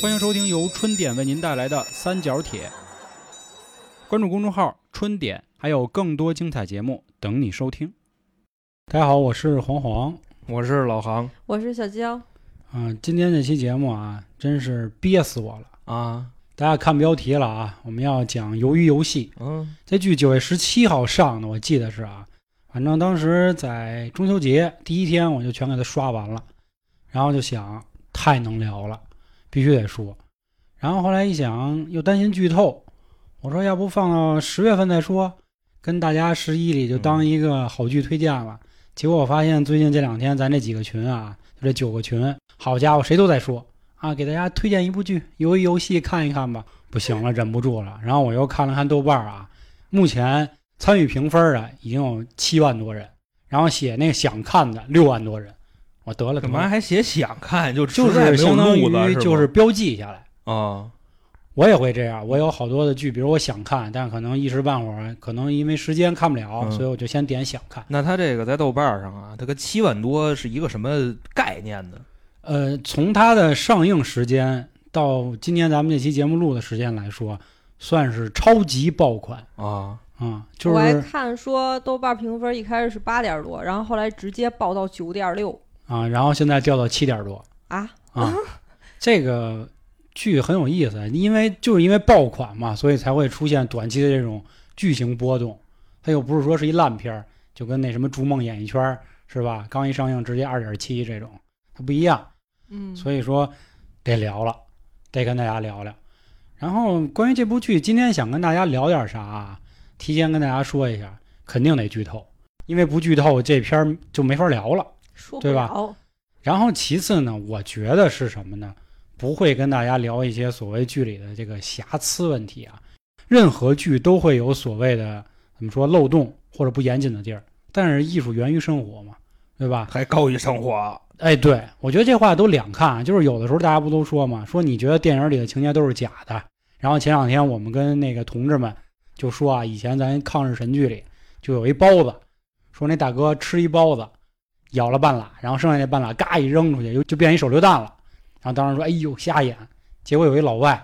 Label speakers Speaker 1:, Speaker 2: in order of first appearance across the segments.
Speaker 1: 欢迎收听由春点为您带来的《三角铁》，关注公众号“春点”，还有更多精彩节目等你收听。大家好，我是黄黄。
Speaker 2: 我是老航
Speaker 3: 我是小娇，
Speaker 1: 嗯、今天这期节目啊，真是憋死我了。
Speaker 2: 啊，
Speaker 1: 大家看标题了啊，我们要讲《鱿鱼游戏》
Speaker 2: 嗯
Speaker 1: 这剧，九月十七号上的，我记得是啊。反正当时在中秋节第一天，我就全给它刷完了，然后就想太能聊了，必须得说。然后后来一想，又担心剧透，我说要不放到十月份再说，跟大家十一里就当一个好剧推荐了。结果我发现最近这两天咱这几个群啊，就这九个群，好家伙，谁都在说啊，给大家推荐一部剧，游一游戏看一看吧。不行了，忍不住了。然后我又看了看豆瓣儿啊，目前参与评分的已经有七万多人，然后写那个想看的六万多人。我得了，
Speaker 2: 干嘛
Speaker 1: 得了
Speaker 2: 还写想看？就
Speaker 1: 就
Speaker 2: 实在
Speaker 1: 是
Speaker 2: 没有
Speaker 1: 相当
Speaker 2: 路子
Speaker 1: 于
Speaker 2: 吧
Speaker 1: 就是标记下来。
Speaker 2: 啊，
Speaker 1: 我也会这样，我有好多的剧，比如我想看，但可能一时半会儿，可能因为时间看不了，
Speaker 2: 嗯
Speaker 1: 所以我就先点想看。
Speaker 2: 那他这个在豆瓣上啊，他个七万多是一个什么概念呢？
Speaker 1: 呃，从它的上映时间到今天咱们这期节目录的时间来说，算是超级爆款
Speaker 2: 啊，
Speaker 1: 啊、就
Speaker 3: 我还
Speaker 1: 是
Speaker 3: 看说豆瓣评分一开始是八点多，然后后来直接爆到九点六
Speaker 1: 啊、然后现在掉到七点多
Speaker 3: 啊！
Speaker 1: 啊、这个剧很有意思，因为就是因为爆款嘛，所以才会出现短期的这种剧情波动。它又不是说是一烂片儿，就跟那什么《逐梦演艺圈》是吧？刚一上映直接二点七这种，它不一样。
Speaker 3: 嗯，
Speaker 1: 所以说得聊了，得跟大家聊聊。然后关于这部剧，今天想跟大家聊点啥、啊，提前跟大家说一下，肯定得剧透，因为不剧透这片儿就没法聊了。
Speaker 3: 说不
Speaker 1: 对吧
Speaker 3: 了，
Speaker 1: 然后其次呢，我觉得是什么呢？不会跟大家聊一些所谓剧里的这个瑕疵问题啊。任何剧都会有所谓的怎么说漏洞或者不严谨的地儿，但是艺术源于生活嘛，对吧？
Speaker 2: 还高于生活
Speaker 1: 哎，对，我觉得这话都两看啊，就是有的时候大家不都说嘛，说你觉得电影里的情节都是假的。然后前两天我们跟那个同志们就说啊，以前咱抗日神剧里就有一包子，说那大哥吃一包子，咬了半拉，然后剩下那半拉嘎一扔出去，就就变一手榴弹了。然后当时说，哎呦瞎眼。结果有一老外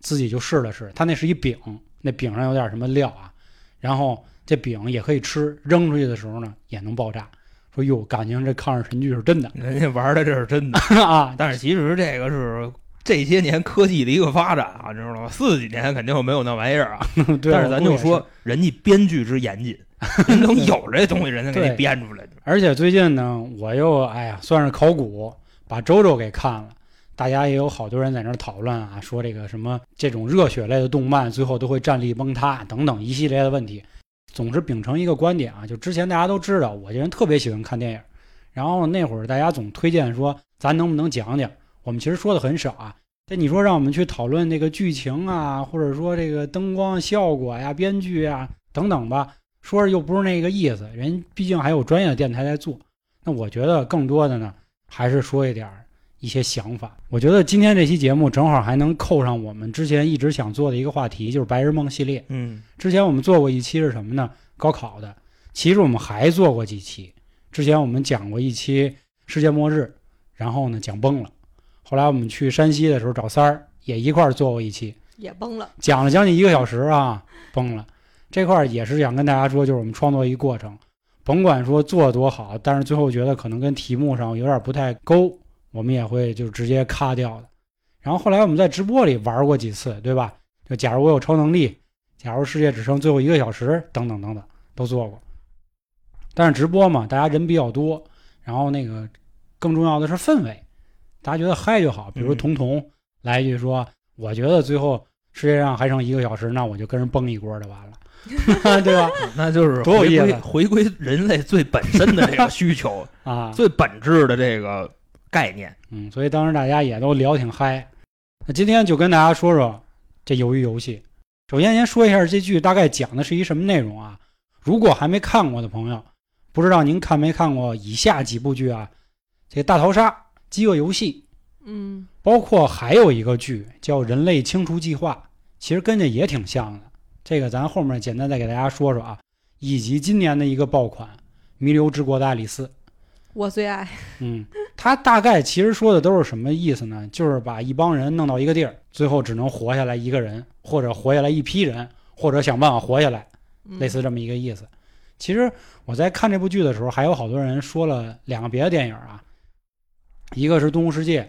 Speaker 1: 自己就试了试，他那是一饼，那饼上有点什么料啊，然后这饼也可以吃，扔出去的时候呢也能爆炸。说哟，感情这抗日神剧是真的。
Speaker 2: 人家玩的这是真 的，
Speaker 1: 啊，
Speaker 2: 但是其实这个是这些年科技的一个发展啊，你知道吗？四几年肯定没有那玩意儿啊，
Speaker 1: 对
Speaker 2: 但是咱就，说人家编剧之严 谨，人能有这东西，人家给
Speaker 1: 对
Speaker 2: 你编出来的。
Speaker 1: 而且最近呢，我又哎呀，算是考古，把周周给看了。大家也有好多人在那儿讨论啊，说这个什么这种热血类的动漫最后都会战力崩塌等等一系列的问题。总之，秉承一个观点啊，就之前大家都知道，我这人特别喜欢看电影。然后那会儿大家总推荐说，咱能不能讲讲？我们其实说的很少啊。但你说让我们去讨论这个剧情啊，或者说这个灯光效果呀、编剧啊等等吧，说是又不是那个意思，人毕竟还有专业的电台在做。那我觉得更多的呢，还是说一点儿一些想法。我觉得今天这期节目正好还能扣上我们之前一直想做的一个话题，就是白日梦系列。
Speaker 2: 嗯，
Speaker 1: 之前我们做过一期是什么呢？高考的。其实我们还做过几期，之前我们讲过一期世界末日，然后呢讲崩了。后来我们去山西的时候找三儿也一块儿做过一期，
Speaker 3: 也崩了。
Speaker 1: 讲了将近一个小时啊，崩了。这块儿也是想跟大家说，就是我们创作一过程，甭管说做得多好，但是最后觉得可能跟题目上有点不太勾，我们也会就直接咔掉的。然后后来我们在直播里玩过几次，对吧？就假如我有超能力，假如世界只剩最后一个小时，等等等等，都做过。但是直播嘛，大家人比较多，然后那个更重要的是氛围，大家觉得嗨就好。比如
Speaker 2: 嗯
Speaker 1: 彤彤来一句说：“我觉得最后世界上还剩一个小时，那我就跟人崩一锅就完了， 对吧？
Speaker 2: 那就是
Speaker 1: 多有
Speaker 2: 回
Speaker 1: 意思
Speaker 2: 归回归人类最本身的这个 需求，
Speaker 1: 啊，
Speaker 2: 最本质的这个概念。
Speaker 1: 嗯，所以当时大家也都聊挺嗨。那今天就跟大家说说这鱿鱼游戏。首先，先说一下这剧大概讲的是一什么内容啊？如果还没看过的朋友，不知道您看没看过以下几部剧啊？这个《大逃杀》《饥饿游戏》，
Speaker 3: 嗯，
Speaker 1: 包括还有一个剧叫《人类清除计划》，其实跟这也挺像的。这个咱后面简单再给大家说说啊，以及今年的一个爆款《弥留之国的爱丽丝》。
Speaker 3: 我最爱
Speaker 1: 嗯，他大概其实说的都是什么意思呢？就是把一帮人弄到一个地儿，最后只能活下来一个人，或者活下来一批人，或者想办法活下来，
Speaker 3: 嗯
Speaker 1: 类似这么一个意思。其实我在看这部剧的时候，还有好多人说了两个别的电影啊，一个是《动物世界》，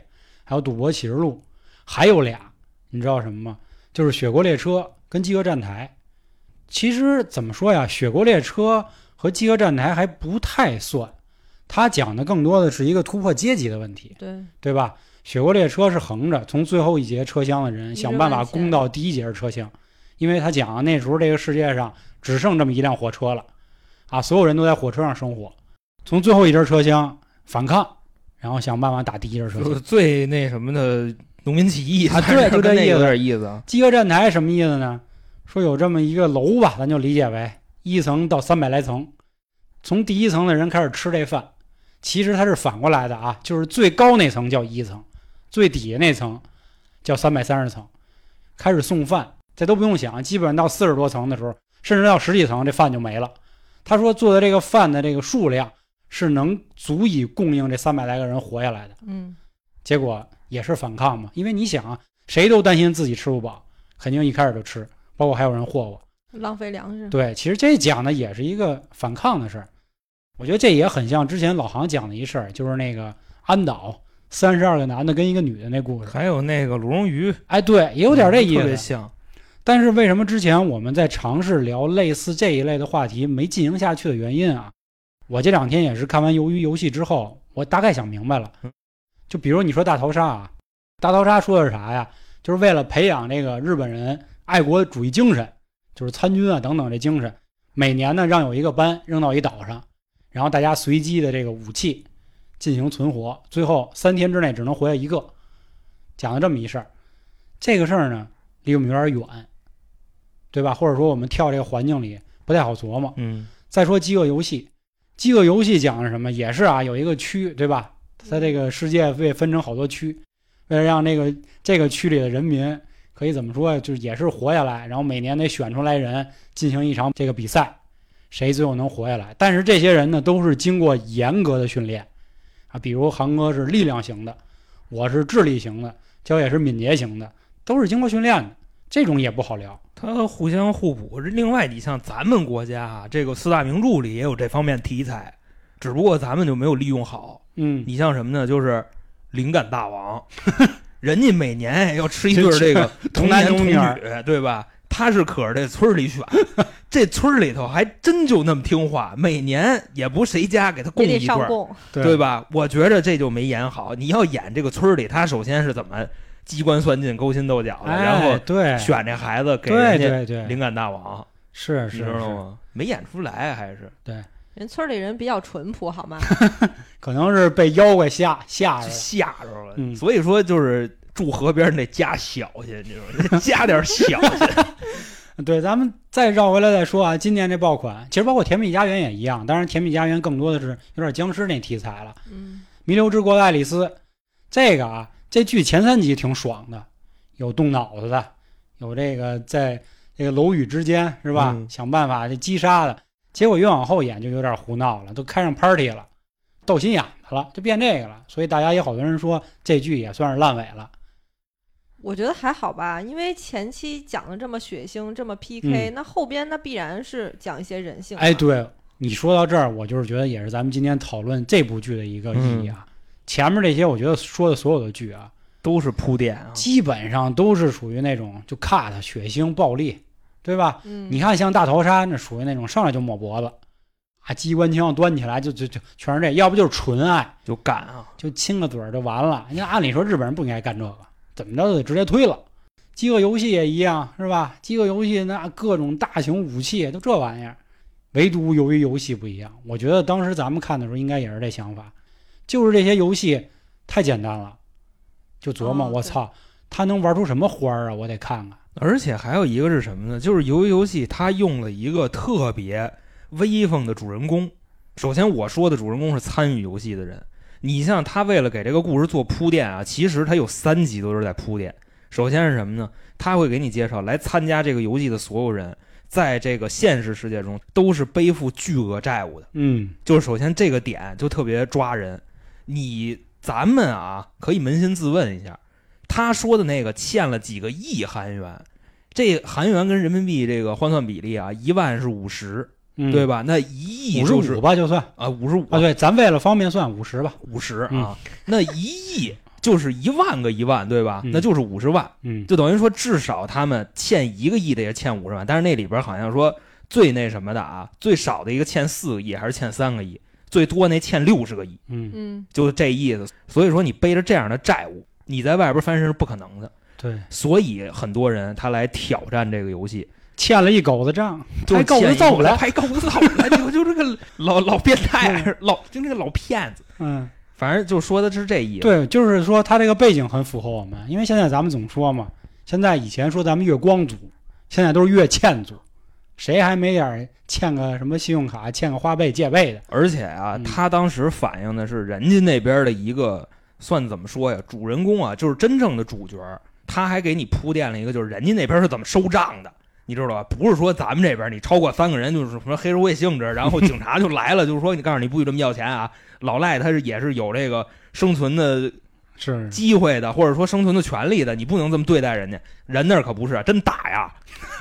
Speaker 1: 还有《赌博启示录》，还有俩，你知道什么吗？就是《雪国列车》跟《饥饿站台》。其实怎么说呀，《雪国列车》和《饥饿站台》还不太算，它讲的更多的是一个突破阶级的问题，
Speaker 3: 对，
Speaker 1: 对吧？《雪国列车》是横着，从最后一节车厢的人
Speaker 3: 一直
Speaker 1: 想办法
Speaker 3: 往前
Speaker 1: 攻到第一节车厢，因为他讲啊那时候这个世界上只剩这么一辆火车了，啊，所有人都在火车上生活，从最后一节车厢反抗，然后想办法打第一节车厢
Speaker 2: 就。是 最那什么的农民起义
Speaker 1: 啊
Speaker 2: 但是
Speaker 1: 对就这
Speaker 2: 跟那
Speaker 1: 意思
Speaker 2: 有点意思啊。
Speaker 1: 饥饿站台什么意思呢？说有这么一个楼吧，咱就理解为一层到三百来层，从第一层的人开始吃这饭，其实它是反过来的啊，就是最高那层叫一层，最底下那层叫三百三十层，开始送饭，这都不用想，基本上到四十多层的时候，甚至到十几层，这饭就没了。他说做的这个饭的这个数量是能足以供应这三百来个人活下来的。
Speaker 3: 嗯，
Speaker 1: 结果也是反抗嘛，因为你想啊，谁都担心自己吃不饱，肯定一开始就吃，包括还有人霍霍。
Speaker 3: 浪费粮食，
Speaker 1: 对，其实这讲的也是一个反抗的事儿，我觉得这也很像之前老航讲的一事儿，就是那个安岛三十二个男的跟一个女的那故事。
Speaker 2: 还有那个鲁荣鱼，
Speaker 1: 哎，对，也有点这意
Speaker 2: 特别
Speaker 1: 思。
Speaker 2: 像。
Speaker 1: 但是为什么之前我们在尝试聊类似这一类的话题没进行下去的原因啊？我这两天也是看完《鱿鱼游戏》之后，我大概想明白了
Speaker 2: 嗯。
Speaker 1: 就比如你说大逃杀啊，大逃杀说的是啥呀？就是为了培养这个日本人爱国主义精神，就是参军啊等等这精神。每年呢，让有一个班扔到一岛上，然后大家随机的这个武器进行存活，最后三天之内只能活下一个。讲了这么一事儿，这个事儿呢离我们有点远，对吧？或者说我们跳这个环境里不太好琢磨。
Speaker 2: 嗯，
Speaker 1: 再说饥饿游戏，饥饿游戏讲的是什么？也是啊，有一个区，对吧？
Speaker 3: 嗯
Speaker 1: 它这个世界被分成好多区，为了让这个这个区里的人民可以怎么说呀？就是也是活下来，然后每年得选出来人进行一场这个比赛，谁最后能活下来？但是这些人呢，都是经过严格的训练啊，比如航哥是力量型的，我是智力型的，焦也是敏捷型的，都是经过训练的，这种也不好聊。
Speaker 2: 它互相互补。另外，你像咱们国家啊，这个四大名著里也有这方面题材，只不过咱们就没有利用好。
Speaker 1: 嗯，
Speaker 2: 你像什么呢？就是灵感大王， 人家每年要吃一对儿
Speaker 1: 就
Speaker 2: 这个
Speaker 1: 童
Speaker 2: 男
Speaker 1: 男
Speaker 2: 童
Speaker 1: 童
Speaker 2: 女
Speaker 1: 女，
Speaker 2: 对吧？他是可是这村儿里选， 这村儿里头还真就那么听话，每年也不谁家给他供
Speaker 3: 也得
Speaker 2: 一对
Speaker 3: 上
Speaker 2: 儿，
Speaker 3: 供，
Speaker 1: 对
Speaker 2: 对吧？我觉着这就没演好。你要演这个村儿里，他首先是怎么机关算尽、勾心斗角的，
Speaker 1: 哎
Speaker 2: 然后
Speaker 1: 对
Speaker 2: 选这孩子给
Speaker 1: 对
Speaker 2: 人家
Speaker 1: 对对，
Speaker 2: 灵感大王，
Speaker 1: 是
Speaker 2: 你
Speaker 1: 是
Speaker 2: 知道
Speaker 1: 是，
Speaker 2: 吗？没演出来还是
Speaker 3: 人村里人比较淳朴，好吗？
Speaker 1: 可能是被妖怪吓吓着了。
Speaker 2: 吓着了，
Speaker 1: 嗯
Speaker 2: 所以说就是住河边儿你得加小心，你说 得加点小心。
Speaker 1: 对，咱们再绕回来再说啊。今年这爆款，其实包括《甜蜜家园》也一样，当然《甜蜜家园》更多的是有点僵尸那题材了。
Speaker 3: 嗯，
Speaker 1: 《弥留之国的爱丽丝》这个啊，这剧前三集挺爽的，有动脑子的，有这个在这个楼宇之间是吧，
Speaker 2: 嗯
Speaker 1: 想办法这击杀的。结果越往后演就有点胡闹了，都开上 party 了，斗心眼子了，就变这个了。所以大家也好多人说这剧也算是烂尾了。
Speaker 3: 我觉得还好吧，因为前期讲的这么血腥，这么 PK，、那后边那必然是讲一些人性
Speaker 1: 嗯
Speaker 3: 嘛。
Speaker 1: 哎，对你说到这儿，我就是觉得也是咱们今天讨论这部剧的一个意义啊。前面这些我觉得说的所有的剧啊，
Speaker 2: 都是铺垫啊，
Speaker 1: 基本上都是属于那种就 cut 血腥暴力，对吧？
Speaker 3: 嗯，
Speaker 1: 你看像大逃杀那属于那种上来就抹脖子，啊，机关枪端起来就就就全是这，要不就是纯爱，
Speaker 2: 就干啊，
Speaker 1: 就亲个嘴儿就完了。你看按理说日本人不应该干这个，怎么着都得直接推了。饥饿游戏也一样是吧？饥饿游戏那各种大型武器都这玩意儿，唯独由于游戏不一样。我觉得当时咱们看的时候应该也是这想法，就是这些游戏太简单了，就琢磨
Speaker 3: 哦
Speaker 1: 我
Speaker 3: 对
Speaker 1: 操，他能玩出什么花儿啊？我得看看。
Speaker 2: 而且还有一个是什么呢？就是游游戏它用了一个特别威风的主人公。首先我说的主人公是参与游戏的人，你像他为了给这个故事做铺垫啊，其实他有三集都是在铺垫。首先是什么呢？他会给你介绍来参加这个游戏的所有人，在这个现实世界中都是背负巨额债务的。
Speaker 1: 嗯，
Speaker 2: 就是首先这个点就特别抓人，你咱们啊可以扪心自问一下，他说的那个欠了几个亿韩元，这韩元跟人民币这个换算比例啊，一万是五十、
Speaker 1: 嗯，
Speaker 2: 对吧？那一亿
Speaker 1: 五十
Speaker 2: 就是
Speaker 1: 五吧，就算
Speaker 2: 啊五十五
Speaker 1: 啊，对，咱为了方便算五十吧，
Speaker 2: 五十
Speaker 1: 嗯
Speaker 2: 啊，那一亿就是一万个一万，对吧？
Speaker 1: 嗯
Speaker 2: 那就是五十万，
Speaker 1: 嗯，
Speaker 2: 就等于说至少他们欠一个亿的也欠五十万，但是那里边好像说最那什么的啊，最少的一个欠四个亿还是欠三个亿，最多那欠六十个亿，
Speaker 1: 嗯，
Speaker 3: 嗯，
Speaker 2: 就这意思。所以说你背着这样的债务，你在外边翻身是不可能的。
Speaker 1: 对，
Speaker 2: 所以很多人他来挑战这个游戏，
Speaker 1: 欠了一狗子账，
Speaker 2: 就是
Speaker 1: 还狗
Speaker 2: 欠
Speaker 1: 子
Speaker 2: 一
Speaker 1: 造不来，
Speaker 2: 还狗子造不来， 就就这个老老变态，老就那个老骗子，
Speaker 1: 嗯。
Speaker 2: 反正就说的是这意思。
Speaker 1: 对，就是说他这个背景很符合我们，因为现在咱们总说嘛，现在以前说咱们月光族，现在都是月欠族，谁还没点儿欠个什么信用卡、欠个花呗、借呗的？
Speaker 2: 而且啊，
Speaker 1: 嗯
Speaker 2: 他当时反映的是人家那边的一个算怎么说呀？主人公啊，就是真正的主角，他还给你铺垫了一个，就是人家那边是怎么收账的，你知道吧？不是说咱们这边你超过三个人就是什么黑社会性质，然后警察就来了，就是说你告诉你不许这么要钱啊。老赖他是也是有这个生存的
Speaker 1: 是，
Speaker 2: 机会的，或者说生存的权利的，你不能这么对待人家。人那儿可不是啊，真打呀！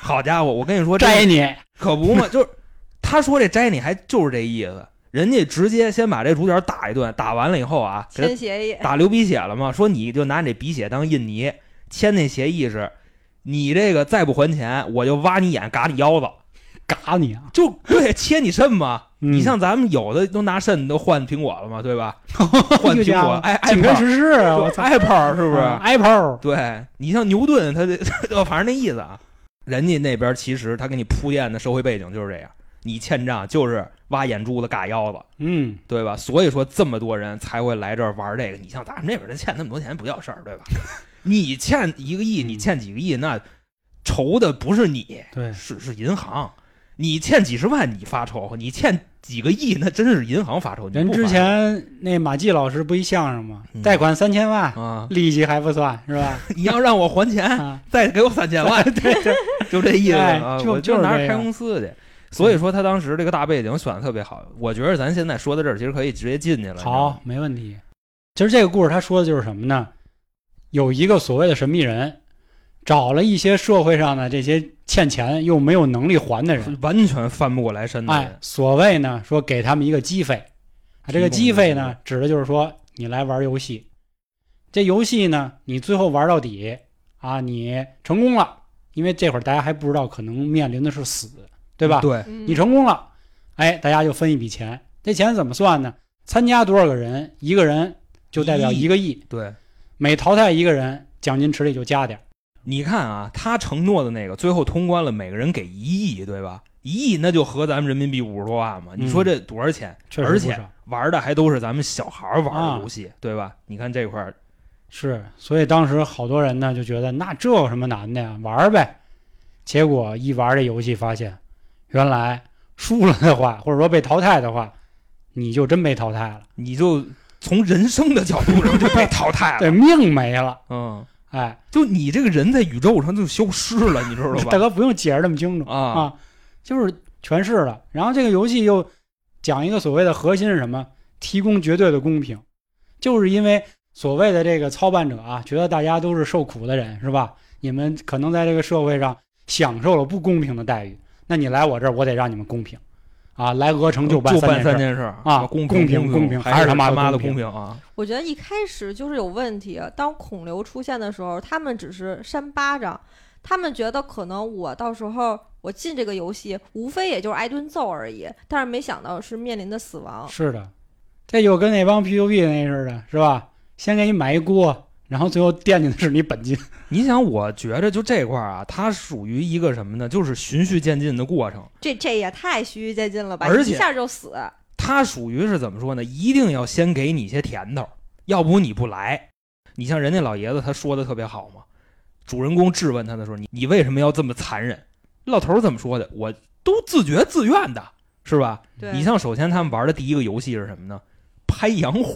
Speaker 2: 好家伙，我跟你说，真的
Speaker 1: 摘你，
Speaker 2: 可不嘛，就是他说这摘你还就是这意思，人家直接先把这主角打一顿，打完了以后啊，给
Speaker 3: 签
Speaker 2: 他
Speaker 3: 协议，
Speaker 2: 打流鼻血了嘛，说你就拿你这鼻血当印泥，签那协议是，你这个再不还钱，我就挖你眼，嘎你腰子，
Speaker 1: 嘎你啊！
Speaker 2: 就对，切你肾嘛。
Speaker 1: 嗯
Speaker 2: 你像咱们有的都拿肾都换苹果了嘛，对吧？ 换
Speaker 1: 就这
Speaker 2: 苹
Speaker 1: 样
Speaker 2: 果，
Speaker 1: 啊
Speaker 2: 哎
Speaker 1: 紧跟
Speaker 2: ，Apple，
Speaker 1: 时事啊！我
Speaker 2: 对
Speaker 1: 操，
Speaker 2: ，Apple 是不是？
Speaker 1: 啊 Apple？
Speaker 2: 对你像牛顿，他这 反正那意思啊，人家那边其实他给你铺垫的社会背景就是这样，你欠账就是挖眼珠子、嘎腰子，
Speaker 1: 嗯，
Speaker 2: 对吧？所以说这么多人才会来这儿玩这个。你像咱们这边人欠那么多钱不叫事儿， 对吧？你欠一个亿，你欠几个亿，那愁的不是你，
Speaker 1: 对，
Speaker 2: 是是银行。你欠几十万，你发愁；你欠几个亿，那真是银行发愁。你
Speaker 1: 人
Speaker 2: 不
Speaker 1: 之
Speaker 2: 发
Speaker 1: 前那马季老师不一相声吗
Speaker 2: 嗯？
Speaker 1: 贷款三千万，
Speaker 2: 愁啊，
Speaker 1: 利息还不算是 吧？
Speaker 2: 你要让我 还钱，
Speaker 1: 啊，
Speaker 2: 再给我三千万，对对， 就这意思
Speaker 1: 哎
Speaker 2: 啊，
Speaker 1: 就
Speaker 2: 我
Speaker 1: 就是
Speaker 2: 拿
Speaker 1: 这
Speaker 2: 着开
Speaker 1: 样嗯
Speaker 2: 公司去。所以说他当时这个大背景选的特别好，我觉得咱现在说到这儿，其实可以直接进去了。你知道吗
Speaker 1: 好，，没问题。其实这个故事他说的就是什么呢？有一个所谓的神秘人，找了一些社会上的这些欠钱又没有能力还的人，
Speaker 2: 完全翻不过来身的
Speaker 1: 哎
Speaker 2: 人，，
Speaker 1: 所谓呢说给他们一个机费，啊，这个机费呢指的就是说你来玩游戏，这游戏呢你最后玩到底啊，你成功了，因为这会儿大家还不知道可能面临的是死，对吧？
Speaker 2: 对，
Speaker 3: 嗯
Speaker 1: 你成功了，哎，大家就分一笔钱。这钱怎么算呢？参加多少个人，一个人就代表
Speaker 2: 一亿
Speaker 1: 一个亿，
Speaker 2: 对，
Speaker 1: 每淘汰一个人，奖金池里就加点儿。
Speaker 2: 你看啊，他承诺的那个最后通关了，每个人给一亿，对吧？一亿那就合咱们人民币五十多万嘛，你
Speaker 1: 嗯
Speaker 2: 说这多少钱？
Speaker 1: 确实
Speaker 2: 而
Speaker 1: 不
Speaker 2: 且
Speaker 1: 少
Speaker 2: 玩的还都是咱们小孩儿玩
Speaker 1: 啊
Speaker 2: 的游戏，对吧？你看这块儿，
Speaker 1: 是，所以当时好多人呢就觉得那这有什么难的呀，玩儿呗。结果一玩这游戏，发现原来输了的话，或者说被淘汰的话，你就真被淘汰了，
Speaker 2: 你就从人生的角度上就被淘汰了，
Speaker 1: 对，命没了。
Speaker 2: 嗯。
Speaker 1: 哎，
Speaker 2: 就你这个人在宇宙上就消失了，你知道
Speaker 1: 大
Speaker 2: 吧？
Speaker 1: 哥不用解释那么清楚，
Speaker 2: 啊，
Speaker 1: 啊，就是全是了。然后这个游戏又讲一个所谓的核心是什么？提供绝对的公平，就是因为所谓的这个操办者啊，觉得大家都是受苦的人，是吧？你们可能在这个社会上享受了不公平的待遇，那你来我这儿，我得让你们公平，啊，来鹅城就办
Speaker 2: 就办
Speaker 1: 件
Speaker 2: 三
Speaker 1: 事儿。
Speaker 2: 件事儿
Speaker 1: 啊
Speaker 2: 公
Speaker 1: 公平
Speaker 2: 平
Speaker 1: 公平
Speaker 2: 还
Speaker 1: 还是
Speaker 2: 他
Speaker 1: 他妈的
Speaker 2: 妈的
Speaker 1: 公平
Speaker 2: 平啊！
Speaker 3: 我觉得一开始就是有问题。当孔刘出现的时候，他们只是扇巴掌，他们觉得可能我到时候我进这个游戏，无非也就是挨顿揍而已。但是没想到是面临的死亡。
Speaker 1: 是的，这就跟那帮 PUB 那似的，是吧？先给你买一锅，然后最后惦记的是你本金。
Speaker 2: 你想，我觉着就这块儿啊，它属于一个什么呢？就是循序渐进的过程。
Speaker 3: 这这也太循序渐进了吧？
Speaker 2: 而且
Speaker 3: 一下就死，
Speaker 2: 它属于是怎么说呢？一定要先给你一些甜头，要不你不来。你像人家老爷子，他说的特别好嘛。主人公质问他的时候，你你为什么要这么残忍？老头儿怎么说的？我都自觉自愿的，是吧？
Speaker 3: 对，
Speaker 2: 你像首先他们玩的第一个游戏是什么呢？拍洋画，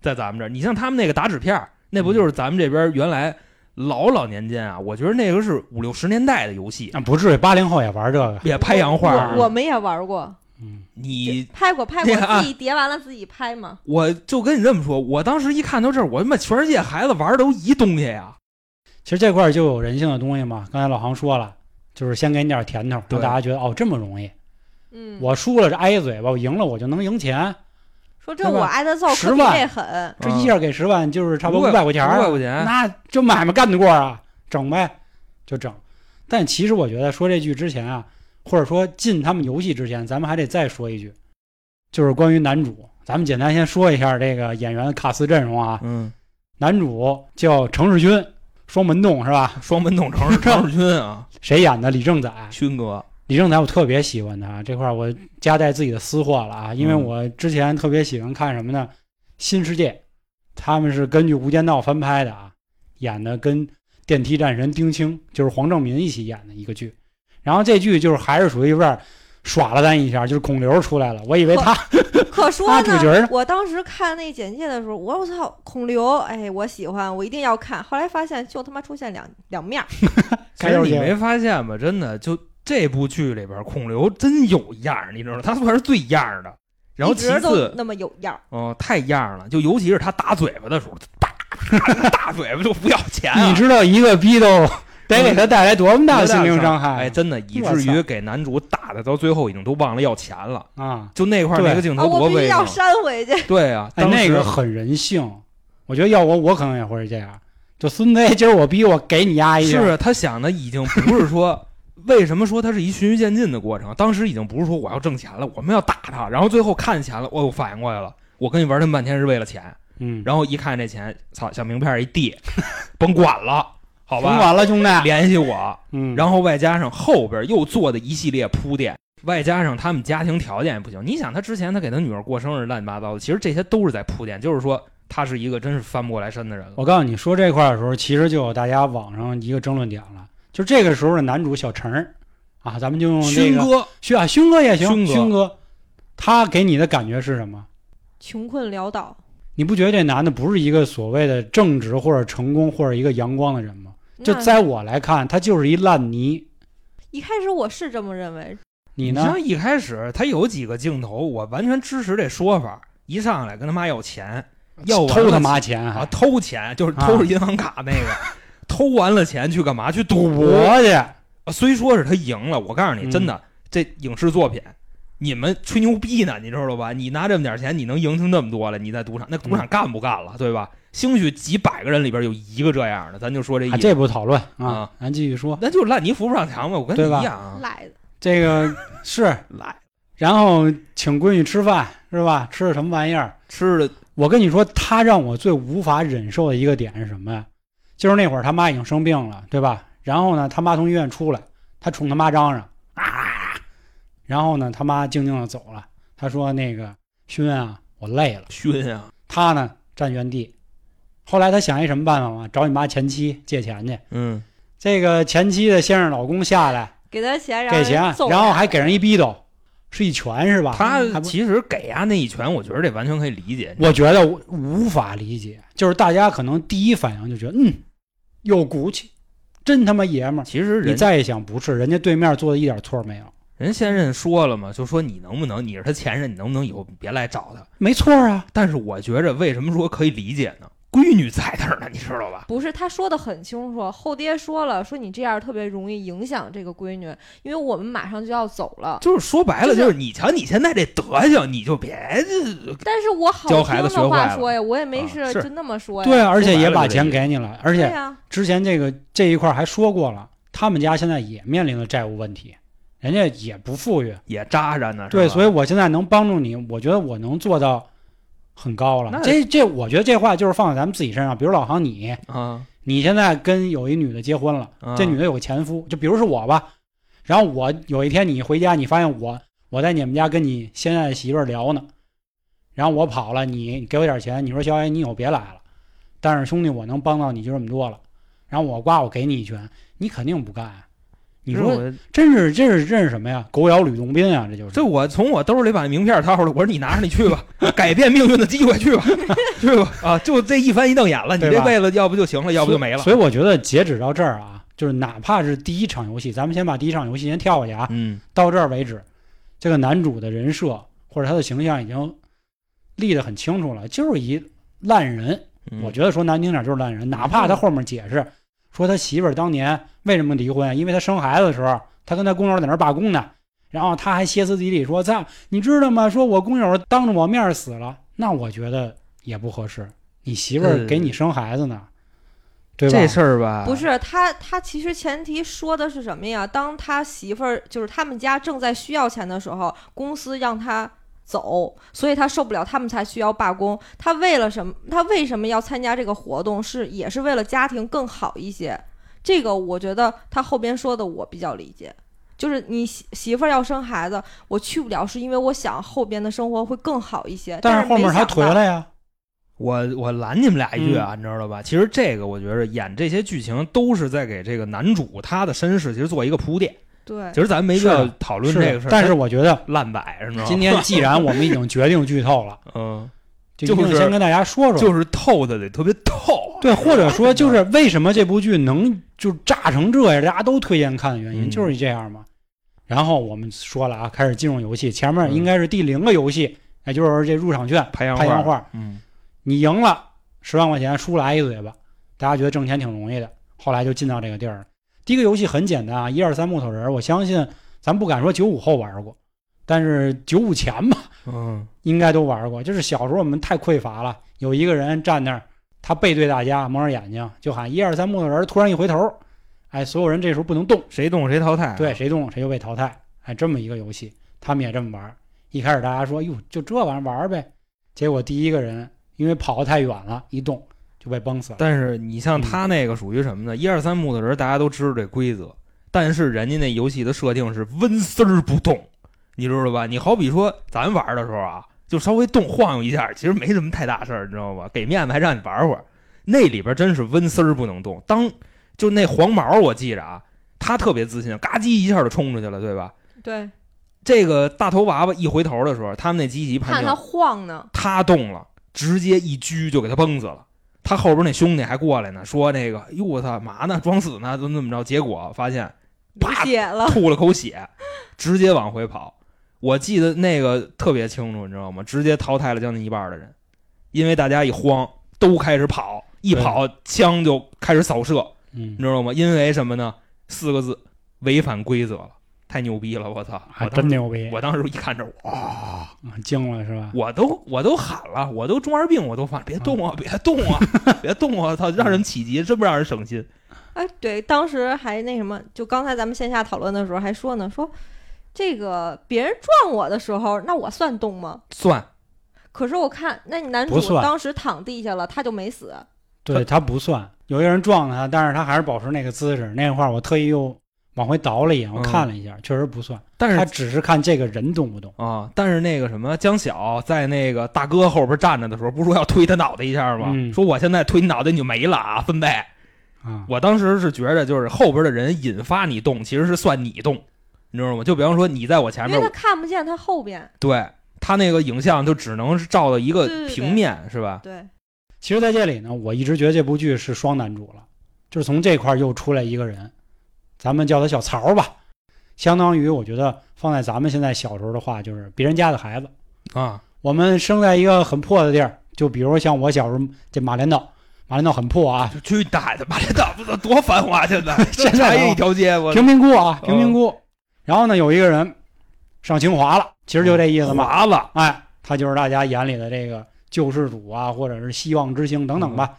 Speaker 2: 在咱们这儿，你像他们那个打纸片儿，那不就是咱们这边原来老老年间啊？我觉得那个是五六十年代的游戏，
Speaker 1: 嗯啊，不至于八零后也玩这个，
Speaker 2: 也拍洋画儿
Speaker 3: 我我们也玩过，
Speaker 1: 嗯，
Speaker 2: 你
Speaker 3: 拍过拍过，
Speaker 2: 对啊
Speaker 3: 自己叠完了自己拍嘛。
Speaker 2: 我就跟你这么说，我当时一看到这儿，我他妈全世界孩子玩的都一东西呀，
Speaker 1: 其实这块儿就有人性的东西嘛。刚才老航说了，就是先给你点儿甜头，
Speaker 2: 对
Speaker 1: 让大家觉得哦这么容易，
Speaker 3: 嗯，
Speaker 1: 我输了这挨一嘴巴，我赢了我就能赢钱，
Speaker 3: 说这
Speaker 1: 对吧
Speaker 3: 我挨的揍可
Speaker 1: 10
Speaker 3: 比
Speaker 1: 万
Speaker 3: 这狠。
Speaker 1: 这一下给十万就是差不多五百块钱儿
Speaker 2: 啊五百
Speaker 1: 啊，
Speaker 2: 块钱，
Speaker 1: 那这买卖干得过啊，整呗，就整。但其实我觉得说这句之前啊，或者说进他们游戏之前，咱们还得再说一句，就是关于男主，咱们简单先说一下这个演员卡斯阵容啊，
Speaker 2: 嗯，
Speaker 1: 男主叫程世勋，双门洞是吧？
Speaker 2: 双门洞城张世军 啊，
Speaker 1: 谁演的？李正宰。
Speaker 2: 勋哥，
Speaker 1: 李正宰我特别喜欢他这块儿，我夹带自己的私货了啊，因为
Speaker 2: 嗯
Speaker 1: 我之前特别喜欢看什么呢？新世界，他们是根据《无间道》翻拍的啊，演的跟电梯战神丁青就是黄正民一起演的一个剧，然后这剧就是还是属于有点儿耍了咱一下，就是孔刘出来了，我以为他
Speaker 3: 可说
Speaker 1: 啊主角
Speaker 3: 呢
Speaker 1: 呢，
Speaker 3: 我当时看那简介的时候，我我操，孔刘，哎，我喜欢，我一定要看。后来发现就他妈出现两两面儿，
Speaker 2: 其实你没发现吧？真的，就这部剧里边，孔刘真有样儿，你知道吗？他算是最样儿的。然后
Speaker 3: 一
Speaker 2: 其
Speaker 3: 直都
Speaker 2: 次，
Speaker 3: 那么有样儿。
Speaker 2: 嗯、太样儿了，就尤其是他打嘴巴的时候，打 打嘴巴就不要钱、啊，
Speaker 1: 你知道一个 逼斗得给他带来多么大的心灵伤害啊
Speaker 2: 哎，真的，以
Speaker 1: 我
Speaker 2: 至于
Speaker 1: 操
Speaker 2: 给男主打的到最后已经都忘了要钱了。
Speaker 1: 啊！
Speaker 2: 就那块儿
Speaker 1: 对
Speaker 2: 那个镜
Speaker 3: 啊，
Speaker 2: 头
Speaker 3: 我
Speaker 2: 多
Speaker 3: 必须
Speaker 2: 危
Speaker 3: 要
Speaker 2: 险！
Speaker 3: 扇回去。
Speaker 2: 对啊，
Speaker 1: 哎，
Speaker 2: 当时
Speaker 1: 那个很人性，我觉得要我我可能也会是这样，就孙子今儿我逼我给你压一下，
Speaker 2: 是他想的已经不是说 为什么说他是一循序渐进的过程，当时已经不是说我要挣钱了，我们要打他，然后最后看钱了，我我反应过来了，我跟你玩他们半天是为了钱，
Speaker 1: 嗯，
Speaker 2: 然后一看这钱，操，小名片一递， 甭管了，好
Speaker 1: 甭
Speaker 2: 吧，
Speaker 1: 管了，兄弟。
Speaker 2: 联系我，
Speaker 1: 嗯，
Speaker 2: 然后外加上后边又做的一系列铺垫。外加上他们家庭条件也不行，你想他之前他给他女儿过生日乱七八糟的，其实这些都是在铺垫，就是说他是一个真是翻不过来身的人了。
Speaker 1: 我告诉你说这块儿的时候，其实就有大家网上一个争论点了，就这个时候的男主小陈儿啊，咱们就用这
Speaker 2: 勋
Speaker 1: 个
Speaker 2: 哥，
Speaker 1: 勋啊，勋哥也行，
Speaker 2: 勋哥
Speaker 1: 勋哥，他给你的感觉是什么？
Speaker 3: 穷困潦倒，
Speaker 1: 你不觉得这男的不是一个所谓的正直或者成功或者一个阳光的人吗？就
Speaker 3: 那
Speaker 1: 在我来看，他就是一烂泥。
Speaker 3: 一开始我是这么认为，
Speaker 1: 你呢？
Speaker 2: 像一开始他有几个镜头，我完全支持这说法。一上来跟他妈要钱，要完了
Speaker 1: 啊偷他妈啊钱还
Speaker 2: 啊，偷钱就是偷着银行卡 那个，偷完了钱去干嘛？去赌
Speaker 1: 赌
Speaker 2: 博。
Speaker 1: 博去，
Speaker 2: 啊虽说是他赢了，我告诉你，
Speaker 1: 嗯
Speaker 2: 真的，这影视作品。你们吹牛逼呢，你知道吧？你拿这么点钱，你能赢成这么多了？你在赌场，那
Speaker 1: 嗯
Speaker 2: 赌场干不干了，对吧？兴许几百个人里边有一个这样的，咱就说这意
Speaker 1: 啊，
Speaker 2: 思，
Speaker 1: 这不讨论啊
Speaker 2: 啊，
Speaker 1: 咱继续说
Speaker 2: 那就是烂泥扶不上墙嘛。我跟你
Speaker 1: 对吧
Speaker 2: 一样啊，
Speaker 3: 赖的。
Speaker 1: 这个是，
Speaker 2: 来
Speaker 1: 然后请闺女吃饭是吧？吃的什么玩意儿？
Speaker 2: 吃的
Speaker 1: 我跟你说，他让我最无法忍受的一个点是什么呀？就是那会儿他妈已经生病了，对吧？然后呢，他妈从医院出来，他冲他妈嚷嚷啊，然后呢，他妈静静的走了。他说：“那个勋啊，我累了。
Speaker 2: 熏啊，”
Speaker 1: 他呢站原地。后来他想一什么办法嘛？找你妈前妻借钱去。
Speaker 2: 嗯，
Speaker 1: 这个前妻的先生老公下来
Speaker 3: 给他钱，然后
Speaker 1: 给钱
Speaker 3: 人揍，
Speaker 1: 然后
Speaker 3: 他
Speaker 1: 还给人一逼斗，是一拳是吧？
Speaker 2: 他
Speaker 1: 啊还不
Speaker 2: 其实给啊那一拳，我觉得这完全可以理解。
Speaker 1: 我觉得我无法理解，就是大家可能第一反应就觉得，嗯，有骨气，真他妈爷们儿。
Speaker 2: 其实
Speaker 1: 你
Speaker 2: 人
Speaker 1: 再一想，不是，人家对面做的一点错儿没有，
Speaker 2: 人现任说了嘛，就说你能不能，你是他前任，你能不能以后别来找他？
Speaker 1: 没错儿啊。
Speaker 2: 但是我觉着为什么说可以理解呢？闺女在那儿呢，你知道吧？
Speaker 3: 不是他说的很清楚，后爹说了，说你这样特别容易影响这个闺女，因为我们马上就要走了。
Speaker 2: 就是说白了，
Speaker 3: 就是
Speaker 2: 就是你瞧你现在这德行，你就别
Speaker 3: 但是我好
Speaker 2: 教
Speaker 3: 听
Speaker 2: 孩子学
Speaker 3: 的
Speaker 2: 坏
Speaker 3: 话
Speaker 2: 了
Speaker 3: 说呀，我也没
Speaker 2: 啊
Speaker 3: 事
Speaker 2: 是
Speaker 3: 就那么说呀。
Speaker 1: 对，啊而且也把
Speaker 2: 说白了就是
Speaker 1: 钱给你了，而
Speaker 3: 对啊
Speaker 1: 且
Speaker 3: 呀，
Speaker 1: 之前这个这一块儿还说过了，他们家现在也面临了债务问题，人家也不富裕。
Speaker 2: 也扎着呢。
Speaker 1: 对，所以
Speaker 2: 以
Speaker 1: 我现在能帮助你，我觉得我能做到很高了
Speaker 2: 那。
Speaker 1: 这这，我觉得这话就是放在咱们自己身上，比如老航你，
Speaker 2: 啊，
Speaker 1: 你现在跟有一女的结婚了，
Speaker 2: 啊
Speaker 1: 这女的有个前夫，就比如是我吧。然后我有一天你回家，你发现我我在你们家跟你现在的媳妇儿聊呢，然后我跑了，你给我点钱，你说小野你以后别来了，但是兄弟我能帮到你就这么多了。然后我呱我给你一拳，你肯定不干啊。你
Speaker 2: 这
Speaker 1: 说
Speaker 2: 我
Speaker 1: 真是这是这是什么呀？狗咬吕洞宾啊，这就是
Speaker 2: 这我从我兜里把名片掏出来，我说你拿着你去吧，改 变命运的机会去吧， 去吧啊！就这一翻一瞪眼了，你
Speaker 1: 对
Speaker 2: 这
Speaker 1: 吧
Speaker 2: 辈子要不就行了，要不就没了。
Speaker 1: 所以所以我觉得截止到这儿啊，就是哪怕是第一场游戏，咱们先把第一场游戏先跳过去啊，
Speaker 2: 嗯，
Speaker 1: 到这儿为止，这个男主的人设或者他的形象已经立得很清楚了，就是一烂人。
Speaker 2: 嗯
Speaker 1: 我觉得说难听点就是烂人，哪怕他后面解释说他媳妇儿当年为什么离婚，因为他生孩子的时候，他跟他工友在那儿罢工呢，然后他还歇斯底里说：“操，你知道吗？说我工友当着我面死了。”那我觉得也不合适，你媳妇儿给你生孩子呢，对吧？
Speaker 2: 这事儿
Speaker 1: 啊
Speaker 2: 吧，
Speaker 3: 不是他，他其实前提说的是什么呀？当他媳妇儿就是他们家正在需要钱的时候，公司让他走，所以他受不了，他们才需要罢工。他为了什么？他为什么要参加这个活动？是也是为了家庭更好一些。这个我觉得他后边说的我比较理解，就是你媳媳妇儿要生孩子，我去不了，是因为我想后边的生活会更好一些。
Speaker 1: 但
Speaker 3: 但
Speaker 1: 是后面他颓
Speaker 3: 了，
Speaker 1: 了呀，
Speaker 2: 我我拦你们俩一句啊，你知道吧？其实这个我觉着演这些剧情都是在给这个男主他的身世其实做一个铺垫。
Speaker 3: 对
Speaker 2: 其，实咱没必要
Speaker 1: 是
Speaker 2: 讨论
Speaker 1: 是
Speaker 2: 这
Speaker 1: 的
Speaker 2: 个事儿，
Speaker 1: 但是我觉得
Speaker 2: 烂摆是吗？
Speaker 1: 今天既然我们已经决定剧透了，
Speaker 2: 嗯，
Speaker 1: 就一定
Speaker 2: 就是
Speaker 1: 先跟大家说说，
Speaker 2: 就是透的得特别透。
Speaker 1: 对，或者 说就是为什么这部剧能就炸成这样，大家都推荐看的原因、
Speaker 2: 嗯
Speaker 1: 就是这样嘛。然后我们说了啊，开始进入游戏，前面
Speaker 2: 嗯
Speaker 1: 应该是第零个游戏，也就是这入场券
Speaker 2: 拍洋
Speaker 1: 拍洋
Speaker 2: 画，
Speaker 1: 画，
Speaker 2: 嗯，
Speaker 1: 你赢了十万块钱，输了挨一嘴巴。大家觉得挣钱挺容易的，后来就进到这个地儿了。第一个游戏很简单啊，一二三木头人儿，我相信咱不敢说九五后玩过，但是九五前吧。
Speaker 2: 嗯，
Speaker 1: 应该都玩过。就是小时候我们太匮乏了，有一个人站那儿，他背对大家，蒙着眼睛就喊一二三木头人，突然一回头，哎，所有人这时候不能动，
Speaker 2: 谁动谁淘汰、啊。
Speaker 1: 对，，谁动谁就被淘汰，哎，这么一个游戏，他们也这么玩。一开始大家说哟，就这玩意儿玩儿呗，结果第一个人因为跑得太远了，一动就被崩死了。
Speaker 2: 但是你像他那个属于什么呢？一二三木头人，大家都知道这规则，但是人家那游戏的设定是纹丝儿不动，你知道吧？你好比说咱玩的时候啊，就稍微动晃悠一下，其实没什么太大事儿，你知道吧？给面子还让你玩会儿，那里边真是纹丝儿不能动。当就那黄毛，我记着啊，他特别自信，嘎叽一下就冲出去了，对吧？
Speaker 3: 对，
Speaker 2: 这个大头娃娃一回头的时候，他们那机器判
Speaker 3: 看
Speaker 2: 定
Speaker 3: 他晃呢，
Speaker 2: 他动了，直接一狙就给他崩死了。他后边那兄弟还过来呢，说那个哟我操嘛呢，装死呢，怎么怎么着？结果 发现
Speaker 3: 流
Speaker 2: 啪
Speaker 3: 血
Speaker 1: 啊
Speaker 3: 了，
Speaker 2: 吐了口血，直接往回跑。我记得那个特别清楚，你知道吗？直接淘汰了将近一半的人，因为大家一慌都开始跑，一跑枪就开始扫射，
Speaker 1: 嗯
Speaker 2: 你，知道吗？因为什么呢？四个字，违反规则了，太牛逼了！我操，
Speaker 1: 还
Speaker 2: 我当
Speaker 1: 真
Speaker 2: 时
Speaker 1: 牛逼，
Speaker 2: 我当时一看这，
Speaker 1: 啊惊了是吧？
Speaker 2: 我都我都喊了，我都中二病，我都喊别动啊，别动 啊，别动啊！操，让人起急，真不让人省心。
Speaker 3: 哎，对，当时还那什么，就刚才咱们线下讨论的时候还说呢，说这个别人撞我的时候，那我算动吗？
Speaker 2: 算，
Speaker 3: 可是我看那你男
Speaker 1: 不
Speaker 3: 主
Speaker 1: 算
Speaker 3: 当时躺地下了，他就没死。
Speaker 1: 对他不算，有一个人撞了他，但是他还是保持那个姿势。那会儿我特意又往回倒了一眼，我
Speaker 2: 嗯
Speaker 1: 看了一下，确实不算。
Speaker 2: 但
Speaker 1: 他
Speaker 2: 是
Speaker 1: 只是看这个人动不动。
Speaker 2: 啊，但是那个什么，江晓在那个大哥后边站着的时候，不是说要推他脑袋一下吗？
Speaker 1: 嗯
Speaker 2: 说我现在推你脑袋你就没了啊，分贝。
Speaker 1: 啊，
Speaker 2: 我当时是觉着，就是后边的人引发你动，其实是算你动，你知道吗？就比方说你在我前
Speaker 3: 因为
Speaker 2: 面
Speaker 3: 他，看不见他后边。
Speaker 2: 对他那个影像就只能是照到一
Speaker 3: 对对
Speaker 2: 个
Speaker 3: 对
Speaker 2: 平面，是吧？
Speaker 3: 对，
Speaker 1: 其实在这里呢，我一直觉得这部剧是双男主了，就是从这块儿又出来一个人，咱们叫他小曹吧，相当于我觉得放在咱们现在小时候的话，就是别人家的孩子。
Speaker 2: 啊，
Speaker 1: 我们生在一个很破的地儿，就比如像我小时候这马连道，马连道很破啊，
Speaker 2: 就去打他妈的，大不多繁华现 在，
Speaker 1: 现在
Speaker 2: 茶叶一条街，我
Speaker 1: 贫民窟啊，
Speaker 2: 嗯
Speaker 1: 贫民窟。然后呢，有一个人上清华了，其实就这意思嘛。
Speaker 2: 麻嗯了，
Speaker 1: 哎，他就是大家眼里的这个救世主啊，或者是希望之星等等
Speaker 2: 嗯
Speaker 1: 吧。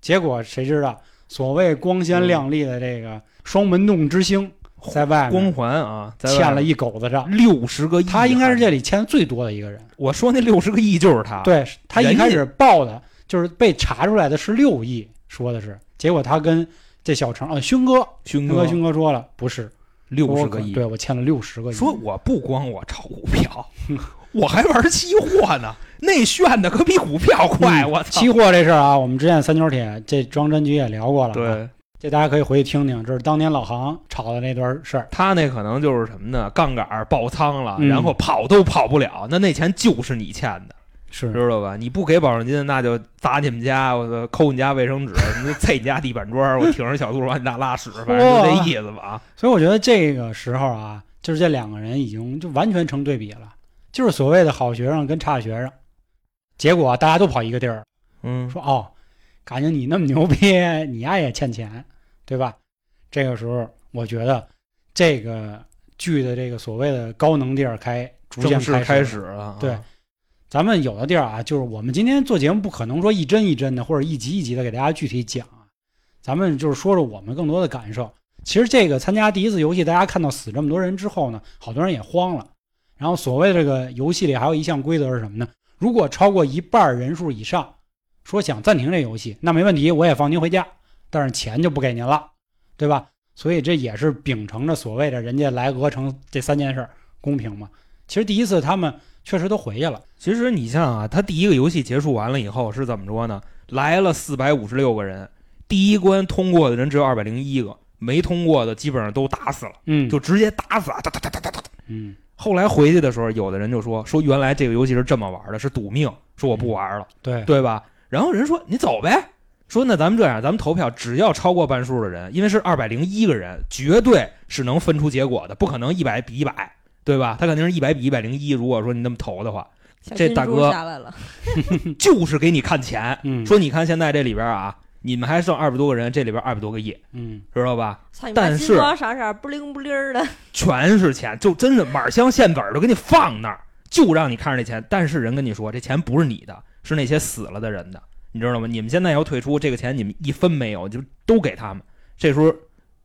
Speaker 1: 结果谁知道，所谓光鲜亮丽的这个双门洞之星，在外
Speaker 2: 光
Speaker 1: 面
Speaker 2: 环啊，在外面嗯
Speaker 1: 欠了一狗子账。
Speaker 2: 六十个亿，
Speaker 1: 他应该是这里欠最多的一个人。
Speaker 2: 我说那六十个亿就是他，，
Speaker 1: 对他一
Speaker 2: 人家
Speaker 1: 开始报的就是被查出来的是六亿，说的是，结果他跟这小程啊，勋哥，
Speaker 2: 勋
Speaker 1: 勋
Speaker 2: 哥
Speaker 1: 哥，勋哥说了，不是
Speaker 2: 嗯六
Speaker 1: 我
Speaker 2: 十
Speaker 1: 可
Speaker 2: 个亿，
Speaker 1: 对我欠了六十个亿。
Speaker 2: 说我不光我炒股票， 我还玩期货呢，那炫的可比股票快，
Speaker 1: 嗯
Speaker 2: 我操
Speaker 1: 期，货这事儿啊，我们之前三角铁这装真局也聊过了，，啊
Speaker 2: 对
Speaker 1: 这大家可以回去听听，这是当年老行炒的那段事儿。
Speaker 2: 他那可能就是什么呢？杠杆儿爆仓了，
Speaker 1: 嗯
Speaker 2: 然后跑都跑不了，那那钱就是你欠的。
Speaker 1: 是，
Speaker 2: 知道吧？你不给保证金，那就砸你们家，我操，抠你家卫生纸， 你就踩你家地板砖，我挺着小肚往你那拉屎，反正就这意思吧啊。
Speaker 1: 所以我觉得这个时候啊，就是这两个人已经就完全成对比了，就是所谓的好学生跟差学生。结果大家都跑一个地儿，
Speaker 2: 嗯，
Speaker 1: 说哦，感情你那么牛逼，你丫也欠钱，对吧？这个时候，我觉得这个剧的这个所谓的高能地儿开逐渐
Speaker 2: 正式
Speaker 1: 开
Speaker 2: 开
Speaker 1: 了
Speaker 2: 始了啊，
Speaker 1: 对咱们有的地儿啊，就是我们今天做节目不可能说一帧一帧的或者一集一集的给大家具体讲啊，咱们就是说说我们更多的感受。其实这个参加第一次游戏，大家看到死这么多人之后呢，好多人也慌了。然后所谓的这个游戏里还有一项规则是什么呢？如果超过一半人数以上说想暂停这游戏，那没问题，我也放您回家，但是钱就不给您了，对吧？所以这也是秉承着所谓的人家来鹅城这三件事儿公平嘛。其实第一次他们确实都回去了。
Speaker 2: 其实你像啊，他第一个游戏结束完了以后是怎么说呢？来了四百五十六个人，第一关通过的人只有二百零一个，没通过的基本上都打死了，
Speaker 1: 嗯，
Speaker 2: 就直接打死啊！哒哒哒哒哒哒。
Speaker 1: 嗯
Speaker 2: 后来回去的时候，有的人就说说原来这个游戏是这么玩的，是赌命，说我不玩了，
Speaker 1: 对，
Speaker 2: 嗯对吧？然后人说你走呗，说那咱们这样，咱们投票，只要超过半数的人，因为是二百零一个人，绝对是能分出结果的，不可能一百比一百，对吧？他肯定是一百比一百零一。如果说你那么投的话，
Speaker 3: 小
Speaker 2: 这
Speaker 3: 金
Speaker 2: 大
Speaker 3: 猪
Speaker 2: 哥
Speaker 3: 下来了，
Speaker 2: 就是给你看钱，
Speaker 1: 嗯
Speaker 2: 说你看现在这里边啊，你们还剩二百多个人，这里边二百多个亿，
Speaker 1: 嗯
Speaker 2: 知道吧？
Speaker 3: 操你妈
Speaker 2: 但
Speaker 3: 金
Speaker 2: 是
Speaker 3: 光闪闪不灵不灵儿的，
Speaker 2: 全是钱，就真是满箱现子儿都给你放那儿，就让你看着这钱。但是人跟你说，这钱不是你的，是那些死了的人的，你知道吗？你们现在要退出，这个钱你们一分没有，就都给他们。这时候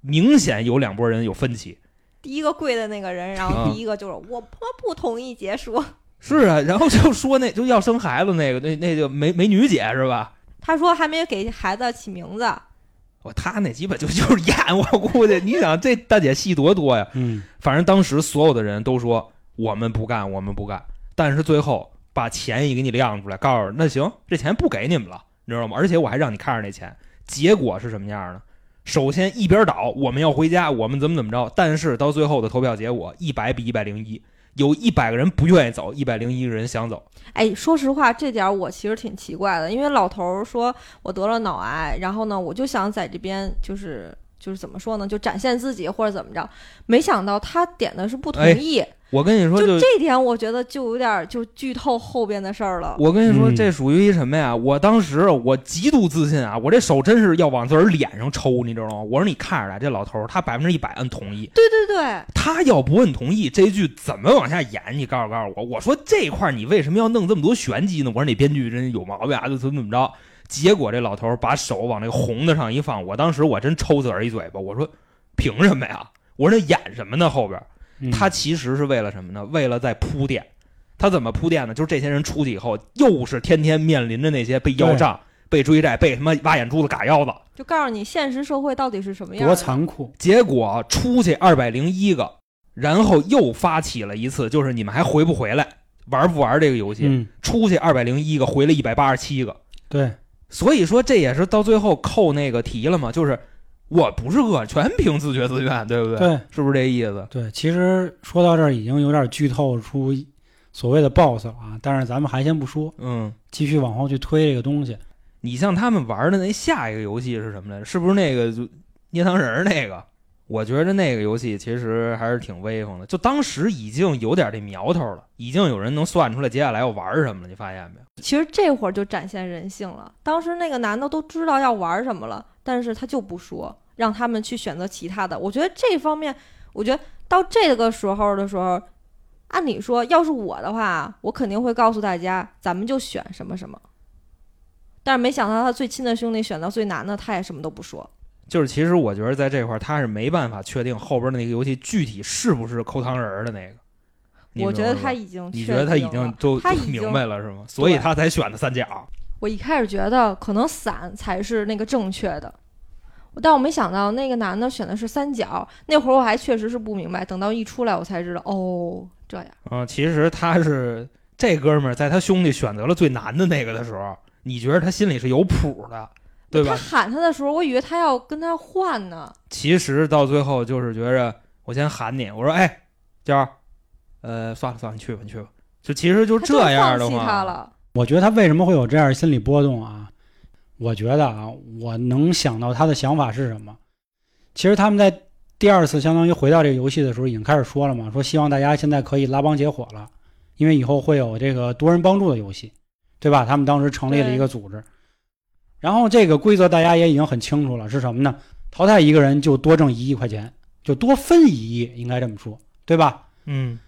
Speaker 2: 明显有两拨人有分歧。
Speaker 3: 第一个跪的那个人，然
Speaker 2: 啊
Speaker 3: 后第一个就是我他妈不同意结束。
Speaker 2: 是啊，然后就说那就要生孩子那个那那就美美女姐是吧？
Speaker 3: 他说还没给孩子起名字，
Speaker 2: 我他那基本就就是演，我估计你想这大姐戏多多呀，
Speaker 1: 嗯
Speaker 2: 反正当时所有的人都说我们不干，我们不干。但是最后把钱也给你亮出来，告诉那行，这钱不给你们了，你知道吗？而且我还让你看着那钱。结果是什么样呢？首先一边倒，我们要回家，我们怎么怎么着。但是到最后的投票结果，一百比一百零一，有一百个人不愿意走，一百零一个人想走。
Speaker 3: 哎，说实话，这点儿我其实挺奇怪的，因为老头儿说我得了脑癌，然后呢，我就想在这边就是就是怎么说呢，就展现自己或者怎么着，没想到他点的是不同
Speaker 2: 哎
Speaker 3: 意，
Speaker 2: 我跟你说，
Speaker 3: 就
Speaker 2: 就
Speaker 3: 这点我觉得就有点儿就剧透后边的事儿了。
Speaker 2: 我跟你说，
Speaker 1: 嗯
Speaker 2: 这属于一什么呀？我当时我极度自信啊，我这手真是要往自个儿脸上抽，你知道吗？我说你看着来，这老头儿他百分之一百摁同意。
Speaker 3: 对对对，
Speaker 2: 他要不问同意，这句怎么往下演？你告诉告诉我，我说这块儿你为什么要弄这么多玄机呢？我说你编剧真有毛病啊，就怎么怎么着？结果这老头儿把手往那个红的上一放，我当时我真抽自个儿一嘴巴，我说凭什么呀？我说那演什么呢？后边儿
Speaker 1: 嗯，
Speaker 2: 他其实是为了什么呢？为了在铺垫。他怎么铺垫呢？就是这些人出去以后，又是天天面临着那些被要账、被追债、被他妈挖眼珠子、嘎腰子，
Speaker 3: 就告诉你现实社会到底是什么样儿
Speaker 1: 多
Speaker 3: 的。
Speaker 1: 残酷，
Speaker 2: 结果出去二百零一个，然后又发起了一次，就是你们还回不回来，玩不玩这个游戏？
Speaker 1: 嗯，
Speaker 2: 出去二百零一个，回了一百八十七个。
Speaker 1: 对，
Speaker 2: 所以说这也是到最后扣那个题了嘛，就是我不是恶，全凭自觉自愿，对不对？
Speaker 1: 对
Speaker 2: 是不是这意思？
Speaker 1: 对，其实说到这儿已经有点剧透出所谓的 BOSS 了啊，但是咱们还先不说，
Speaker 2: 嗯，
Speaker 1: 继续往后去推这个东西。
Speaker 2: 你像他们玩的那下一个游戏是什么来着？是不是那个就捏糖人儿那个？我觉得那个游戏其实还是挺威风的，就当时已经有点这苗头了，已经有人能算出来接下来要玩什么了，你发现没有？
Speaker 3: 其实这会儿就展现人性了。当时那个男的都知道要玩什么了，但是他就不说，让他们去选择其他的。我觉得这方面，我觉得到这个时候的时候，按理说，要是我的话，我肯定会告诉大家，咱们就选什么什么。但是没想到他最亲的兄弟选到最难的，他也什么都不说。
Speaker 2: 就是其实我觉得在这块儿他是没办法确定后边那个游戏具体是不是抠糖人儿的那个。你
Speaker 3: 我觉得
Speaker 2: 明白
Speaker 3: 他
Speaker 2: 吗
Speaker 3: 已经
Speaker 2: 你
Speaker 3: 确
Speaker 2: 觉得他已
Speaker 3: 定了
Speaker 2: 经都
Speaker 3: 他
Speaker 2: 都
Speaker 3: 已经
Speaker 2: 明白了是吗？所以
Speaker 3: 对
Speaker 2: 他才选的三角。
Speaker 3: 我一开始觉得可能伞才是那个正确的，但我没想到那个男的选的是三角。那会儿我还确实是不明白，等到一出来我才知道，哦，这样
Speaker 2: 嗯，其实他是这哥们儿在他兄弟选择了最难的那个的时候，你觉得他心里是有谱的，对吧
Speaker 3: 他？喊他的时候，我以为他要跟他换呢。
Speaker 2: 其实到最后就是觉着我先喊你，我说哎，娇儿，呃，算了算了，你去吧，你去吧。就其实就
Speaker 3: 他真
Speaker 2: 这样的
Speaker 3: 放弃他
Speaker 2: 话，
Speaker 3: 了，
Speaker 1: 我觉得他为什么会有这样心理波动啊？我觉得啊，我能想到他的想法是什么。其实他们在第二次相当于回到这个游戏的时候，已经开始说了嘛，说希望大家现在可以拉帮结伙了，因为以后会有这个多人帮助的游戏，对吧？他们当时成立了一个组织，然后这个规则大家也已经很清楚了，是什么呢？淘汰一个人就多挣一亿块钱，就多分一亿，应该这么说，对吧？
Speaker 2: 嗯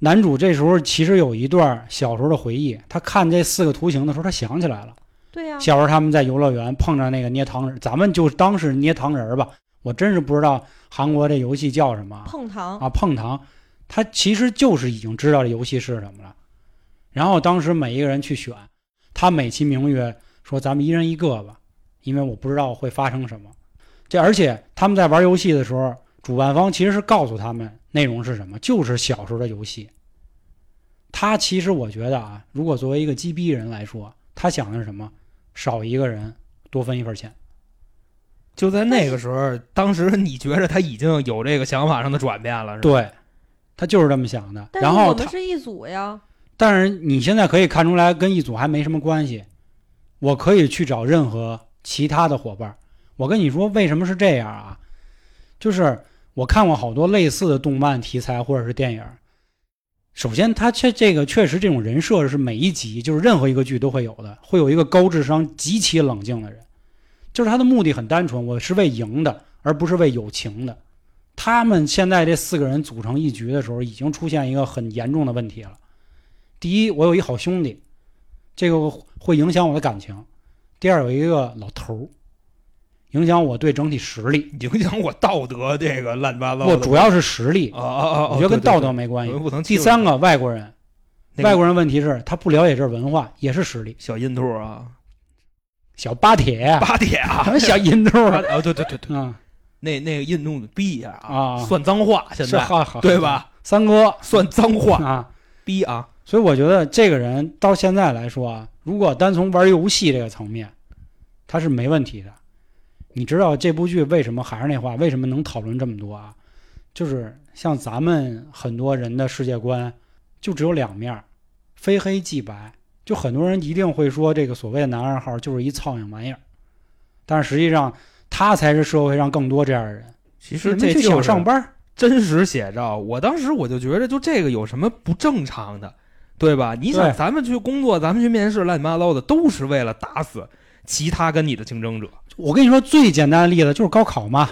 Speaker 1: 男主这时候其实有一段小时候的回忆，他看这四个图形的时候，他想起来了。
Speaker 3: 对呀、
Speaker 1: 小时候他们在游乐园碰着那个捏糖人，咱们就当是捏糖人儿吧。我真是不知道韩国这游戏叫什么啊
Speaker 3: 碰糖，
Speaker 1: 啊，碰糖。他其实就是已经知道这游戏是什么了。然后当时每一个人去选，他美其名曰说咱们一人一个吧，因为我不知道会发生什么。这而且他们在玩游戏的时候，主办方其实是告诉他们内容是什么，就是小时候的游戏。他其实我觉得啊，如果作为一个鸡逼人来说，他想的是什么？少一个人多分一份钱。
Speaker 2: 就在那个时候，当时你觉着他已经有这个想法上的转变了，是吧？
Speaker 1: 对，他就是这么想的。
Speaker 3: 但
Speaker 1: 然
Speaker 3: 是
Speaker 1: 后
Speaker 3: 我
Speaker 1: 他
Speaker 3: 们是一组呀，
Speaker 1: 但是你现在可以看出来，跟一组还没什么关系。我可以去找任何其他的伙伴儿。我跟你说，为什么是这样啊？就是我看过好多类似的动漫题材或者是电影儿。首先，它确这个确实这种人设是每一集就是任何一个剧都会有的，会有一个高智商、极其冷静的人，就是他的目的很单纯，我是为赢的，而不是为友情的。他们现在这四个人组成一局的时候，已经出现一个很严重的问题了。第一，我有一好兄弟，这个会影响我的感情；第二，有一个老头儿，影响我对整体实力。
Speaker 2: 影响我道德这个乱七八糟的。
Speaker 1: 不，主要是实力，
Speaker 2: 啊啊啊！
Speaker 1: 我觉得跟道德没
Speaker 2: 关
Speaker 1: 关系。
Speaker 2: 不能欺
Speaker 1: 第
Speaker 2: 负人。
Speaker 1: 三个，外国人，
Speaker 2: 那个
Speaker 1: 外国人问题是他不了解这儿文化，也是实力。
Speaker 2: 小印度啊，
Speaker 1: 小巴铁呀，
Speaker 2: 巴铁啊，
Speaker 1: 什么小印度
Speaker 2: 巴
Speaker 1: 啊，
Speaker 2: 啊，对对对对，
Speaker 1: 嗯
Speaker 2: 那那个印度的逼啊
Speaker 1: 啊
Speaker 2: 算脏话现
Speaker 1: 是
Speaker 2: 在
Speaker 1: 好好
Speaker 2: 对？吧？
Speaker 1: 三哥
Speaker 2: 算脏话
Speaker 1: 啊，
Speaker 2: 逼啊，
Speaker 1: 所以我觉得这个人到现在来说啊，如果单从玩游戏这个层面，他是没问题的。你知道这部剧为什么还是那话，为什么能讨论这么多啊？就是像咱们很多人的世界观，就只有两面儿，非黑即白。就很多人一定会说，这个所谓的男二号就是一苍蝇玩意儿，但是实际上他才是社会上更多这样的人。
Speaker 2: 其
Speaker 1: 你
Speaker 2: 实
Speaker 1: 们
Speaker 2: 这
Speaker 1: 就
Speaker 2: 就
Speaker 1: 想
Speaker 2: 是
Speaker 1: 上班儿，
Speaker 2: 真实写照。我当时我就觉得，就这个有什么不正常的，对吧？你想，
Speaker 1: 对
Speaker 2: 咱们去工作，咱们去面试，乱七八糟的，都是为了打死其他跟你的竞争者。
Speaker 1: 我跟你说最简单的例子就是高考嘛。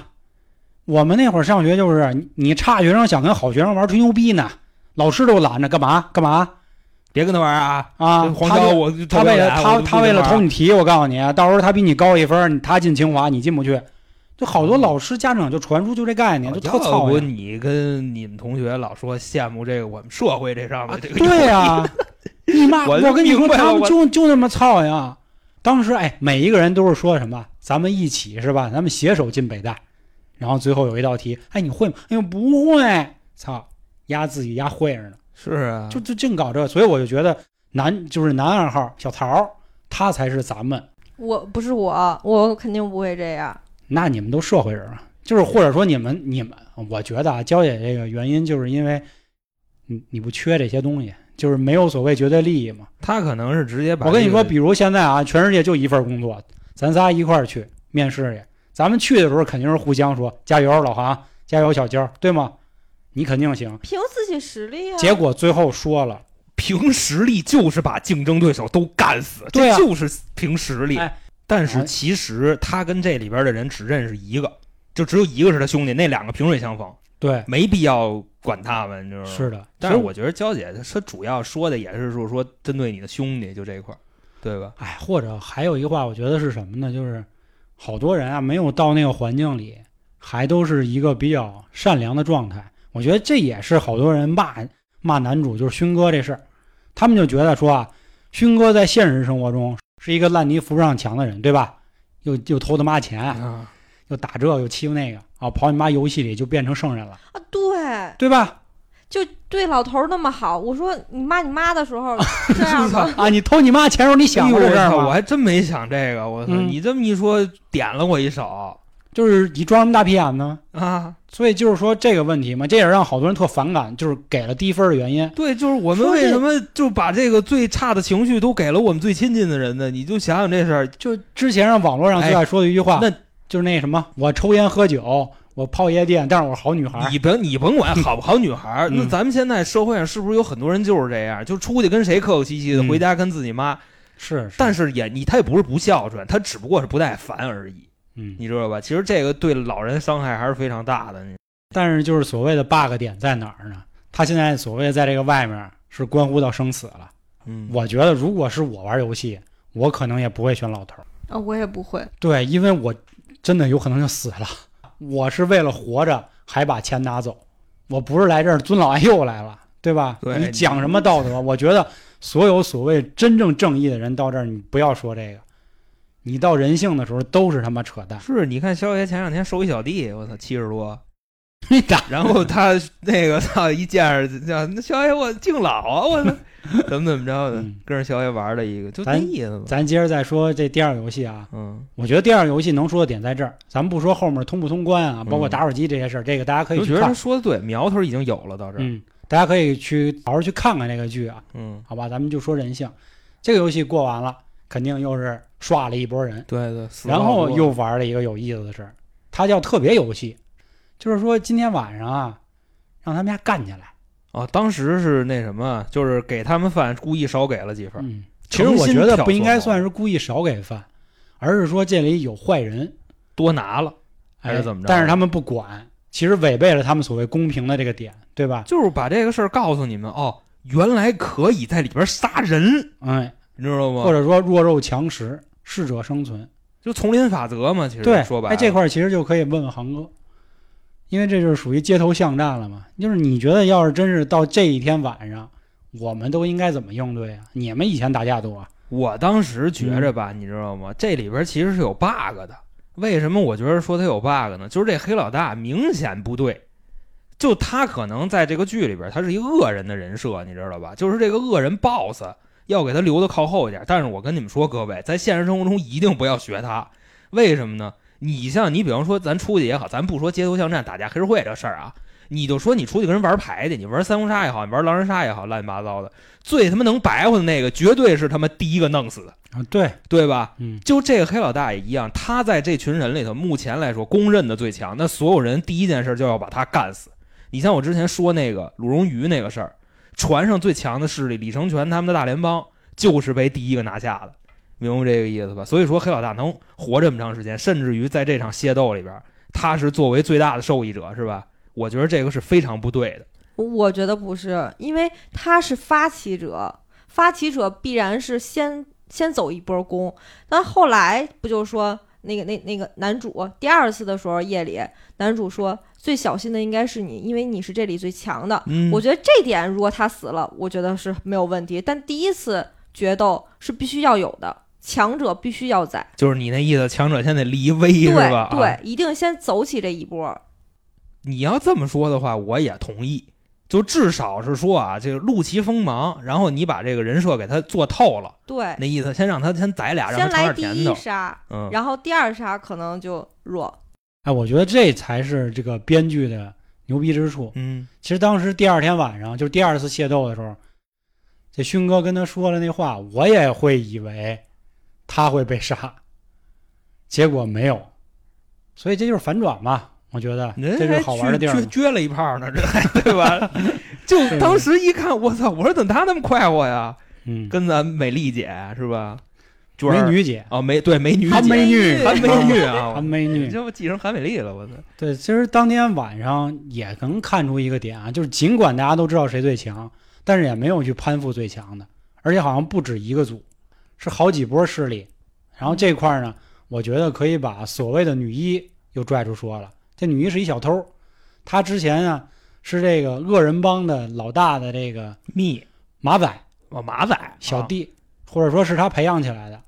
Speaker 1: 我们那会儿上学就是，你你差学生想跟好学生玩吹牛逼呢，老师都懒着干嘛干嘛
Speaker 2: 别跟他玩啊！
Speaker 1: 啊？
Speaker 2: 黄
Speaker 1: 他
Speaker 2: 潇，
Speaker 1: 就
Speaker 2: 我
Speaker 1: 他为了他他为了偷
Speaker 2: 你，
Speaker 1: 你题，我告诉你，啊到时候他比你高一分，你他进清华你进不去，就好
Speaker 2: 嗯
Speaker 1: 多老师家长就传出就这概念，就特
Speaker 2: 要
Speaker 1: 操
Speaker 2: 不
Speaker 1: 心。
Speaker 2: 你跟你们同学老说羡慕这个我们社会这上面这个，
Speaker 1: 啊对呀、你妈！
Speaker 2: 我
Speaker 1: 我
Speaker 2: 就
Speaker 1: 跟你说，
Speaker 2: 明白了
Speaker 1: 他们
Speaker 2: 我
Speaker 1: 就就那么操呀。当时哎，每一个人都是说什么，咱们一起是吧？咱们携手进北大。然后最后有一道题，哎，你会吗？哎呦，不会！操，压自己压会着呢，
Speaker 2: 是啊，
Speaker 1: 就就净搞这。所以我就觉得男就是男二号小桃儿，他才是咱们。
Speaker 3: 我不是我，我肯定不会这样。
Speaker 1: 那你们都社会人啊，就是或者说你们你们，我觉得啊，娇姐这个原因就是因为你你不缺这些东西，就是没有所谓绝对利益嘛。
Speaker 2: 他可能是直接把
Speaker 1: 我跟你
Speaker 2: 这
Speaker 1: 说，
Speaker 2: 个
Speaker 1: 比如现在啊，全世界就一份工作，咱仨一块儿去面试去。咱们去的时候肯定是互相说加油，老韩，加油，小娇，对吗？你肯定行。
Speaker 3: 凭自己实力啊！
Speaker 1: 结果最后说了，
Speaker 2: 凭实力就是把竞争对手都干死，
Speaker 1: 对啊
Speaker 2: 这就是凭实力。
Speaker 1: 哎
Speaker 2: 但是
Speaker 1: 哎
Speaker 2: 其实他跟这里边的人只认识一个，就只有一个是他兄弟，那两个萍水相逢，
Speaker 1: 对，
Speaker 2: 没必要管他们，你知道吗？
Speaker 1: 是。的。
Speaker 2: 嗯但
Speaker 1: 所
Speaker 2: 是
Speaker 1: 以
Speaker 2: 我觉得娇姐她主要说的也是说说针对你的兄弟就这一块儿，对吧？
Speaker 1: 哎，或者还有一个话，我觉得是什么呢？就是好多人啊，没有到那个环境里，还都是一个比较善良的状态。我觉得这也是好多人骂骂男主就是勋哥这事儿，他们就觉得说啊，勋哥在现实生活中是一个烂泥扶不上墙的人，对吧？又又偷他妈钱，
Speaker 2: 啊，
Speaker 1: 又打这，又欺负那个啊，跑你妈游戏里就变成圣人了，
Speaker 3: 啊，对，
Speaker 1: 对吧？
Speaker 3: 就对老头儿那么好。我说你骂你妈的时候这样吗？
Speaker 1: 啊，你偷你妈钱时候你想过这
Speaker 2: 哎哎
Speaker 1: 事儿
Speaker 2: 呦我操我
Speaker 1: 吗？
Speaker 2: 还真没想这个，我操！
Speaker 1: 嗯
Speaker 2: 你这么一说，点了我一手
Speaker 1: 就是你装什么大屁眼呢？
Speaker 2: 啊！
Speaker 1: 所以就是说这个问题嘛，这也让好多人特反感，就是给了低分的原因。
Speaker 2: 对，就是我们
Speaker 1: 说这
Speaker 2: 为什么就把这个最差的情绪都给了我们最亲近的人呢？你就想想这事儿，
Speaker 1: 就之前让网络上最爱说的一句话，
Speaker 2: 哎哎那
Speaker 1: 就是那什么，我抽烟喝酒，我泡夜店，但是我是好女孩儿。
Speaker 2: 你甭你 甭管好不好女孩儿，那
Speaker 1: 嗯
Speaker 2: 咱们现在社会上是不是有很多人就是这样，就出去跟谁客客气气的，
Speaker 1: 嗯
Speaker 2: 回家跟自己妈，
Speaker 1: 是，
Speaker 2: 但
Speaker 1: 是，
Speaker 2: 是也你他也不是不孝顺，他只不过是不耐烦而已，
Speaker 1: 嗯，
Speaker 2: 你知道吧？其实这个对老人伤害还是非常大的。
Speaker 1: 但是就是所谓的 bug 点在哪儿呢？他现在所谓在这个外面是关乎到生死了。
Speaker 2: 嗯，
Speaker 1: 我觉得如果是我玩游戏，我可能也不会选老头儿。
Speaker 3: 啊、我也不会。
Speaker 1: 对，因为我真的有可能就死了。我是为了活着还把钱拿走，我不是来这儿尊老爱幼来了，对吧？
Speaker 2: 对
Speaker 1: 你讲什么道德？我觉得所有所谓真正正义的人到这儿，你不要说这个，你到人性的时候都是他妈扯淡。
Speaker 2: 是你看肖爷前两天收一小弟，我操七十多，
Speaker 1: 你打
Speaker 2: 然后他那个操一见着叫那肖爷我敬老啊，我操怎么怎么着的
Speaker 1: 嗯，
Speaker 2: 跟着肖爷玩了一个，就那
Speaker 1: 咱
Speaker 2: 意思嘛。
Speaker 1: 咱接着再说这第二个游戏啊，
Speaker 2: 嗯，
Speaker 1: 我觉得第二个游戏能说的点在这儿，咱们不说后面通不通关啊，包括
Speaker 2: 嗯
Speaker 1: 打火机这些事儿，这个大家可
Speaker 2: 我
Speaker 1: 以
Speaker 2: 觉
Speaker 1: 去
Speaker 2: 得他
Speaker 1: 看，
Speaker 2: 说的对，苗头已经有了到这儿。
Speaker 1: 嗯，大家可以去好好去看看这个剧啊，
Speaker 2: 嗯，
Speaker 1: 好吧？咱们就说人性，这个游戏过完了，肯定又是刷了一波人，
Speaker 2: 对对。死
Speaker 1: 然
Speaker 2: 了好
Speaker 1: 后
Speaker 2: 多
Speaker 1: 又玩了一个有意思的事儿，它叫特别游戏，就是说今天晚上啊，让他们家干起来。
Speaker 2: 啊，当时是那什么，就是给他们饭，故意少给了几份。
Speaker 1: 嗯，其实我
Speaker 2: 诚
Speaker 1: 觉
Speaker 2: 心
Speaker 1: 得
Speaker 2: 挑
Speaker 1: 不应该
Speaker 2: 唆
Speaker 1: 算是故意少给饭，而是说这里有坏人，
Speaker 2: 多拿了，还
Speaker 1: 哎
Speaker 2: 是怎么着
Speaker 1: 但是他们不管，其实违背了他们所谓公平的这个点，对吧？
Speaker 2: 就是把这个事儿告诉你们哦，原来可以在里边杀人，
Speaker 1: 嗯，
Speaker 2: 你知道
Speaker 1: 或
Speaker 2: 吗？
Speaker 1: 者说弱肉强食，适者生存。
Speaker 2: 就丛林法则嘛，其实
Speaker 1: 对，
Speaker 2: 说白了，
Speaker 1: 哎，这块儿其实就可以问问航哥，因为这就是属于街头巷战了嘛。就是你觉得要是真是到这一天晚上，我们都应该怎么应对啊？你们以前打架多啊？
Speaker 2: 我当时觉着吧，你知道吗？这里边其实是有 bug 的。为什么我觉得说他有 bug 呢？就是这黑老大明显不对，就他可能在这个剧里边，他是一恶人的人设，你知道吧？就是这个恶人 boss 要给他留的靠后一点。但是我跟你们说，各位，在现实生活中一定不要学他。为什么呢？你像你，比方说咱出去也好，咱不说街头巷战、打架、黑社会这事儿啊，你就说你出去跟人玩牌去，你玩三国杀也好，你玩狼人杀也好，乱七八糟的，最他妈能白活的那个，绝对是他妈第一个弄死的，
Speaker 1: 啊，对，
Speaker 2: 对吧？
Speaker 1: 嗯，
Speaker 2: 就这个黑老大也一样，他在这群人里头，目前来说公认的最强。那所有人第一件事就要把他干死。你像我之前说那个鲁荣鱼那个事儿，船上最强的势力李成全他们的大联邦就是被第一个拿下的，明白这个意思吧？所以说黑老大能活这么长时间，甚至于在这场械斗里边，他是作为最大的受益者，是吧？我觉得这个是非常不对的。
Speaker 3: 我觉得不是，因为他是发起者，发起者必然是先先走一波攻。但后来不就说那个那那个男主第二次的时候夜里，男主说最小心的应该是你，因为你是这里最强的。
Speaker 2: 嗯
Speaker 3: 我觉得这点如果他死了，我觉得是没有问题。但第一次决斗是必须要有的，强者必须要在。
Speaker 2: 就是你那意思，强者先得立威是
Speaker 3: 对
Speaker 2: 吧？啊
Speaker 3: 对，一定先走起这一波。
Speaker 2: 你要这么说的话，我也同意。就至少是说啊，这个露其锋芒，然后你把这个人设给他做透了，
Speaker 3: 对，
Speaker 2: 那意思先让他先宰俩，让他
Speaker 3: 先
Speaker 2: 尝
Speaker 3: 来
Speaker 2: 点
Speaker 3: 第
Speaker 2: 甜
Speaker 3: 一
Speaker 2: 头。
Speaker 3: 杀，
Speaker 2: 嗯，
Speaker 3: 然后第二杀可能就弱。
Speaker 1: 哎，我觉得这才是这个编剧的牛逼之处。
Speaker 2: 嗯，
Speaker 1: 其实当时第二天晚上，就是第二次械斗的时候，这勋哥跟他说了那话，我也会以为他会被杀，结果没有，所以这就是反转嘛。我觉得
Speaker 2: 人
Speaker 1: 这
Speaker 2: 还
Speaker 1: 是好玩的地儿
Speaker 2: 撅
Speaker 1: 嘛。
Speaker 2: 撅撅了一炮呢，这还 对吧？就当时一看，我操！我说怎么他那么快活呀？
Speaker 1: 嗯，
Speaker 2: 跟咱美丽姐是吧？娟
Speaker 1: 美
Speaker 2: 儿
Speaker 1: 女姐，
Speaker 2: 哦，美对美女
Speaker 1: 韩
Speaker 2: 姐
Speaker 1: 美女，
Speaker 2: 韩美女 啊，
Speaker 1: 韩美
Speaker 2: 你
Speaker 1: 女。
Speaker 2: 这不继承韩美丽了？我操！
Speaker 1: 对，其实当天晚上也能看出一个点啊，就是尽管大家都知道谁最强，但是也没有去攀附最强的，而且好像不止一个组，是好几波势力。然后这块儿呢，我觉得可以把所谓的女一又拽出说了。这女一是一小偷，她之前啊是这个恶人帮的老大的这个
Speaker 2: 蜜
Speaker 1: 马仔
Speaker 2: 哦，马仔
Speaker 1: 小
Speaker 2: 啊
Speaker 1: 弟，或者说是他培养起来的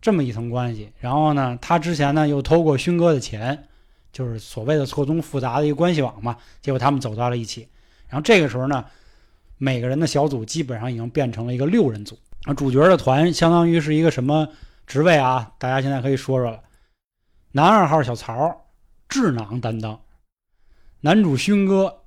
Speaker 1: 这么一层关系。然后呢，他之前呢又偷过勋哥的钱，就是所谓的错综复杂的一个关系网嘛。结果他们走到了一起。然后这个时候呢，每个人的小组基本上已经变成了一个六人组。啊，主角的团相当于是一个什么职位啊？大家现在可以说说了。男二号小曹，智囊担当；男主勋哥，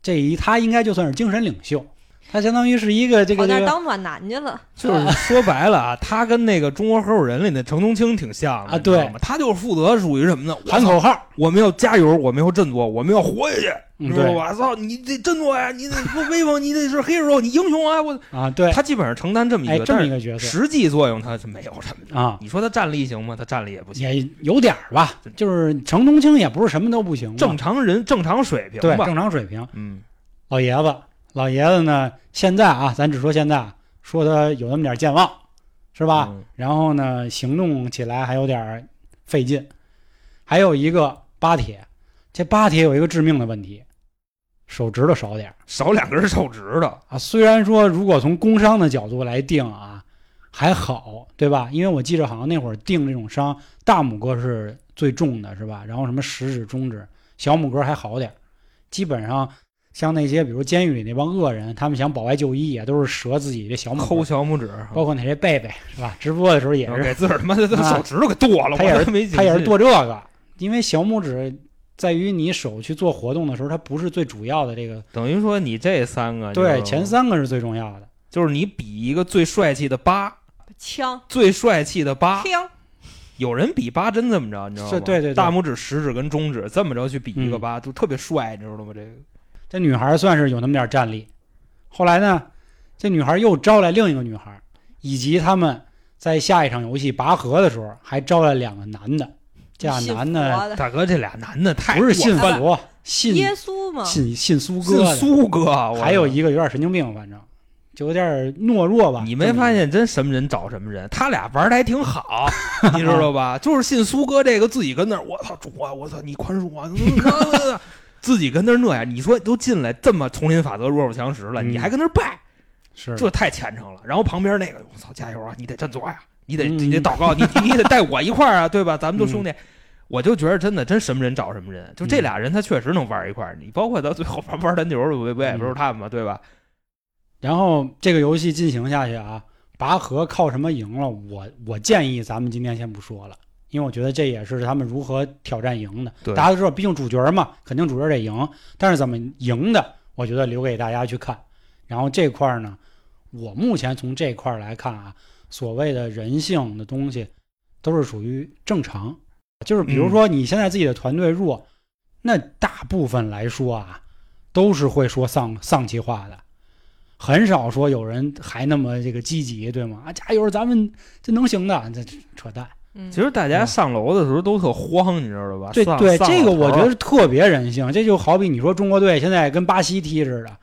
Speaker 1: 这一他应该就算是精神领袖。他相当于是一个这
Speaker 3: 跑
Speaker 1: 个
Speaker 3: 那
Speaker 1: 这个
Speaker 3: 儿当暖男去了。
Speaker 2: 就是说白 了啊，他跟那个《中国合伙人》里的程东青挺像的
Speaker 1: 啊
Speaker 2: 你知道
Speaker 1: 对
Speaker 2: 吗他就是负责属于什么呢？
Speaker 1: 喊口号，
Speaker 2: 我们要加油，我们要振作，我们要活下去，
Speaker 1: 嗯
Speaker 2: 知道
Speaker 1: 对
Speaker 2: 吧？操，你得振作呀，你得不威风，你得是 hero，你英雄啊！我
Speaker 1: 啊，对，
Speaker 2: 他基本上承担这么一
Speaker 1: 哎，
Speaker 2: 个，
Speaker 1: 这么
Speaker 2: 但
Speaker 1: 一
Speaker 2: 是
Speaker 1: 个角色
Speaker 2: 实际作用他是没有什么的。
Speaker 1: 啊，
Speaker 2: 你说他战力行吗？他战力也不行，
Speaker 1: 也有点儿吧，就是程东青也不是什么都不行嘛，
Speaker 2: 正常人正常水平
Speaker 1: 对
Speaker 2: 吧。
Speaker 1: 正常水平。
Speaker 2: 嗯，
Speaker 1: 老爷子，老爷子呢，现在啊，咱只说现在啊，说他有那么点儿健忘，是吧？
Speaker 2: 嗯
Speaker 1: 然后呢，行动起来还有点儿费劲。还有一个巴铁，这巴铁有一个致命的问题，手指头少点儿
Speaker 2: 少两根手指头，
Speaker 1: 啊。虽然说如果从工伤的角度来定啊，还好，对吧？因为我记着好像那会儿定这种伤，大拇哥是最重的，是吧？然后什么食指、中指，小拇哥还好点儿。基本上像那些比如监狱里那帮恶人，他们想保外就医也都是折自己这小拇
Speaker 2: 抠
Speaker 1: 哥，
Speaker 2: 小拇指，
Speaker 1: 包括那些贝贝，是吧？直播的时候也
Speaker 2: 然
Speaker 1: 是
Speaker 2: 后给自个儿他妈的
Speaker 1: 啊
Speaker 2: 手指头给剁了，
Speaker 1: 他也是
Speaker 2: 我没
Speaker 1: 他也是
Speaker 2: 谨
Speaker 1: 做这个，因为小拇指在于你手去做活动的时候，它不是最主要的这个，
Speaker 2: 记，等于说你这三个
Speaker 1: 对，
Speaker 2: 就
Speaker 1: 前三个是最重要的。
Speaker 2: 就是你比一个最帅气的八，
Speaker 3: 枪
Speaker 2: 最帅气的
Speaker 1: 啊
Speaker 2: 八，
Speaker 3: 枪，
Speaker 2: 有人比八真这么着，你知道吗？
Speaker 1: 是对对对
Speaker 2: 大拇指、食指跟中指这么着去比一个八，就特别帅，你知道吗？这个
Speaker 1: 这女孩算是有那么点战力。后来呢，这女孩又招来另一个女孩，以及他们在下一场游戏拔河的时候，还招来两个男的。这俩
Speaker 3: 信
Speaker 1: 男
Speaker 3: 佛
Speaker 1: 的
Speaker 3: 的
Speaker 2: 大哥，这俩男的太
Speaker 1: 不是信
Speaker 2: 过分了
Speaker 1: 佛，信
Speaker 3: 耶稣嘛，
Speaker 1: 信信苏哥
Speaker 2: 信
Speaker 1: 的，
Speaker 2: 苏哥啊，我
Speaker 1: 还有一个有点神经病，反正就有点懦弱吧。
Speaker 2: 你没
Speaker 1: 这么一个
Speaker 2: 发现真什么人找什么人？他俩玩的还挺好，你知道吧？就是信苏哥这个自己跟那儿，我操主啊，我操你宽恕我，嗯自己跟那儿那样。你说都进来这么丛林法则弱肉强食了，
Speaker 1: 嗯
Speaker 2: 你还跟那儿拜，
Speaker 1: 是
Speaker 2: 这太虔诚了。然后旁边那个，我操，加油啊！你得振作呀、你得
Speaker 1: 嗯
Speaker 2: 你得祷告，你你得带我一块儿啊，对吧？咱们都兄弟。我就觉得真的，真什么人找什么人。就这
Speaker 1: 嗯
Speaker 2: 俩人，他确实能玩一块儿。你包括到最后玩玩篮球的，不不也
Speaker 1: 嗯
Speaker 2: 不是他们嘛，对吧？
Speaker 1: 然后这个游戏进行下去啊，拔河靠什么赢了？我我建议咱们今天先不说了，因为我觉得这也是他们如何挑战赢的。
Speaker 2: 对
Speaker 1: 大家都知道，毕竟主角嘛，肯定主角得赢。但是怎么赢的，我觉得留给大家去看。然后这块儿呢，我目前从这块儿来看啊，所谓的人性的东西，都是属于正常。就是比如说你现在自己的团队弱，那大部分来说啊，都是会说丧丧气话的，很少说有人还那么这个积极，对吗？啊，加油，咱们这能行的，这扯淡。
Speaker 3: 嗯，
Speaker 2: 其实大家上楼的时候都特慌，你知道吧？
Speaker 1: 对
Speaker 2: 啊丧
Speaker 1: 对，
Speaker 2: 丧
Speaker 1: 这个
Speaker 2: 老头
Speaker 1: 我
Speaker 2: 儿
Speaker 1: 觉得是特别人性。这就好比你说中国队现在跟巴西踢似的，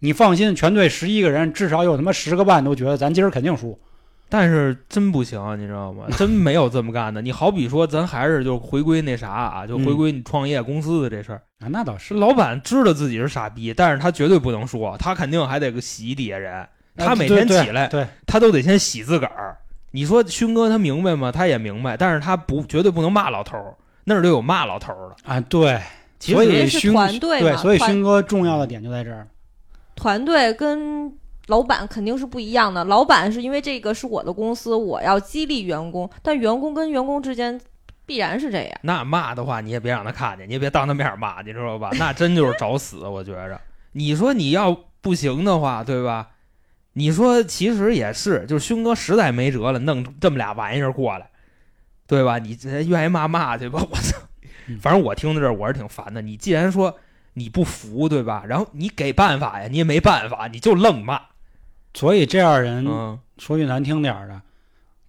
Speaker 1: 你放心，全队十一个人，至少有他妈十个半都觉得咱今儿肯定输。
Speaker 2: 但是真不行，你知 道吗？真没有这么干的。你好比说，咱还是就回归那啥啊，就回
Speaker 1: 嗯
Speaker 2: 归你创业公司的这事儿。
Speaker 1: 啊，那倒是
Speaker 2: 这，老板知道自己是傻逼，但是他绝对不能说，他肯定还得洗底下人。他每天起来，
Speaker 1: 啊对对
Speaker 2: 他都得先洗自个儿。你说勋哥他明白吗？他也明白，但是他不绝对不能骂老头儿，那儿就有骂老头儿的。
Speaker 1: 啊，对，
Speaker 2: 其
Speaker 1: 所
Speaker 2: 实
Speaker 1: 以
Speaker 3: 也是
Speaker 1: 勋
Speaker 3: 团队
Speaker 1: 对，
Speaker 3: 嘛
Speaker 1: 所以
Speaker 3: 团
Speaker 1: 勋哥重要的点就在这儿。
Speaker 3: 团队跟老板肯定是不一样的。老板是因为这个是我的公司，我要激励员工，但员工跟员工之间必然是这样。
Speaker 2: 那骂的话，你也别让他看见，你也别当他面骂，你知道吧？那真就是找死，我觉着。你说你要不行的话，对吧？你说其实也是，就是勋哥实在没辙了，弄这么俩玩意儿过来，对吧？你这愿意骂骂去吧，我操
Speaker 1: 嗯！
Speaker 2: 反正我听到这儿我是挺烦的。你既然说你不服，对吧？然后你给办法呀，你也没办法，你就愣骂。
Speaker 1: 所以这样人，
Speaker 2: 嗯，
Speaker 1: 说句难听点儿的，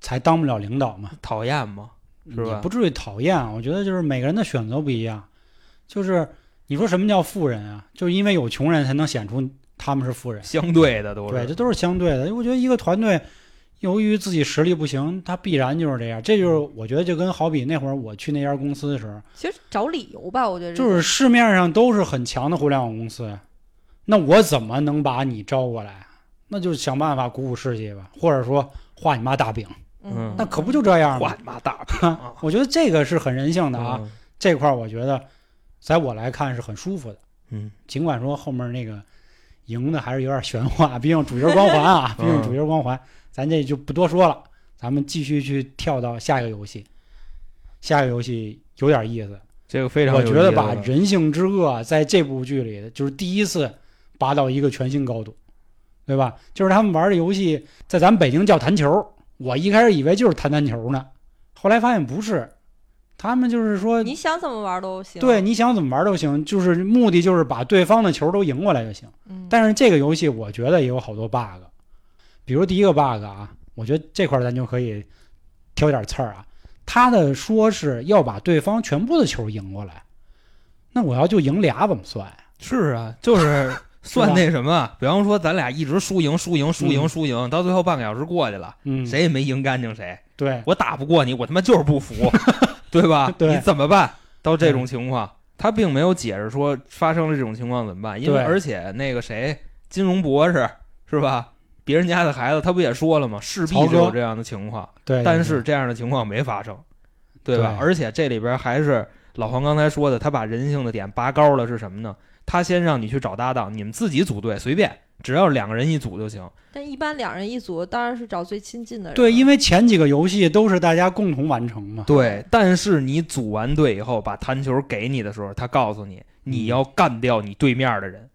Speaker 1: 才当不了领导嘛。
Speaker 2: 讨厌吗？是吧
Speaker 1: 也不至于讨厌啊。我觉得就是每个人的选择不一样，就是你说什么叫富人啊？就是因为有穷人才能显出他们是富人，
Speaker 2: 相对的都是。
Speaker 1: 对，这都是相对的。我觉得一个团队由于自己实力不行，他必然就是这样。这
Speaker 2: 嗯
Speaker 1: 就是我觉得就跟好比那会儿我去那家公司的时候，
Speaker 3: 其实找理由吧，我觉得这
Speaker 1: 就是市面上都是很强的互联网公司，那我怎么能把你招过来啊？那就想办法鼓舞士气吧，或者说画你妈大饼，
Speaker 2: 嗯
Speaker 1: 那可不就这样
Speaker 2: 画
Speaker 1: 吗？
Speaker 2: 你妈大饼啊
Speaker 1: ！我觉得这个是很人性的啊。
Speaker 2: 嗯
Speaker 1: 这块儿我觉得，在我来看是很舒服的。
Speaker 2: 嗯，
Speaker 1: 尽管说后面那个赢的还是有点玄幻，毕竟主角光环啊，毕
Speaker 2: 嗯
Speaker 1: 竟主角光环，咱这就不多说了。咱们继续去跳到下一个游戏，下一个游戏有点意思，
Speaker 2: 这个非常有
Speaker 1: 我
Speaker 2: 意
Speaker 1: 觉
Speaker 2: 思
Speaker 1: 得
Speaker 2: 了。
Speaker 1: 把人性之恶啊在这部剧里就是第一次拔到一个全新高度。对吧？就是他们玩的游戏，在咱们北京叫弹球，我一开始以为就是弹弹球呢，后来发现不是，他们就是说，
Speaker 3: 你想怎么玩都行。
Speaker 1: 对，，你想怎么玩都行，就是目的就是把对方的球都赢过来就行。
Speaker 3: 嗯，
Speaker 1: 但是这个游戏我觉得也有好多 bug，比如第一个 bug 啊，我觉得这块儿咱就可以挑点刺儿啊。他的说是要把对方全部的球赢过来，那我要就赢俩怎么算呀？
Speaker 2: 是啊，就是 算那什么，比方说咱俩一直输赢输赢输赢
Speaker 1: 嗯
Speaker 2: 输赢，到最后半个小时过去了，
Speaker 1: 嗯，
Speaker 2: 谁也没赢干净谁，
Speaker 1: 对
Speaker 2: 我打不过你，我他妈就是 不服，对吧？
Speaker 1: 对
Speaker 2: 你怎么办？到这种情况，他并没有解释说发生了这种情况怎么办，因为
Speaker 1: 对
Speaker 2: 而且那个谁，金融博士是吧？别人家的孩子，他不也说了吗？势必
Speaker 1: 曹哥
Speaker 2: 就有这样的情况，
Speaker 1: 对，
Speaker 2: 但是这样的情况没发生，对吧？
Speaker 1: 对
Speaker 2: 而且这里边还是老黄刚才说的，他把人性的点拔高了是什么呢？他先让你去找搭档，你们自己组队，随便，只要两个人一组就行。
Speaker 3: 但一般两人一组，当然是找最亲近的人。
Speaker 1: 对，因为前几个游戏都是大家共同完成嘛。
Speaker 2: 对，但是你组完队以后，把弹球给你的时候，他告诉你
Speaker 1: 嗯
Speaker 2: 你要干掉你对面的人，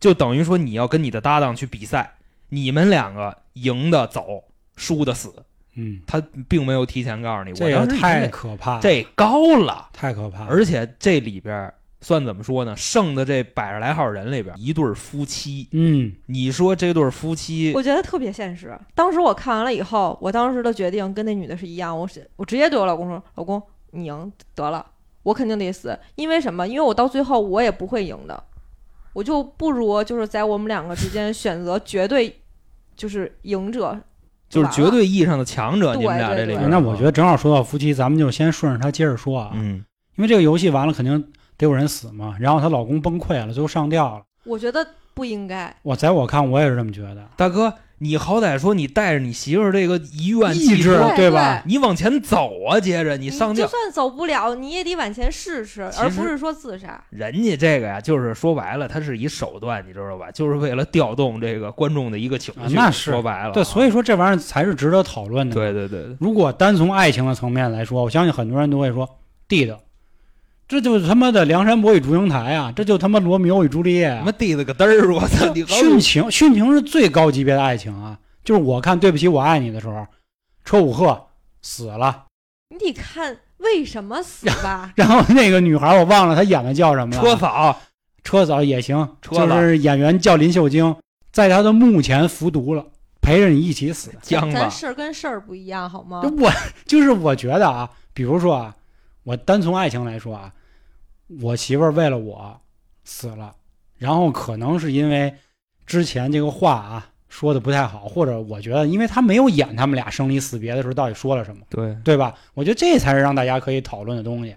Speaker 2: 就等于说你要跟你的搭档去比赛，你们两个赢的走，输的死。
Speaker 1: 嗯，
Speaker 2: 他并没有提前告诉你，我
Speaker 1: 这个
Speaker 2: 当时以为
Speaker 1: 太可怕了，
Speaker 2: 这高了，
Speaker 1: 太可怕了。
Speaker 2: 而且这里边儿算怎么说呢？剩的这百十来号人里边儿，一对儿夫妻，
Speaker 1: 嗯，
Speaker 2: 你说这对儿夫妻
Speaker 3: 我觉得特别现实。当时我看完了以后，我当时的决定跟那女的是一样，我是我直接对我老公说：“老公，你赢得了，我肯定得死，因为什么？因为我到最后我也不会赢的，我就不如就是在我们两个之 间选择绝对就是赢者，
Speaker 2: 就是
Speaker 3: 完
Speaker 2: 绝
Speaker 3: 了
Speaker 2: 对意义上的强者，
Speaker 3: 对
Speaker 2: 你们俩
Speaker 3: 对
Speaker 2: 这里
Speaker 3: 对
Speaker 2: 边
Speaker 1: 哎
Speaker 2: 儿。
Speaker 1: 那我觉得正好说到夫妻，咱们就先顺着他接着说啊，
Speaker 2: 啊嗯，
Speaker 1: 因为这个游戏完了肯定得有人死嘛，然后她老公崩溃了，最后上吊了。
Speaker 3: 我觉得不应该。
Speaker 1: 我在我看我也是这么觉得。
Speaker 2: 大哥，你好歹说你带着你媳妇儿这个遗愿
Speaker 1: 意
Speaker 2: 寄
Speaker 1: 志
Speaker 2: 托
Speaker 3: 对对
Speaker 1: 吧？
Speaker 2: 你往前走啊，接着啊你
Speaker 3: 你
Speaker 2: 上
Speaker 3: 嗯就
Speaker 2: 吊。
Speaker 3: 算走不了，你也得往前试试，
Speaker 2: 其
Speaker 3: 而不
Speaker 2: 实
Speaker 3: 是说自杀。
Speaker 2: 人家这个呀，就是说白了，它是一手段，你知道吧？就是为了调动这个观众的一个情
Speaker 1: 啊
Speaker 2: 绪。
Speaker 1: 那是
Speaker 2: 说白了啊，
Speaker 1: 对，所以说这玩意儿才是值得讨论的。，
Speaker 2: 对对对对，
Speaker 1: 如果单从爱情的层面来说，我相信很多人都会说地道，这就是他妈的梁山伯与祝英台啊，这就他妈罗密欧与朱丽叶、
Speaker 2: 什
Speaker 1: 啊
Speaker 2: 么。地了个嘚儿，我操！你告诉
Speaker 1: 殉
Speaker 2: 我
Speaker 1: 情，殉情是最高级别的爱情啊！就是我看《对不起，我爱你》的时候，车武赫死了，。
Speaker 3: 你得看为什么死吧
Speaker 1: 然后那个女孩我忘了她演的叫什么了，啊
Speaker 2: 车嫂，
Speaker 1: 车嫂也行，
Speaker 2: 车
Speaker 1: 就
Speaker 2: 嫂
Speaker 1: 是演员叫林秀晶，在她的墓前服毒了，陪着你一起死。
Speaker 2: 姜
Speaker 3: 咱
Speaker 2: 吧，
Speaker 3: 事儿跟事儿不一样，好吗
Speaker 1: 就？我 就是我觉得啊，比如说啊，我单从爱情来说啊，我媳妇儿为了我死了，然后可能是因为之前这个话啊说的不太好，或者我觉得因为她没有演他们俩生离死别的时候到底说了什么，
Speaker 2: 对，
Speaker 1: 对吧？我觉得这才是让大家可以讨论的东西。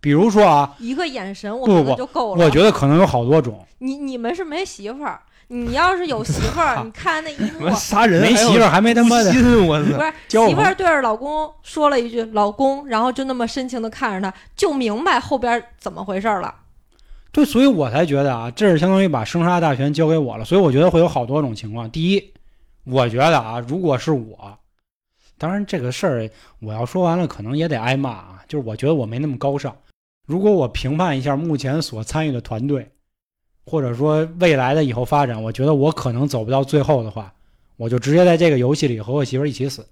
Speaker 1: 比如说啊，
Speaker 3: 一个眼神，我
Speaker 1: 不
Speaker 3: 觉
Speaker 1: 不
Speaker 3: 得就够了。
Speaker 1: 我觉得可能有好多种，
Speaker 3: 你你们是没媳妇儿，你要是有媳 妇儿，你看那一
Speaker 2: 什
Speaker 3: 幕
Speaker 2: 么，杀人
Speaker 1: 没媳妇儿还没
Speaker 2: 还
Speaker 1: 他妈的
Speaker 2: 心，我
Speaker 3: 不
Speaker 2: 操！
Speaker 3: 是
Speaker 1: 交
Speaker 3: 媳妇
Speaker 1: 往
Speaker 3: 儿对着老公说了一句“老公”，然后就那么深情的看着他，就明白后边怎么回事儿了。
Speaker 1: 对，所以我才觉得啊，这是相当于把生杀大权交给我了。所以我觉得会有好多种情况。第一，我觉得啊，如果是我，当然这个事儿我要说完了，可能也得挨骂啊。就是我觉得我没那么高尚。如果我评判一下目前所参与的团队，或者说未来的以后发展，我觉得我可能走不到最后的话，我就直接在这个游戏里和我媳妇儿一起死。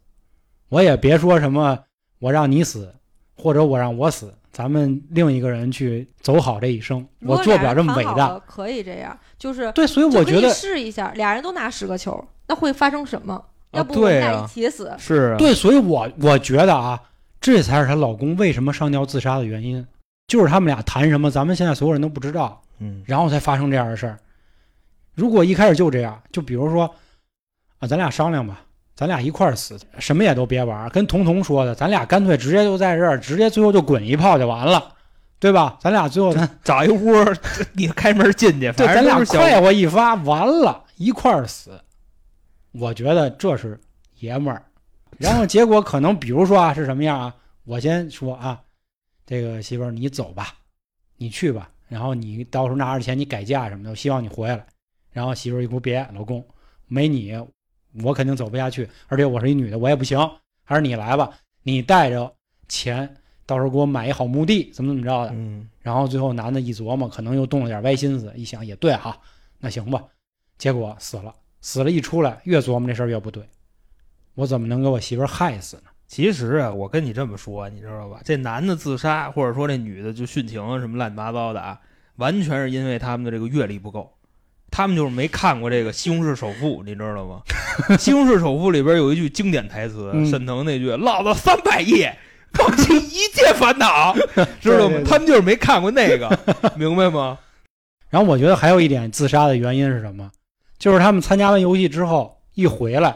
Speaker 1: 我也别说什么我让你死，或者我让我死，咱们另一个人去走好这一生。
Speaker 3: 如
Speaker 1: 我
Speaker 3: 果
Speaker 1: 做
Speaker 3: 俩
Speaker 1: 不了这
Speaker 3: 人
Speaker 1: 么
Speaker 3: 谈
Speaker 1: 伟
Speaker 3: 好
Speaker 1: 大
Speaker 3: 了，，可以这样，就是
Speaker 1: 对，所以
Speaker 3: 就
Speaker 1: 我
Speaker 3: 可
Speaker 1: 觉
Speaker 3: 以
Speaker 1: 得啊
Speaker 3: 试一下，俩人都拿十个球，那会发生什么？要不我
Speaker 2: 对
Speaker 3: 们俩一
Speaker 2: 啊
Speaker 3: 起死？
Speaker 2: 是啊，
Speaker 1: 对，所以我我觉得啊，这才是她老公为什么上吊自杀的原因，就是他们俩谈什么，咱们现在所有人都不知道，
Speaker 2: 嗯，
Speaker 1: 然后才发生这样的事儿。如果一开始就这样，就比如说啊，咱俩商量吧，咱俩一块儿死，什么也都别玩儿，跟彤彤说的，咱俩干脆直接就在这儿，直接最后就滚一炮就完了，对吧？咱俩最后咱
Speaker 2: 找一屋，你开门进去，
Speaker 1: 对
Speaker 2: 反
Speaker 1: 咱
Speaker 2: 正
Speaker 1: 俩
Speaker 2: 都是小
Speaker 1: 快活一发，完了，一块儿死。我觉得这是爷们儿。然后结果可能，比如说啊，是什么样啊？我先说啊，这个媳妇儿你走吧，你去吧，然后你到时候拿着钱你改嫁什么的，我希望你回来。然后媳妇儿一哭，别，老公，没你我肯定走不下去，而且我是一女的，我也不行，还是你来吧，你带着钱，到时候给我买一好墓地，怎么怎么着的。
Speaker 2: 嗯，
Speaker 1: 然后最后男的一琢磨，可能又动了点歪心思，一想也对哈，那行吧，结果死了，死了一出来，越琢磨这事儿越不对，我怎么能给我媳妇儿害死呢？
Speaker 2: 其实啊，我跟你这么说，你知道吧？这男的自杀，或者说这女的就殉情啊，什么乱七八糟的啊，完全是因为他们的这个阅历不够，他们就是没看过这个《西红柿首富》，你知道吗？《西红柿首富》里边有一句经典台词，啊
Speaker 1: 嗯
Speaker 2: 沈腾那句“老子三百亿”。放弃一切烦恼， 知
Speaker 1: 对对
Speaker 2: 道吗？
Speaker 1: 对
Speaker 2: 他们就是没看过那个，明白吗？
Speaker 1: 然后我觉得还有一点自杀的原因是什么？就是他们参加完游戏之后一回来，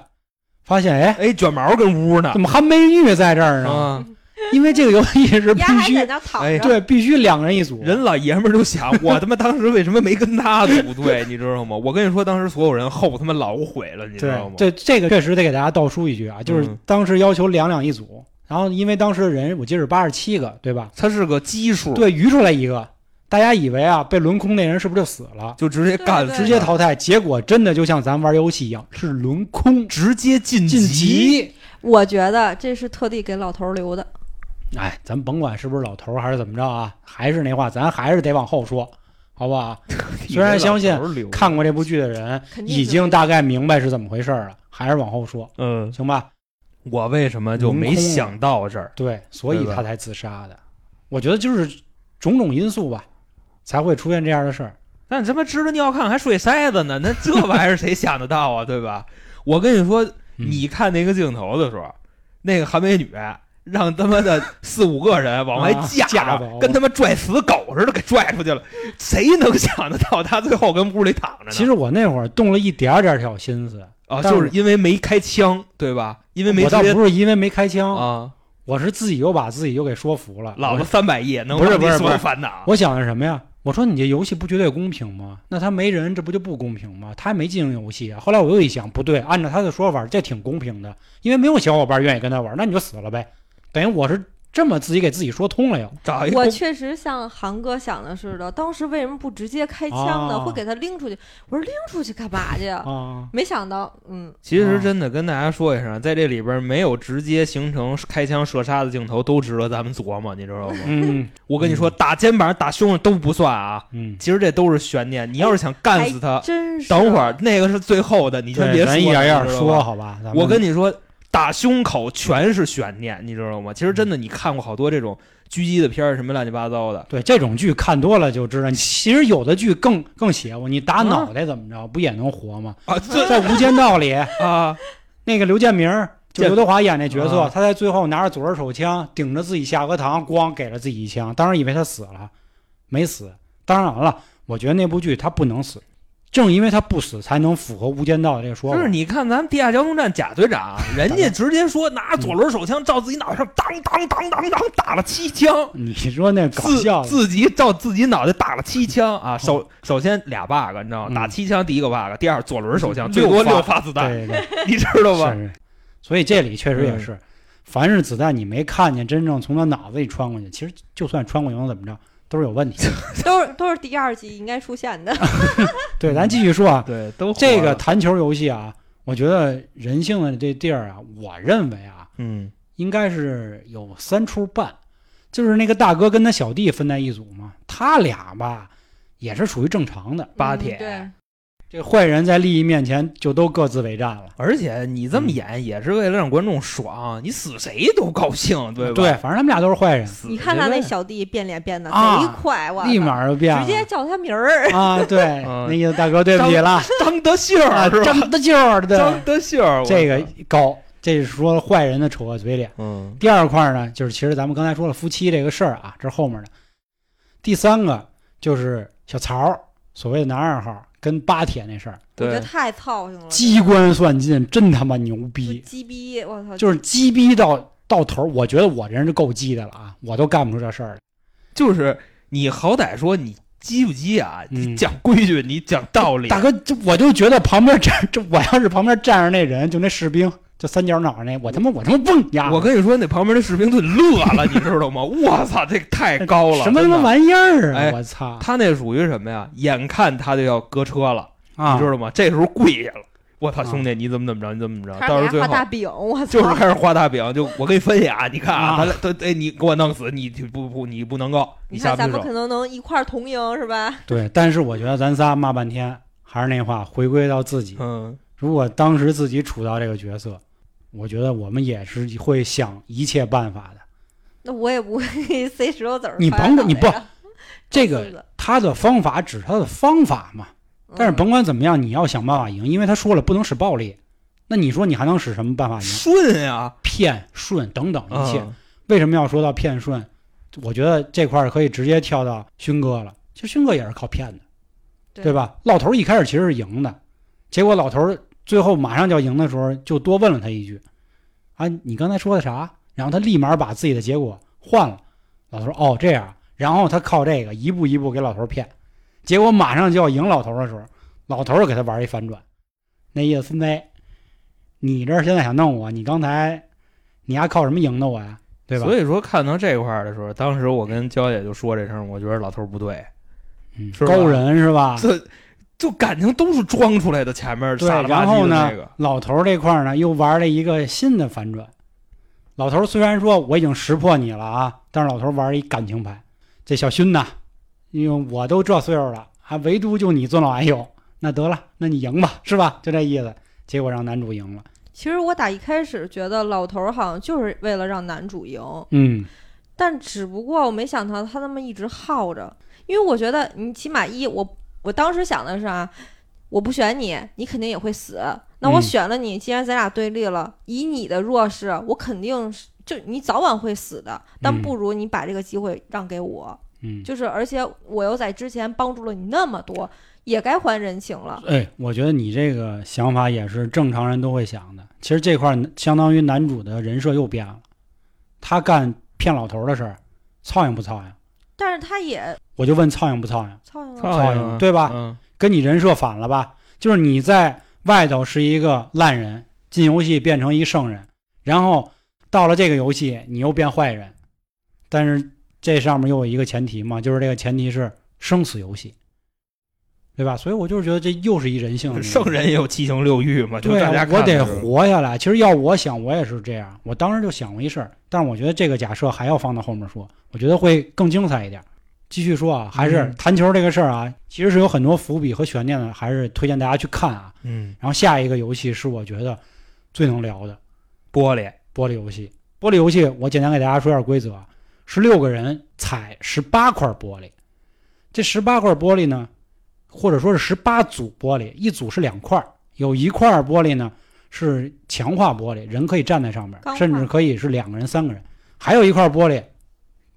Speaker 1: 发现哎，
Speaker 2: 哎，卷毛跟屋呢
Speaker 1: 怎么韩梅玉在这儿呢？
Speaker 2: 啊！
Speaker 1: 因为这个游戏是必
Speaker 3: 丫还在
Speaker 1: 须
Speaker 3: 那躺
Speaker 2: 哎
Speaker 3: 着，
Speaker 1: 对必须两人一组，
Speaker 2: 人老爷们儿就想，我他妈当时为什么没跟他组队？你知道吗？我跟你说，当时所有人后他妈老悔了，你知道
Speaker 1: 对
Speaker 2: 吗？
Speaker 1: 对，这个确实得给大家倒输一句啊，就是
Speaker 2: 嗯
Speaker 1: 当时要求两两一组，然后因为当时人我记得是八十七个，对吧？
Speaker 2: 他是个基数，
Speaker 1: 对，余出来一个，大家以为啊被轮空那人是不是就死了？
Speaker 2: 就直接干，
Speaker 3: 对对
Speaker 1: 直接，淘汰，结果真的就像咱玩游戏一样，是轮空
Speaker 2: 直接晋
Speaker 1: 晋级。
Speaker 3: 我觉得这是特地给老头儿留的。
Speaker 1: 哎，咱甭管是不是老头儿还是怎么着啊，还是那话，咱还是得往后说，好不好？虽然相信看过这部剧的人
Speaker 3: 肯定是
Speaker 1: 已经大概明白是怎么回事儿了，还是往后说，
Speaker 2: 嗯，
Speaker 1: 行吧？
Speaker 2: 我为什么就
Speaker 1: 啊
Speaker 2: 没想到这儿？
Speaker 1: 对，所以
Speaker 2: 对吧
Speaker 1: 他才自杀的。我觉得就是种种因素吧，才会出现这样的事儿。
Speaker 2: 但他妈知道尿炕还睡塞子呢，那这玩意儿谁想得到啊？对吧？我跟你说，
Speaker 1: 嗯
Speaker 2: 你看那个镜头的时候，那个韩美女让他妈的四五个人往外
Speaker 1: 啊
Speaker 2: 架着，
Speaker 1: 架走
Speaker 2: 跟他妈拽死狗似的给拽出去了。谁能想得到他最后跟屋里躺着呢？
Speaker 1: 其实我那会儿动了一点儿点儿小心思，
Speaker 2: 啊，
Speaker 1: 但
Speaker 2: 就是是因为没开枪，对吧？因为没
Speaker 1: 我
Speaker 2: 直
Speaker 1: 倒
Speaker 2: 接
Speaker 1: 不是因为没开枪，
Speaker 2: 啊，
Speaker 1: 我是自己又把自己又给说服了。
Speaker 2: 老
Speaker 1: 我
Speaker 2: 子三百亿能
Speaker 1: 不是
Speaker 2: 忘记
Speaker 1: 不是
Speaker 2: 所
Speaker 1: 不
Speaker 2: 有
Speaker 1: 是
Speaker 2: 烦恼。
Speaker 1: 我想的是什么呀？我说你这游戏不绝对公平吗？那他没人，这不就不公平吗？他还没进行游戏啊。后来我又一想，不对，按照他的说法，这挺公平的，因为没有小伙伴愿意跟他玩，那你就死了呗。等于我是这么自己给自己说通了又。
Speaker 2: 找一个
Speaker 3: 我
Speaker 2: 公
Speaker 3: 确实像韩哥想的似的，当时为什么不直接开枪呢？
Speaker 1: 啊
Speaker 3: 会给他拎出去？我说拎出去干嘛去？
Speaker 1: 啊，
Speaker 3: 没想到，嗯，
Speaker 2: 其实
Speaker 1: 啊
Speaker 2: 真的跟大家说一声，在这里边没有直接形成开枪射杀的镜头，都值得咱们琢磨，你知道吗？
Speaker 1: 嗯
Speaker 2: 我跟你说，打肩膀、打胸上都不算啊，
Speaker 1: 嗯，
Speaker 2: 其实这都是悬念。你要是想干死
Speaker 1: 啊
Speaker 2: 他，
Speaker 3: 真是。啊
Speaker 2: 等会儿那个是最后的， 你先
Speaker 1: 对
Speaker 2: 别说，
Speaker 1: 咱一点一点
Speaker 2: 你知道
Speaker 1: 说
Speaker 2: 吧。
Speaker 1: 好吧。咱们
Speaker 2: 我跟你说，打胸口全是悬念，你知道吗？其实真的，你看过好多这种狙击的片儿，什么乱七八糟的，
Speaker 1: 对这种剧看多了就知道，其实有的剧更更邪乎，你打脑袋怎么着，不也能活吗？
Speaker 2: 啊，这
Speaker 1: 在《无间道》里，
Speaker 2: 啊，
Speaker 1: 那个刘建明儿，就
Speaker 2: 建
Speaker 1: 刘德华演那角色，
Speaker 2: 啊
Speaker 1: 他在最后拿着左轮手枪顶着自己下颌膛，咣给了自己一枪，当时以为他死了，没死。当然了，我觉得那部剧他不能死，正因为他不死，才能符合《无间道》的这个说
Speaker 2: 就是
Speaker 1: 法。
Speaker 2: 你看咱们地下交通站贾队长，人家直接说拿左轮手枪照自己脑袋上，当当当当当打了七枪，
Speaker 1: 你说那搞
Speaker 2: 自
Speaker 1: 笑的，
Speaker 2: 自己照自己脑袋打了七枪啊！首首先俩 bug，你知道吗？
Speaker 1: 嗯
Speaker 2: 打七枪第一个 bug，第二左轮手枪
Speaker 1: 嗯
Speaker 2: 最
Speaker 1: 六
Speaker 2: 多
Speaker 1: 发
Speaker 2: 六发子弹，
Speaker 1: 对对 对，
Speaker 2: 你知道吧？
Speaker 1: 是是。所以这里确实也
Speaker 2: 嗯
Speaker 1: 是，凡是子弹你没看见真正从他脑子里穿过去，其实就算穿过去能怎么着，都是有问题的。
Speaker 3: 都是都是第二季应该出现
Speaker 1: 啊
Speaker 3: 的。
Speaker 1: 对，咱继续说啊，
Speaker 2: 对，都
Speaker 1: 这个弹球游戏啊，我觉得人性的这地儿啊，我认为啊，
Speaker 2: 嗯
Speaker 1: 应该是有三出半，就是那个大哥跟他小弟分在一组嘛，他俩吧也是属于正常的。
Speaker 2: 八铁
Speaker 3: 嗯对，
Speaker 1: 这坏人在利益面前就都各自为战了。
Speaker 2: 而且你这么演也是为了让观众爽，你死谁都高兴，对吧？
Speaker 1: 对，反正他们俩都是坏人，
Speaker 2: 死
Speaker 3: 你看他
Speaker 2: 谁
Speaker 3: 那
Speaker 2: 呗
Speaker 3: 小弟变脸变得
Speaker 1: 啊
Speaker 3: 贼快，我
Speaker 1: 立马就变
Speaker 3: 靠
Speaker 1: 了，
Speaker 3: 直接叫他名儿。
Speaker 1: 啊，对，
Speaker 2: 嗯
Speaker 1: 那意思大哥对不起了，
Speaker 2: 张德秀儿
Speaker 1: 啊
Speaker 2: 是吧？
Speaker 1: 张德秀儿
Speaker 2: 张
Speaker 1: 的
Speaker 2: 德秀儿，我
Speaker 1: 这个
Speaker 2: 操
Speaker 1: 高，这是说坏人的丑恶嘴脸。
Speaker 2: 嗯
Speaker 1: 第二块呢，就是其实咱们刚才说了夫妻这个事儿啊，这是后面的。第三个就是小曹儿，所谓的男二号跟八铁那事儿，
Speaker 3: 我觉得
Speaker 2: 对。
Speaker 3: 太操心了，
Speaker 2: 哦
Speaker 1: 机关算尽，真他妈牛
Speaker 3: 就
Speaker 1: 逼，
Speaker 3: 鸡逼，我操！
Speaker 1: 就是鸡逼到到头儿。我觉得我这人是够鸡的了啊，我都干不出这事儿来。
Speaker 2: 就是你好歹说你急不急啊？
Speaker 1: 嗯
Speaker 2: 你讲规矩，你讲道理。
Speaker 1: 大哥，这我就觉得旁边站这，我要是旁边站着那人，就那士兵，就三角脑那，我他妈我他妈蹦一下，
Speaker 2: 我跟你说，那旁边的士兵都乐了，你知道 吗？我操，这太高了，
Speaker 1: 什么他妈
Speaker 2: 真的
Speaker 1: 玩意儿啊！
Speaker 2: 哎
Speaker 1: 我操
Speaker 2: 他那属于什么呀？眼看他就要搁车了，
Speaker 1: 啊！
Speaker 2: 哎你知道吗？这时候跪下了，我操，
Speaker 1: 啊
Speaker 2: 兄弟，你怎么怎么着？你怎么怎么着？
Speaker 3: 他
Speaker 2: 到时
Speaker 3: 给
Speaker 2: 候最
Speaker 3: 人画
Speaker 2: 后
Speaker 3: 大饼，我操！
Speaker 2: 就是开始画大饼，就我给你分析啊，你看啊，
Speaker 1: 啊
Speaker 2: 他俩他哎，你给我弄死，你你不不你不能够，
Speaker 3: 你
Speaker 2: 下
Speaker 3: 看
Speaker 2: 不
Speaker 3: 咱
Speaker 2: 去手
Speaker 3: 们可。能能一块儿同赢是吧？
Speaker 1: 对，但是我觉得咱仨骂半天，还是那话，回归到自己。
Speaker 2: 嗯，
Speaker 1: 如果当时自己处到这个角色，我觉得我们也是会想一切办法的。
Speaker 3: 那我也不会 塞石头子儿
Speaker 1: 你
Speaker 3: 揣脑袋
Speaker 1: 甭
Speaker 3: 上。
Speaker 1: 管你不这
Speaker 3: 是
Speaker 1: 个
Speaker 3: 的
Speaker 1: 他的方法只是他的方法嘛，但是
Speaker 3: 嗯
Speaker 1: 甭管怎么样，你要想办法赢，因为他说了不能使暴力。那你说你还能使什么办法赢？
Speaker 2: 顺呀，
Speaker 1: 骗、顺等等哎一切。
Speaker 2: 嗯
Speaker 1: 为什么要说到骗顺？我觉得这块儿可以直接跳到勋哥了。其实勋哥也是靠骗的，
Speaker 3: 对
Speaker 1: 对吧？老头儿一开始其实是赢的，结果老头儿最后马上就要赢的时候，就多问了他一句：“啊，你刚才说的啥？”然后他立马把自己的结果换了。老头儿哦这样，然后他靠这个一步一步给老头儿骗，结果马上就要赢老头儿的时候，老头儿给他玩一反转，那意思孙子，你这儿现在想弄我，你刚才你还靠什么赢的我呀？对吧？
Speaker 2: 所以说看到这块儿的时候，当时我跟娇姐就说这事儿，我觉得老头儿不对，
Speaker 1: 嗯
Speaker 2: 是吧
Speaker 1: 勾人是吧？
Speaker 2: 这就感情都是装出来的，前面
Speaker 1: 对
Speaker 2: 傻了吧
Speaker 1: 然后
Speaker 2: 唧的
Speaker 1: 呢
Speaker 2: 那个，
Speaker 1: 老头儿这块儿呢，又玩了一个新的反转。老头儿虽然说我已经识破你了啊，但是老头儿玩一感情牌。这小勋呐，因为我都这岁数了，还唯独就你尊老爱幼，那得了，那你赢吧，是吧？就这意思。结果让男主赢了。
Speaker 3: 其实我打一开始觉得老头儿好像就是为了让男主赢，
Speaker 1: 嗯，
Speaker 3: 但只不过我没想到他那么一直耗着，因为我觉得你起码一我我当时想的是啊，我不选你，你肯定也会死。那我
Speaker 1: 嗯
Speaker 3: 选了你，既然咱俩对立了，以你的弱势，我肯定是就你早晚会死的。但
Speaker 1: 嗯
Speaker 3: 不如你把这个机会让给我，
Speaker 1: 嗯，
Speaker 3: 就是而且我又在之前帮助了你那么多，也该还人情了。
Speaker 1: 哎，我觉得你这个想法也是正常人都会想的。其实这块儿相当于男主的人设又变了，他干骗老头儿的事儿，操应不操应？
Speaker 3: 但是他也
Speaker 1: 我就问操应不操应？
Speaker 3: 操心了，
Speaker 1: 操
Speaker 2: 操
Speaker 1: 心对吧
Speaker 2: 嗯，
Speaker 1: 跟你人设反了吧？就是你在外头是一个烂人，进游戏变成一圣人，然后到了这个游戏你又变坏人，但是这上面又有一个前提嘛，就是这个前提是生死游戏，对吧？所以我就是觉得这又是一人性的
Speaker 2: 圣人也有七情六欲嘛，就
Speaker 1: 嗯对
Speaker 2: 大家
Speaker 1: 啊，
Speaker 2: 看
Speaker 1: 我得
Speaker 2: 的时候
Speaker 1: 活下来。其实要我想，我也是这样。我当时就想过一事儿，但是我觉得这个假设还要放到后面说，我觉得会更精彩一点。继续说啊，还是
Speaker 2: 嗯
Speaker 1: 弹球这个事儿啊，其实是有很多伏笔和悬念的，还是推荐大家去看啊。
Speaker 2: 嗯，
Speaker 1: 然后下一个游戏是我觉得最能聊的
Speaker 2: 玻璃，
Speaker 1: 玻璃游戏。玻璃游戏我简单给大家说一下规则啊：十六个人踩十八块玻璃，这十八块玻璃呢，或者说是十八组玻璃，一组是两块儿，有一块儿玻璃呢是强化玻璃，人可以站在上面
Speaker 3: 钢，化
Speaker 1: 甚至可以是两个人、三个人，还有一块玻璃，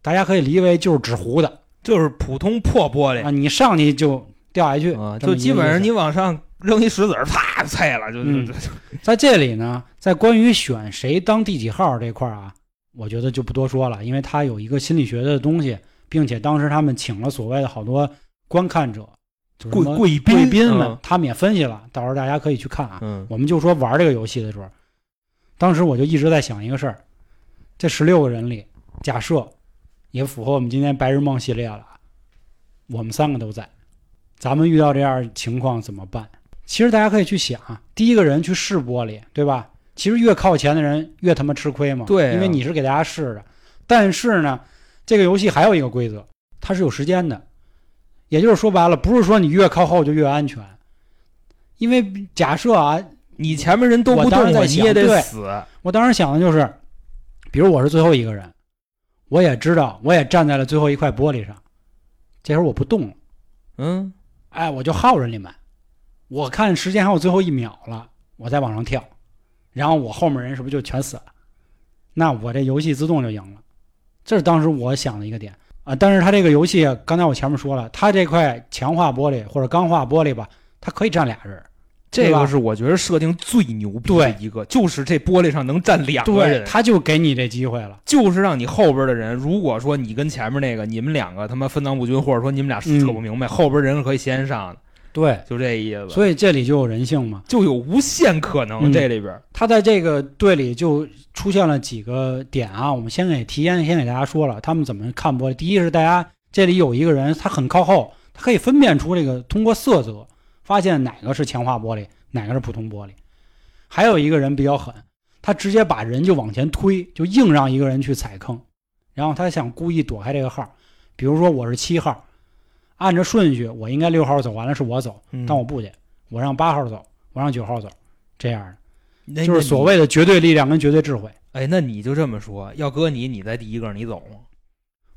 Speaker 1: 大家可以理解为就是纸糊的
Speaker 2: 就是普通破玻璃
Speaker 1: 啊，你上去就掉下去，
Speaker 2: 啊，
Speaker 1: 这么
Speaker 2: 就
Speaker 1: 一个
Speaker 2: 基本
Speaker 1: 意思
Speaker 2: 上你往上扔一石子儿，啪就碎了，就就
Speaker 1: 嗯
Speaker 2: 就
Speaker 1: 在这里呢，在关于选谁当第几号这块儿啊，我觉得就不多说了，因为它有一个心理学的东西，并且当时他们请了所谓的好多观看者，就是
Speaker 2: 贵
Speaker 1: 什么
Speaker 2: 贵宾
Speaker 1: 贵宾们
Speaker 2: 嗯，
Speaker 1: 他们也分析了，到时候大家可以去看啊。
Speaker 2: 嗯，
Speaker 1: 我们就说玩这个游戏的时候，当时我就一直在想一个事儿：这十六个人里，假设也符合我们今天白日梦系列了啊，我们三个都在，咱们遇到这样情况怎么办？其实大家可以去想啊，第一个人去试玻璃，对吧？其实越靠前的人越他妈吃亏嘛，
Speaker 2: 对啊
Speaker 1: 因为你是给大家试的。但是呢，这个游戏还有一个规则，它是有时间的，也就是说白了，不是说你越靠后就越安全，因为假设啊，
Speaker 2: 你前面人都
Speaker 1: 我
Speaker 2: 不
Speaker 1: 当
Speaker 2: 动
Speaker 1: 时在
Speaker 2: 你也
Speaker 1: 想
Speaker 2: 得
Speaker 1: 对
Speaker 2: 死，
Speaker 1: 我当时想的就是，比如我是最后一个人，我也知道，我也站在了最后一块玻璃上，这时候我不动了，
Speaker 2: 嗯，
Speaker 1: 哎，我就耗着你们，我看时间还有最后一秒了，我再往上跳，然后我后面人是不是就全死了？那我这游戏自动就赢了，这是当时我想的一个点啊。但是它这个游戏，刚才我前面说了，它这块强化玻璃或者钢化玻璃吧，它可以站俩人儿，
Speaker 2: 这
Speaker 1: 对吧
Speaker 2: 个是我觉得设定最牛逼的
Speaker 1: 对
Speaker 2: 一个，就是这玻璃上能站两个
Speaker 1: 对，
Speaker 2: 人，
Speaker 1: 它就给你这机会了。
Speaker 2: 就是让你后边的人，如果说你跟前面那个你们两个他妈分赃不均，或者说你们俩
Speaker 1: 嗯
Speaker 2: 扯不明白，后边人是可以先上的，
Speaker 1: 对，
Speaker 2: 就这意思。
Speaker 1: 所以这里就有人性嘛。
Speaker 2: 就有无限可能，
Speaker 1: 嗯
Speaker 2: 这里边
Speaker 1: 他在这个队里就出现了几个点啊，我们先给提前先给大家说了，他们怎么看玻璃。第一是大家这里有一个人，他很靠后，他可以分辨出这个通过色泽发现哪个是强化玻璃，哪个是普通玻璃。还有一个人比较狠，他直接把人就往前推，就硬让一个人去踩坑，然后他想故意躲开这个号。比如说我是七号，
Speaker 2: 嗯
Speaker 1: 按照顺序我应该六号走完了是我走，但我不去，我让八号走，我让九号走，这样的，
Speaker 2: 哎那
Speaker 1: 就是所。谓的绝对力量跟绝对智慧。
Speaker 2: 那你哎，那你就这么说，要搁你，你在第一个，你走吗？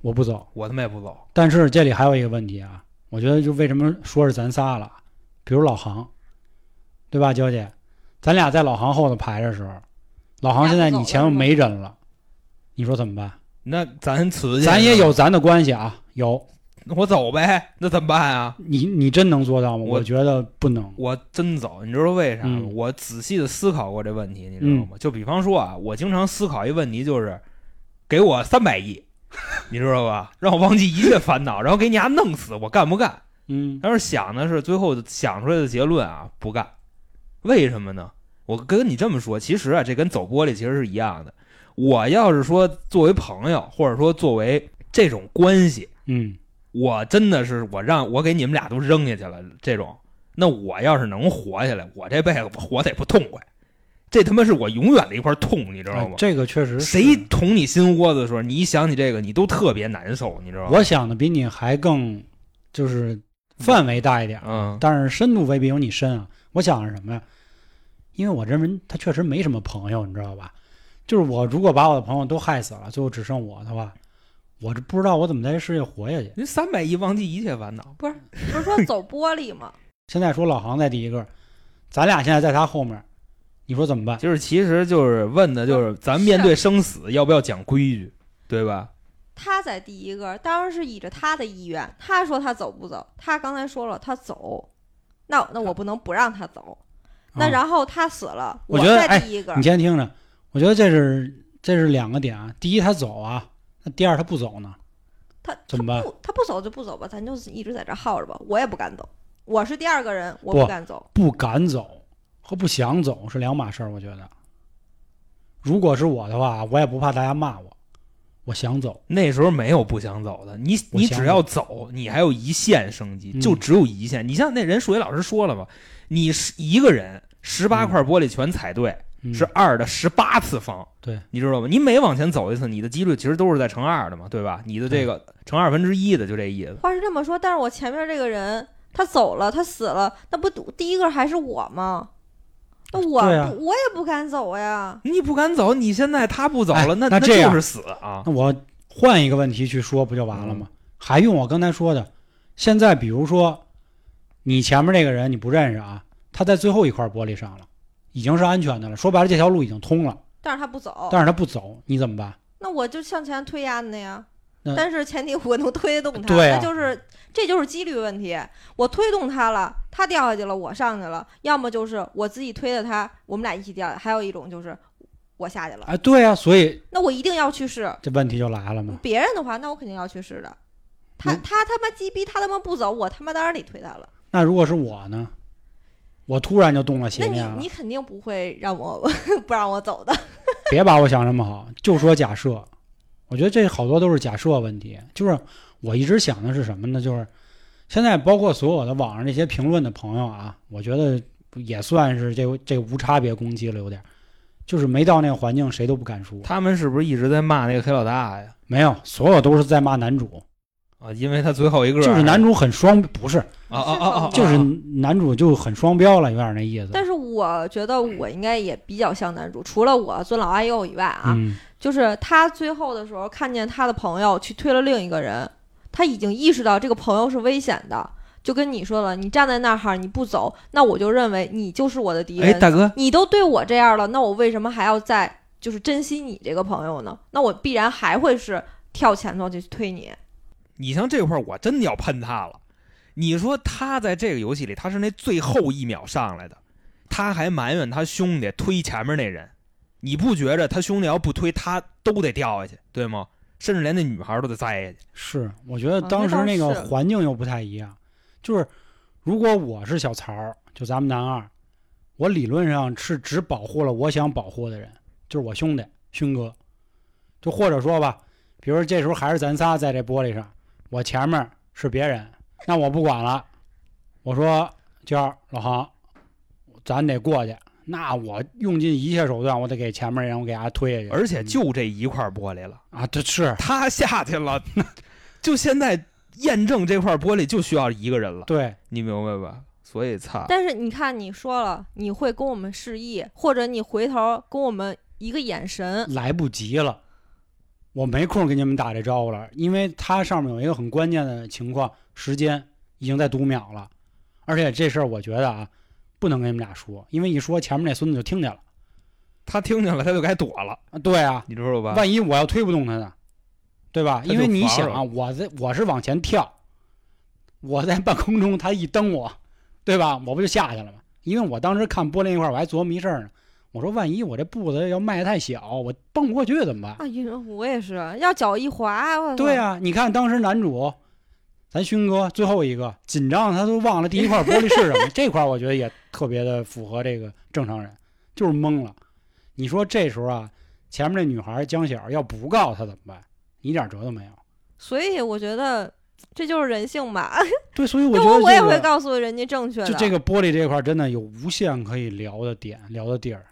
Speaker 1: 我不走，
Speaker 2: 我他妈也不走。
Speaker 1: 但是这里还有一个问题啊，我觉得就为什么说是咱仨了，比如老航，对吧，娇姐，咱俩在老航后头排的时候，老航现在你前面没人了，你说怎么办？
Speaker 2: 那咱辞去，
Speaker 1: 咱也有，咱的关系啊，有
Speaker 2: 那我走呗。那怎么办啊？
Speaker 1: 你你真能做到吗？
Speaker 2: 我
Speaker 1: 我觉得不能。
Speaker 2: 我真走，你知道为啥吗？
Speaker 1: 嗯
Speaker 2: 我仔细的思考过这问题，你知道吗？就比方说啊，我经常思考一问题，就是给我三百亿，你知道吧？让我忘记一切烦恼，然后给你丫弄死，我干不干？
Speaker 1: 嗯
Speaker 2: 但是想的是最后想出来的结论啊，不干。为什么呢？我跟你这么说，其实啊，这跟走玻璃其实是一样的。我要是说作为朋友，或者说作为这种关系，
Speaker 1: 嗯
Speaker 2: 我真的是我让我给你们俩都扔下去了这种，那我要是能活下来，我这辈子我活得也不痛快。这他妈是我永远的一块痛，你知道
Speaker 1: 哎
Speaker 2: 吗？
Speaker 1: 这个确实是
Speaker 2: 谁捅你心窝子的时候，你一想起这个，你都特别难受，你知道吗？
Speaker 1: 我想的比你还更，就是范围大一点，
Speaker 2: 嗯
Speaker 1: 但是深度未必有你深啊。我想的是什么呀？因为我这人他确实没什么朋友，你知道吧？就是我如果把我的朋友都害死了，最后只剩我的话，我这不知道我怎么在这世界活下去。
Speaker 2: 人三百亿忘记一切烦恼，
Speaker 3: 不是不是说走玻璃吗？
Speaker 1: 现在说老航在第一个，咱俩现在在他后面，你说怎么办？
Speaker 2: 就是其实就是问的就是咱面对生死要不要讲规矩，对吧？
Speaker 3: 他在第一个，当然是依着他的意愿。他说他走不走，他刚才说了他走，那那我不能不让他走。那
Speaker 1: 啊
Speaker 3: 然后他死了，
Speaker 1: 我
Speaker 3: 我
Speaker 1: 觉得哎
Speaker 3: 在第一个，
Speaker 1: 你先听着，我觉得这是这是两个点啊。第一，他走啊；那第二，他不走呢。
Speaker 3: 他
Speaker 1: 怎么办
Speaker 3: 他不他不走就不走吧，咱就一直在这耗着吧。我也不敢走，我是第二个人，我
Speaker 1: 不
Speaker 3: 不敢走。
Speaker 1: 不敢走和不想走是两码事儿，我觉得。如果是我的话，我也不怕大家骂我，我想走。
Speaker 2: 那时候没有不想走的，你
Speaker 1: 我
Speaker 2: 你
Speaker 1: 想
Speaker 2: 只要走，你还有一线生机，
Speaker 1: 嗯
Speaker 2: 就只有一线。你像那人数学老师说了嘛，你是一个人十八
Speaker 1: 嗯
Speaker 2: 块玻璃全踩对、
Speaker 1: 嗯、
Speaker 2: 是二的十八次方，
Speaker 1: 对，
Speaker 2: 你知道吗？你每往前走一次，你的几率其实都是在乘二的嘛，对吧？你的这个乘二分之一的就这意思。
Speaker 3: 话是这么说，但是我前面这个人他走了，他死了，那不第一个还是我吗？那我、
Speaker 1: 对啊
Speaker 3: 我也不敢走呀。
Speaker 2: 你不敢走，你现在他不走了，
Speaker 1: 哎
Speaker 2: 那
Speaker 1: 那这
Speaker 2: 就
Speaker 1: 样
Speaker 2: 是死啊！
Speaker 1: 那我换一个问题去说，不就完了吗？还用我刚才说的？现在比如说，你前面这个人你不认识啊，他在最后一块玻璃上了，已经是安全的了。说白了，这条路已经通了，
Speaker 3: 但是他不走，
Speaker 1: 但是他不走，你怎么办？
Speaker 3: 那我就向前推案的呀
Speaker 1: 那。
Speaker 3: 但是前提我能推得动他，
Speaker 1: 对啊
Speaker 3: 那就是这就是几率问题。我推动他了，他掉下去了，我上去了；要么就是我自己推的他，我们俩一起掉；还有一种就是我下去了。
Speaker 1: 哎，对呀、所以
Speaker 3: 那我一定要去试。
Speaker 1: 这问题就来了嘛。
Speaker 3: 别人的话，那我肯定要去试的。他
Speaker 1: 嗯
Speaker 3: 他他妈鸡逼，他他妈不走，我他妈当然得推他了。
Speaker 1: 那如果是我呢？我突然就动了
Speaker 3: 那
Speaker 1: 邪
Speaker 3: 你
Speaker 1: 念了。
Speaker 3: 你肯定不会让我 不让我走的。
Speaker 1: 嗯 别把我想这么好，就说假设。我觉得这好多都是假设问题。就是我一直想的是什么呢？就是现在包括所有的网上这些评论的朋友啊，我觉得也算是这这无差别攻击了，有点儿。就是没到那个环境，谁都不敢说。
Speaker 2: 他们是不是一直在骂那个黑老大呀？
Speaker 1: 没有，所有都是在骂男主，
Speaker 2: 啊，因为他最后一个
Speaker 1: 就是男主很双，不是，
Speaker 2: 啊啊啊啊，啊
Speaker 1: 就是男主就很双标了，有点那意思。
Speaker 3: 但是我觉得我应该也比较像男主，除了我尊老爱幼以外啊，
Speaker 1: 嗯，
Speaker 3: 就是他最后的时候看见他的朋友去推了另一个人，他已经意识到这个朋友是危险的，就跟你说了，你站在那儿你不走，那我就认为你就是我的敌
Speaker 2: 哎，
Speaker 3: 人。
Speaker 2: 大哥，
Speaker 3: 你都对我这样了，那我为什么还要再就是珍惜你这个朋友呢？那我必然还会是跳前头去推你。
Speaker 2: 你像这块儿，我真的要喷他了。你说他在这个游戏里，他是那最后一秒上来的，他还埋怨他兄弟推前面那人，你不觉着他兄弟要不推他都得掉下去，对吗？甚至连那女孩都得栽下去。
Speaker 1: 是，我觉得
Speaker 3: 哦那
Speaker 1: 当时
Speaker 3: 倒
Speaker 1: 那个
Speaker 3: 是
Speaker 1: 环境又不太一样。就是如果我是小曹儿，就咱们男二，我理论上是只保护了我想保护的人，就是我兄弟勋哥。就或者说吧，比如说这时候还是咱仨在这玻璃上，我前面是别人，那我不管了。我说娟儿老航，咱得过去。那我用尽一切手段，我得给前面人，我给他推下去。
Speaker 2: 而且就这一块玻璃了，
Speaker 1: 啊，这是
Speaker 2: 他下去了， 就现在验证这块玻璃就需要一个人了，
Speaker 1: 对，
Speaker 2: 你明白吧？所以操，
Speaker 3: 但是你看，你说了，你会跟我们示意，或者你回头跟我们一个眼神，
Speaker 1: 来不及了，我没空跟你们打这招呼了，因为它上面有一个很关键的情况，时间已经在读秒了，而且这事儿我觉得啊，不能跟你们俩说，因为一说前面那孙子就听见了
Speaker 2: 他听见了，他就该躲了，
Speaker 1: 啊，对啊，
Speaker 2: 你知道吧？
Speaker 1: 万一我要推不动他呢，对吧？
Speaker 2: 就
Speaker 1: 因为你
Speaker 2: 防
Speaker 1: 想
Speaker 2: 着
Speaker 1: 啊，我在我是往前跳，我在半空中，他一蹬我，对吧？我不就下去了吗？因为我当时看玻璃那块儿，我还琢磨一事儿呢。我说，万一我这步子要迈得太小，我蹦不过去怎么办？
Speaker 3: 啊，你说我也是，要脚一滑，我
Speaker 1: 对，啊，你看当时男主，咱勋哥最后一个紧张，他都忘了第一块玻璃是什 么。这块儿我觉得也特别的符合这个正常人，就是懵了。你说这时候啊，前面那女孩江晓要不告他怎么办？一点辙都没有。
Speaker 3: 所以我觉得这就是人性吧。
Speaker 1: 对，所以我
Speaker 3: 要
Speaker 1: 觉
Speaker 3: 不
Speaker 1: 得
Speaker 3: 我也
Speaker 1: 这
Speaker 3: 会
Speaker 1: 个
Speaker 3: 告诉人家正确的。
Speaker 1: 就这个玻璃这块儿真的有无限可以聊的点，聊的地儿。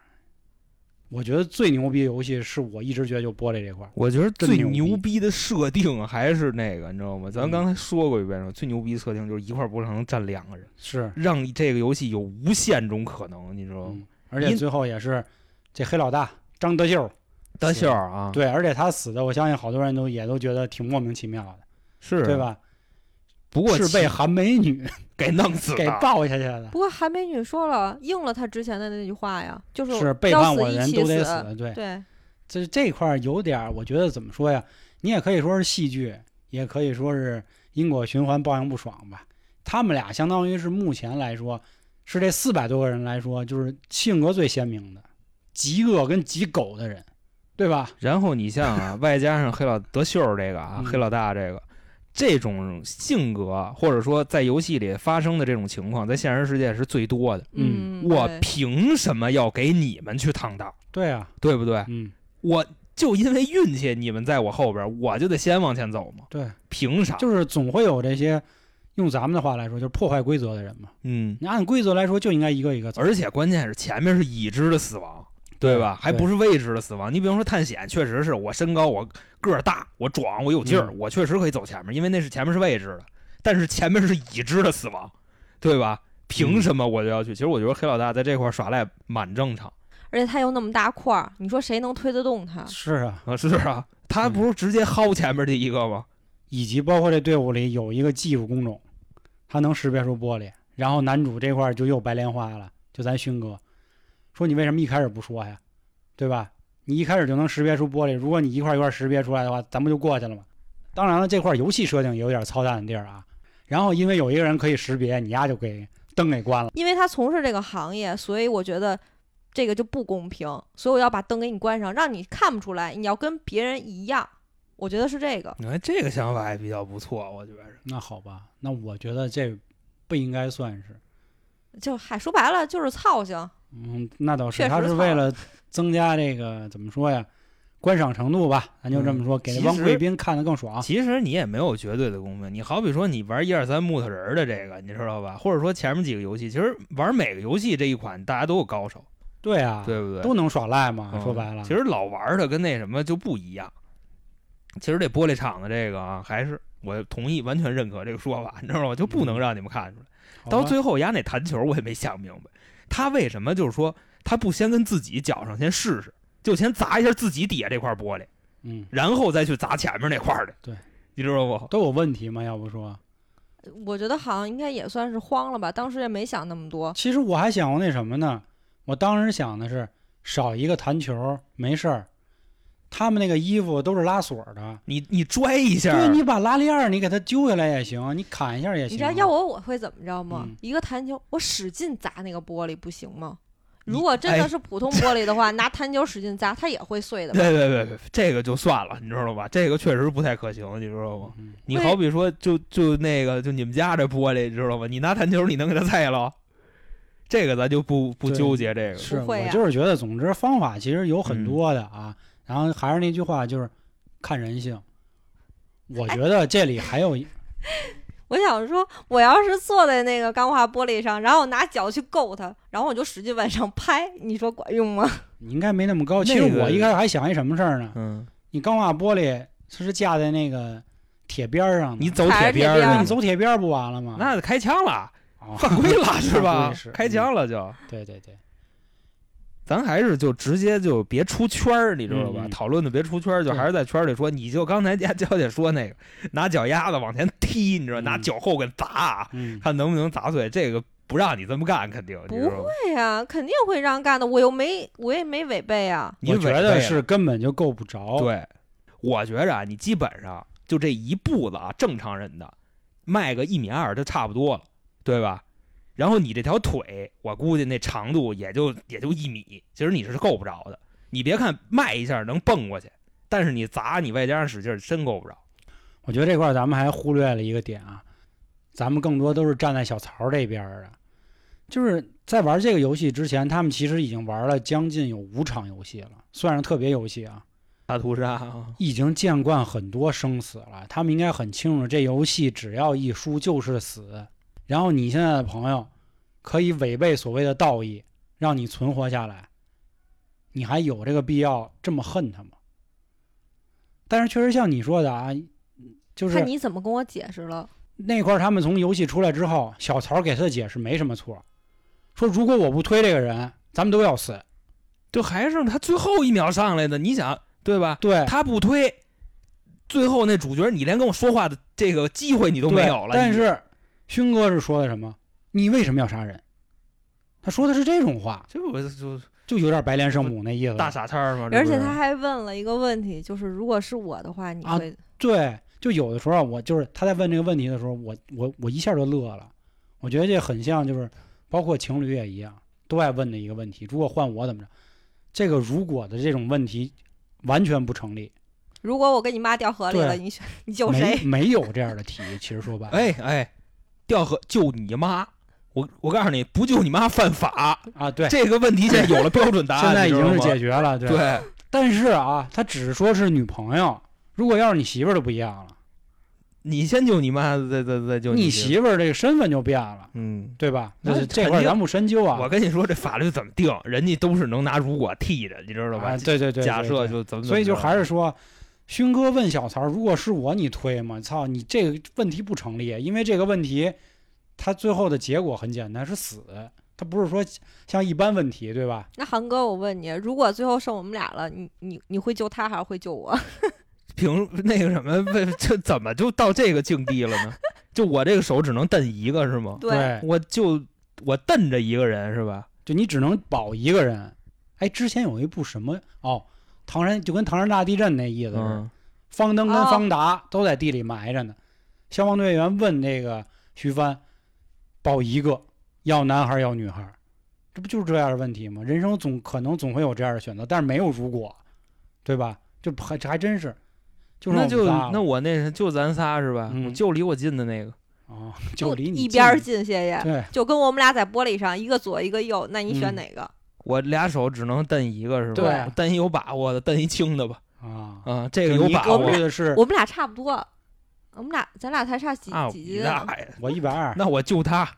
Speaker 1: 我觉得最牛逼的游戏是我一直觉得就玻璃这块儿，
Speaker 2: 我觉得
Speaker 1: 真
Speaker 2: 最
Speaker 1: 牛逼
Speaker 2: 牛逼的设定还是那个，你知道吗？咱刚才说过一遍，说最牛逼的设定就是一块玻璃上能站两个人，
Speaker 1: 是，
Speaker 2: 让这个游戏有无限种可能，你知道吗？
Speaker 1: 嗯，而且
Speaker 2: 因
Speaker 1: 最后也是这黑老大张德秀，
Speaker 2: 大秀儿啊，
Speaker 1: 对，而且他死的，我相信好多人都也都觉得挺莫名其妙的，
Speaker 2: 是
Speaker 1: 对？吧？
Speaker 2: 不过
Speaker 1: 是被韩美 女
Speaker 2: 给弄死
Speaker 1: 给
Speaker 2: 的，
Speaker 1: 抱下去的，
Speaker 3: 不过韩美女说了，应了她之前的那句话呀，就是
Speaker 1: 背
Speaker 3: 要
Speaker 1: 叛
Speaker 3: 死
Speaker 1: 我的
Speaker 3: 一
Speaker 1: 人
Speaker 3: 起
Speaker 1: 都得
Speaker 3: 死。
Speaker 1: 死，对，
Speaker 3: 对，
Speaker 1: 这这块儿有点儿，我觉得怎么说呀？你也可以说是戏剧，也可以说是因果循环、报应不爽吧。他们俩相当于是目前来说，是这四百多个人来说，就是性格最鲜明的极恶跟极狗的人，对吧？
Speaker 2: 然后你像啊，外加上黑老德秀儿这个啊，
Speaker 1: 嗯
Speaker 2: 黑老大这个，这种性格或者说在游戏里发生的这种情况，在现实世界是最多的。
Speaker 1: 嗯
Speaker 2: 我
Speaker 3: 对
Speaker 2: 凭什么要给你们去躺荡，
Speaker 1: 对啊，
Speaker 2: 对不对？
Speaker 1: 嗯，
Speaker 2: 我就因为运气，你们在我后边，我就得先往前走嘛，
Speaker 1: 对，
Speaker 2: 凭啥？
Speaker 1: 就是总会有这些，用咱们的话来说，就是破坏规则的人嘛。
Speaker 2: 嗯，
Speaker 1: 你按规则来说，就应该一个一个走，
Speaker 2: 而且关键是前面是已知的死亡。对吧？还不
Speaker 1: 是
Speaker 2: 是未知的死亡。你比方说探险，确实是我身高，我个儿大，我壮，我有劲儿，
Speaker 1: 嗯
Speaker 2: 我确实可以走前面，因为那是前面是未知的，但是前面是已知的死亡，对吧？凭什么我就要去？其实我觉得黑老大在这块儿耍赖蛮正常
Speaker 3: 而且她有那么大块儿，你说谁能推得动她？
Speaker 1: 是啊，
Speaker 2: 啊，是啊，他不是直接薅前面这一个吗？
Speaker 1: 以及包括这队伍里有一个技术工种，他能识别出玻璃。然后男主这块儿就又白莲花了，就咱勋哥，说你为什么一开始不说呀？对吧？你一开始就能识别出玻璃，如果你一块儿一块儿识别出来的话，咱不就过去了吗？当然了，这块儿游戏设定也有点操蛋的地儿啊。然后因为有一个人可以识别，你丫就给灯给关了。
Speaker 3: 因为她从事这个行业，所以我觉得这个就不公平，所以我要把灯给你关上，让你看不出来，你要跟别人一样。我觉得是这个，
Speaker 2: 你看嗯哎这个想法还比较不错，我觉得是。
Speaker 1: 那好吧，那我觉得这不应该算是。
Speaker 3: 就嗨，说白了就是操性。
Speaker 1: 嗯，那倒
Speaker 3: 确
Speaker 1: 是，
Speaker 3: 实
Speaker 1: 他是
Speaker 3: 操
Speaker 1: 为了增加这个怎么说呀，观赏程度吧，咱就这么说，给
Speaker 2: 嗯其
Speaker 1: 这帮
Speaker 2: 实
Speaker 1: 贵宾看得更爽。
Speaker 2: 其实你也没有绝对的公平，你好比说你玩一二三木头人儿的这个，你知道吧？或者说前面几个游戏，其实玩每个游戏这一款大家都有高手，
Speaker 1: 对啊，
Speaker 2: 对不对？
Speaker 1: 都能耍赖嘛，说
Speaker 2: 嗯
Speaker 1: 白了。
Speaker 2: 其实老玩儿的跟那什么就不一样。其实这玻璃厂的这个啊，还是我同意，完全认可这个说法，你知道吗？就不能让你们看出来。
Speaker 1: 嗯好吧
Speaker 2: 到最后，丫那弹球我也没想明白，他为什么就是说他不先跟自己脚上先试试，就先砸一下自己底下这块玻璃，
Speaker 1: 嗯，
Speaker 2: 然后再去砸前面那块儿的。
Speaker 1: 对，
Speaker 2: 你知道不？
Speaker 1: 都有问题嘛，要不说，
Speaker 3: 我觉得好像应该也算是慌了吧，当时也没想那么多。
Speaker 1: 其实我还想过那什么呢？我当时想的是少一个弹球没事儿，他们那个衣服都是拉锁的，
Speaker 2: 你你拽一下，
Speaker 1: 对你把拉链儿你给它揪下来也行，你砍一下也行。啊
Speaker 3: 你知道要我我会怎么着吗？
Speaker 1: 嗯
Speaker 3: 一个弹球，我使劲砸那个玻璃不行吗？
Speaker 2: 你
Speaker 3: 如果真的
Speaker 2: 哎
Speaker 3: 是普通玻璃的话，拿弹球使劲砸，它也会碎的吧。
Speaker 2: 对对对对，这个就算了，你知道吧？这个确实不太可行，你知道吗？
Speaker 1: 嗯
Speaker 2: 你
Speaker 3: 为
Speaker 2: 好比说，就就那个，就你们家这玻璃，知道吗？你拿弹球，你能给它碎了？这个咱就不不
Speaker 1: 对
Speaker 2: 纠结这个。
Speaker 1: 是
Speaker 3: 不会
Speaker 1: 我
Speaker 3: 啊
Speaker 1: 就是觉得，总之方法其实有很
Speaker 2: 嗯
Speaker 1: 多的啊。然后还是那句话，就是看人性。我
Speaker 3: 哎
Speaker 1: 觉得这里还有一，
Speaker 3: 我想说，我要是坐在那个钢化玻璃上，然后我拿脚去够它，然后我就使劲往上拍，你说管用吗？
Speaker 1: 你应该没那么高。
Speaker 2: 那
Speaker 1: 其实
Speaker 2: 个
Speaker 1: 我一开始还想一什么事儿呢？
Speaker 2: 嗯，
Speaker 1: 你钢化玻璃它是架在那个铁边儿上的，
Speaker 2: 你走铁边
Speaker 3: 踩着铁边
Speaker 2: 儿
Speaker 3: 儿
Speaker 1: 那
Speaker 2: 上
Speaker 1: 你，走铁边儿不完了吗？
Speaker 2: 那开枪了，
Speaker 1: 啊，
Speaker 2: 犯规 了是
Speaker 1: 犯
Speaker 2: 吧
Speaker 1: 规是？
Speaker 2: 开枪了就，
Speaker 1: 对对 对，
Speaker 2: 咱还是就直接就别出圈儿，你知道吧？
Speaker 1: 嗯嗯
Speaker 2: 讨论的别出圈儿，就
Speaker 1: 对
Speaker 2: 还是在圈儿里说。你就刚才家 娇姐说那个，拿脚丫子往前踢，你知道，
Speaker 1: 嗯
Speaker 2: 拿脚后跟砸，啊
Speaker 1: 嗯，
Speaker 2: 看能不能砸碎。这个不让你这么干，肯定
Speaker 3: 不
Speaker 2: 你知道吧？
Speaker 3: 对呀、肯定会让干的，我又没我也没违背啊。
Speaker 2: 你
Speaker 1: 我觉
Speaker 2: 违背
Speaker 1: 得
Speaker 2: 了
Speaker 1: 是根本就够不着，，
Speaker 2: 对，我觉着啊，你基本上就这一步子啊，正常人的迈个一米二就差不多了，对吧？然后你这条腿，我估计那长度也就也就一米，其实你是够不着的。你别看迈一下能蹦过去，但是你砸你外加上使劲儿，真够不着。
Speaker 1: 我觉得这块儿咱们还忽略了一个点啊，咱们更多都是站在小曹这边儿的，啊就是在玩这个游戏之前，他们其实已经玩了将近有五场游戏了，算上特别游戏啊，
Speaker 2: 大屠杀啊，
Speaker 1: 已经见惯很多生死了，他们应该很清楚这游戏只要一输就是死。然后你现在的朋友可以违背所谓的道义，让你存活下来，你还有这个必要这么恨他吗？但是确实像你说的啊，就是
Speaker 3: 看你怎么跟我解释了。
Speaker 1: 那块儿他们从游戏出来之后，小曹给他的解释没什么错，说如果我不推这个人，咱们都要死。
Speaker 2: 就还是他最后一秒上来的，你想对吧？
Speaker 1: 对，
Speaker 2: 他不推，最后那主角你连跟我说话的这个机会你都没
Speaker 1: 对
Speaker 2: 有了。
Speaker 1: 但
Speaker 2: 你
Speaker 1: 是勋哥是说的什么？你为什么要杀人？他说的是这种话，
Speaker 2: 这不就
Speaker 1: 就有点白莲圣母那意思了。
Speaker 2: 大傻叉儿吗？这
Speaker 3: 而
Speaker 2: 不
Speaker 3: 且
Speaker 2: 是
Speaker 3: 他还问了一个问题，就是如果是我的话，你
Speaker 1: 啊
Speaker 3: 会、
Speaker 1: 对，就有的时候我就是他在问这个问题的时候，我我我一下就乐了。我觉得这很像，就是包括情侣也一样，都爱问的一个问题。如果换我怎么着？这个如果的这种问题完全不成立，
Speaker 3: 如果我跟你妈掉河里了，
Speaker 1: 对
Speaker 3: 你选你救
Speaker 1: 没
Speaker 3: 谁？
Speaker 1: 没有这样的题。其实说白了，
Speaker 2: 哎哎，掉河救你妈！我我告诉你，不救你妈犯法。
Speaker 1: 啊，对，
Speaker 2: 这个问题现在有了标准答案，
Speaker 1: 现在已经是
Speaker 2: 你知
Speaker 1: 解
Speaker 2: 道吗
Speaker 1: 决了，对。
Speaker 2: 对，
Speaker 1: 但是啊，他只是说是女朋友，如果要是你媳妇儿就不一样了，
Speaker 2: 你先救你妈，再再再救
Speaker 1: 你
Speaker 2: 媳妇。
Speaker 1: 媳妇儿这个身份就变了，
Speaker 2: 嗯，
Speaker 1: 对吧？
Speaker 2: 那
Speaker 1: 就是这
Speaker 2: 肯
Speaker 1: 块儿
Speaker 2: 定
Speaker 1: 咱不深究啊，
Speaker 2: 我跟你说，这法律怎么定，人家都是能拿如果替的，你知道吧？
Speaker 1: 啊，对对对，
Speaker 2: 假
Speaker 1: 对
Speaker 2: 设
Speaker 1: 对
Speaker 2: 就怎么怎么着，
Speaker 1: 所以就还是说，勋哥问小曹，如果是我，你推吗？操，你这个问题不成立，因为这个问题，他最后的结果很简单，是死。他不是说像一般问题，对吧？
Speaker 3: 那韩哥，我问你，如果最后剩我们俩了，你你你会救他还是会 救我？
Speaker 2: 凭那个什么，为这怎么就到这个境地了呢？就我这个手只能蹬一个是吗？
Speaker 3: 对，
Speaker 2: 我就我蹬着一个人是吧？
Speaker 1: 就你只能保一个人。哎，之前有一部什么哦，唐山就跟唐山大地震那意思似的，
Speaker 2: 嗯，
Speaker 1: 方登跟
Speaker 3: 哦
Speaker 1: 方达都在地里埋着呢。消防队员问那个徐帆，报一个，要男孩儿要女孩儿，这不就是这样的问题吗？人生总可能总会有这样的选择，但是没有如果，对吧？这不还这还真是，就剩
Speaker 2: 那就
Speaker 1: 我们仨了
Speaker 2: 那我那就咱仨是吧？
Speaker 1: 嗯
Speaker 2: 我就离我近的那个。
Speaker 1: 哦，就离你
Speaker 3: 一
Speaker 1: 近
Speaker 3: 边儿近些也，
Speaker 1: 对，
Speaker 3: 就跟我们俩在玻璃上，一个左一个右，那你
Speaker 1: 嗯
Speaker 3: 选哪个？
Speaker 2: 我俩手只能蹬一个是吧？
Speaker 1: 对
Speaker 2: 我蹬一有把握的，蹬一轻的吧。
Speaker 1: 啊，
Speaker 2: 啊，这个有
Speaker 1: 你
Speaker 2: 把
Speaker 1: 考
Speaker 2: 握
Speaker 1: 虑的是
Speaker 3: 我们俩差不多，我们俩咱俩才差几、
Speaker 2: 啊！
Speaker 3: 几斤
Speaker 2: 我
Speaker 3: 啊？
Speaker 2: 大爷，
Speaker 1: 我一百 二，
Speaker 2: 那我救他，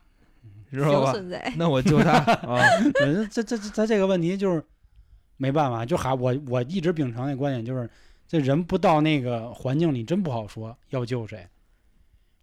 Speaker 2: 知道
Speaker 3: 行
Speaker 2: 吧？
Speaker 3: 孙子，哎
Speaker 2: 那我救他 啊！
Speaker 1: 嗯这这这他这个问题就是没办法，就还我我一直秉承那观点，就是这人不到那个环境里，真不好说要救谁。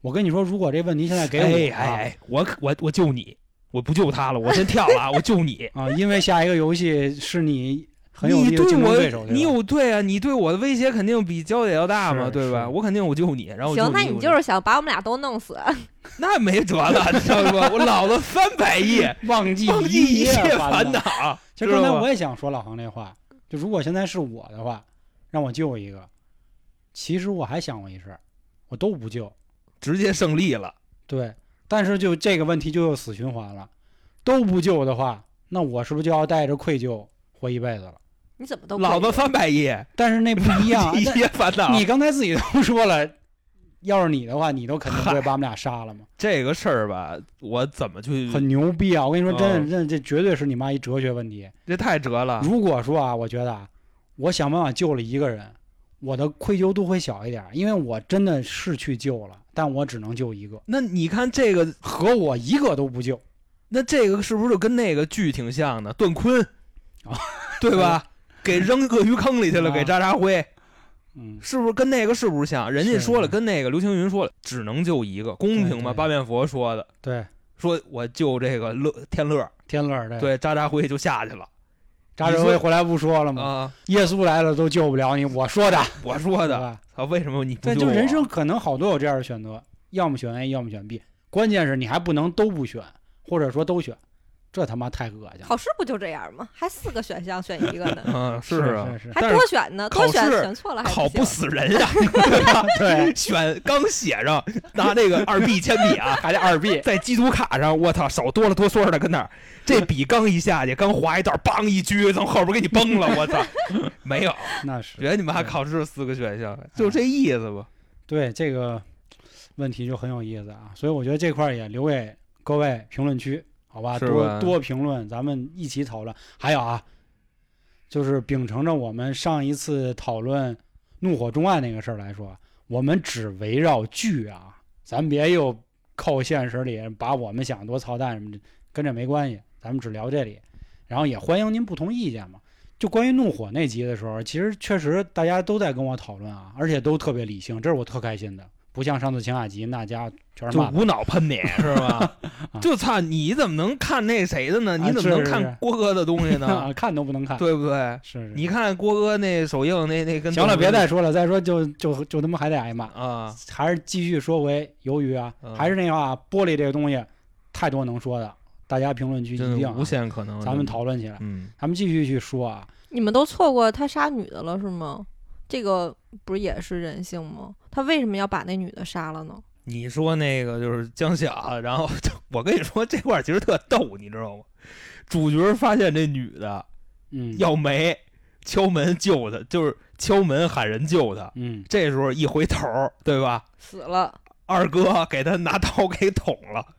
Speaker 1: 我跟你说，如果这问题现在给
Speaker 2: 哎
Speaker 1: 我、啊，
Speaker 2: 哎哎，我可我我救你，我不救他了，我先跳了 啊！我救你
Speaker 1: 啊，因为下一个游戏是你很有
Speaker 2: 你
Speaker 1: 力的
Speaker 2: 对
Speaker 1: 竞争对手，
Speaker 2: 我，你有对啊？你对我的威胁肯定比娇姐要大嘛，
Speaker 1: 是
Speaker 2: 对吧？
Speaker 1: 是
Speaker 2: 我肯定我救你，然后我
Speaker 3: 行，那
Speaker 2: 救
Speaker 3: 你
Speaker 2: 我
Speaker 3: 就是想把我们俩都弄死，
Speaker 2: 那没辙了，知道吧？我老子三 百亿，
Speaker 1: 哎忘记
Speaker 2: 忘记一
Speaker 1: 切
Speaker 2: 切
Speaker 1: 烦
Speaker 2: 烦恼。
Speaker 1: 其实刚才
Speaker 2: 知道吧
Speaker 1: 我也想说老航这话，就如果现在是我的话，让我救一个，其实我还想过一事儿，我都不救。
Speaker 2: 直接胜利了，
Speaker 1: 对，但是就这个问题就又死循环了，都不救的话，那我是不是就要带着愧疚活一辈子了？
Speaker 3: 你怎么都
Speaker 2: 老
Speaker 3: 可以
Speaker 2: 子三百 亿，
Speaker 1: 但是那不一样
Speaker 2: ，
Speaker 1: 啊
Speaker 2: 一切烦恼
Speaker 1: 那。你刚才自己都说了，要是你的话，你都肯定不会把我们俩杀了嘛，
Speaker 2: 这个事儿吧，我怎么去？
Speaker 1: 很牛逼啊！我跟你说，真
Speaker 2: 嗯
Speaker 1: 的，真的，这绝对是你妈一哲学问题。
Speaker 2: 这太折了。
Speaker 1: 如果说啊，我觉得啊，我想办法救了一个人，我的愧疚度会小一点，因为我真的是去救了，但我只能救一个，
Speaker 2: 那你看这个，
Speaker 1: 和我一个都不救。
Speaker 2: 那这个是不是就跟那个剧挺像的？段坤，
Speaker 1: 啊
Speaker 2: 对吧？给扔鳄鱼坑里去了，
Speaker 1: 啊
Speaker 2: 给渣渣辉，
Speaker 1: 嗯，
Speaker 2: 是不是跟那个是不是像？人家
Speaker 1: 是
Speaker 2: 说了，跟那个刘青云说了，只能救一个，公平
Speaker 1: 对
Speaker 2: 嘛？
Speaker 1: 对
Speaker 2: 八面佛说的，
Speaker 1: 对，
Speaker 2: 说我救这个乐天乐，
Speaker 1: 天乐这
Speaker 2: 对渣渣辉就下去了
Speaker 1: 扎志辉回来不说了吗？
Speaker 2: 啊！
Speaker 1: 耶稣来了都救不了你，我说的，
Speaker 2: 我说
Speaker 1: 对
Speaker 2: 的，
Speaker 1: 吧？
Speaker 2: 啊，为什么你不
Speaker 1: 对，
Speaker 2: 救
Speaker 1: 就
Speaker 2: 我，
Speaker 1: 人生可能好多有这样的选择，要么选 A，要么选 B，关键是你还不能都不选，或者说都选，这他妈太恶心了。
Speaker 3: 考试不就这样吗？还四个选项选一个呢
Speaker 2: 啊？是啊，
Speaker 1: 是是，
Speaker 3: 还
Speaker 2: 但是
Speaker 3: 多选呢，多选
Speaker 2: 考试
Speaker 3: 选错了还
Speaker 2: 考不
Speaker 3: 不行
Speaker 2: 死人呀，对吧？
Speaker 1: 对，
Speaker 2: 选刚写上，拿那个二 B 铅笔啊，
Speaker 1: 还得二 B，
Speaker 2: 在机读卡上，我操，手哆了哆嗦的跟那儿，这笔刚一下去，刚划一道，梆一撅，从后边给你崩了， 我操！没有，
Speaker 1: 那 是
Speaker 2: 别你妈考试四个选项，
Speaker 1: 嗯
Speaker 2: 就这意思吧。
Speaker 1: 对这个问题就很有意思啊，所以我觉得这块儿也留给各位评论区，好吧？
Speaker 2: 是
Speaker 1: 多
Speaker 2: 吧
Speaker 1: 多评论，咱们一起讨论。还有啊，就是秉承着我们上一次讨论《怒火中案》那个事儿来说，我们只围绕剧啊，咱别又扣现实里把我们想多操蛋什么的，跟这没关系，咱们只聊这里。然后也欢迎您不同意见嘛。就关于怒火那集的时候，其实确实大家都在跟我讨论啊，而且都特别理性，这是我特开心的。不像上次秦雅集那家伙全是
Speaker 2: 就
Speaker 1: 骂的，
Speaker 2: 无脑 喷你是吧
Speaker 1: 啊？
Speaker 2: 就操，你怎么能看那谁的呢？
Speaker 1: 啊
Speaker 2: 你怎么能
Speaker 1: 是是
Speaker 2: 看
Speaker 1: 是
Speaker 2: 郭哥的东 西呢？
Speaker 1: 啊看都不能看。
Speaker 2: 嗯对不对？
Speaker 1: 是是，
Speaker 2: 你看郭哥那首映那那
Speaker 1: 嗯
Speaker 2: 跟
Speaker 1: 行了，
Speaker 2: 动物
Speaker 1: 别再说了，再说就就就他妈还得挨骂。
Speaker 2: 啊，
Speaker 1: 还是继续说回鱿鱼啊，
Speaker 2: 嗯
Speaker 1: 还是那话，玻璃这个东西太多能说的，大家评论区一
Speaker 2: 真
Speaker 1: 定
Speaker 2: 的
Speaker 1: 啊、
Speaker 2: 无限可能。
Speaker 1: 咱们讨论起来，
Speaker 2: 嗯，
Speaker 1: 咱们继续去说啊。
Speaker 3: 你们都错过他杀女的了是吗？这个不是也是人性吗？他为什么要把那女的杀了呢？
Speaker 2: 你说那个就是江晓，然后 我跟你说这块儿其实特逗，你知道吗？主角发现这女的
Speaker 1: 嗯，
Speaker 2: 要没敲门救她，就是敲门喊人救她。
Speaker 1: 嗯，
Speaker 2: 这时候一回头，对吧？
Speaker 3: 死了，
Speaker 2: 二哥给他拿刀给捅了。
Speaker 1: 嗯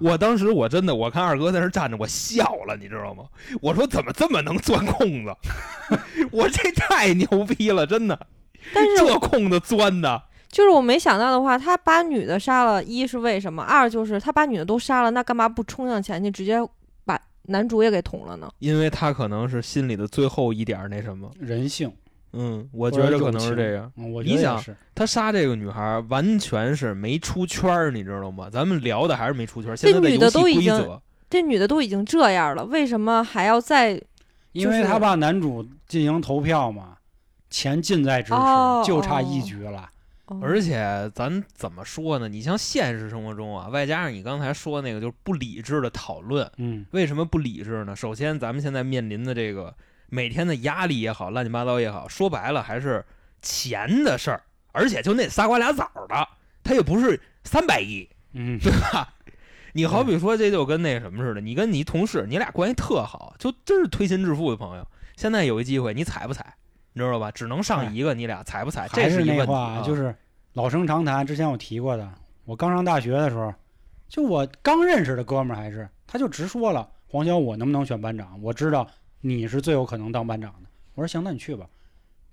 Speaker 2: 我当时我真的，我看二哥在那儿站着，我笑了，你知道吗？我说怎么这么能钻空子？ 我这太牛逼了，真的，
Speaker 3: 但是
Speaker 2: 这空子钻的，
Speaker 3: 就是我没想到的话，他把女的杀了，一是为什么？二就是他把女的都杀了，那干嘛不冲上前去直接把男主也给捅了呢？
Speaker 2: 因为他可能是心里的最后一点儿那什么，
Speaker 1: 人性，
Speaker 2: 嗯，我觉得可能是这样。
Speaker 1: 嗯，我
Speaker 2: 你
Speaker 1: 觉得也
Speaker 2: 想
Speaker 1: 是，
Speaker 2: 他杀这个女孩儿完全是没出圈儿，你知道吗？咱们聊的还是没出圈儿，现在的
Speaker 3: 女的
Speaker 2: 游戏
Speaker 3: 都已
Speaker 2: 规
Speaker 3: 经
Speaker 2: 则，
Speaker 3: 这女的都已经这样了，为什么还要再
Speaker 1: 因为
Speaker 3: 就是
Speaker 1: 他怕男主进行投票嘛，钱近在咫尺，
Speaker 3: 哦
Speaker 1: 就差
Speaker 3: 哦
Speaker 1: 一局了。
Speaker 3: 哦
Speaker 2: 而且咱怎么说呢？你像现实生活中啊，外加上你刚才说那个，就是不理智的讨论，
Speaker 1: 嗯
Speaker 2: 为什么不理智呢？首先，咱们现在面临的这个每天的压力也好，乱七八糟也好，说白了还是钱的事儿，而且就那仨瓜俩枣儿的，它也不是三百亿，
Speaker 1: 嗯，
Speaker 2: 对吧？你好比说，这就跟那什么似的，你跟你一同事，你俩关系特好，就真是推心置腹的朋友。现在有一机会，你踩不踩？你知道吧？只能上一个，你俩踩不踩？这
Speaker 1: 哎还是
Speaker 2: 一
Speaker 1: 那
Speaker 2: 问题
Speaker 1: 话
Speaker 2: 啊，
Speaker 1: 就是老生常谈，之前我提过的。我刚上大学的时候，就我刚认识的哥们儿，还是他就直说了，黄潇，我能不能选班长？我知道你是最有可能当班长的。我说行，那你去吧。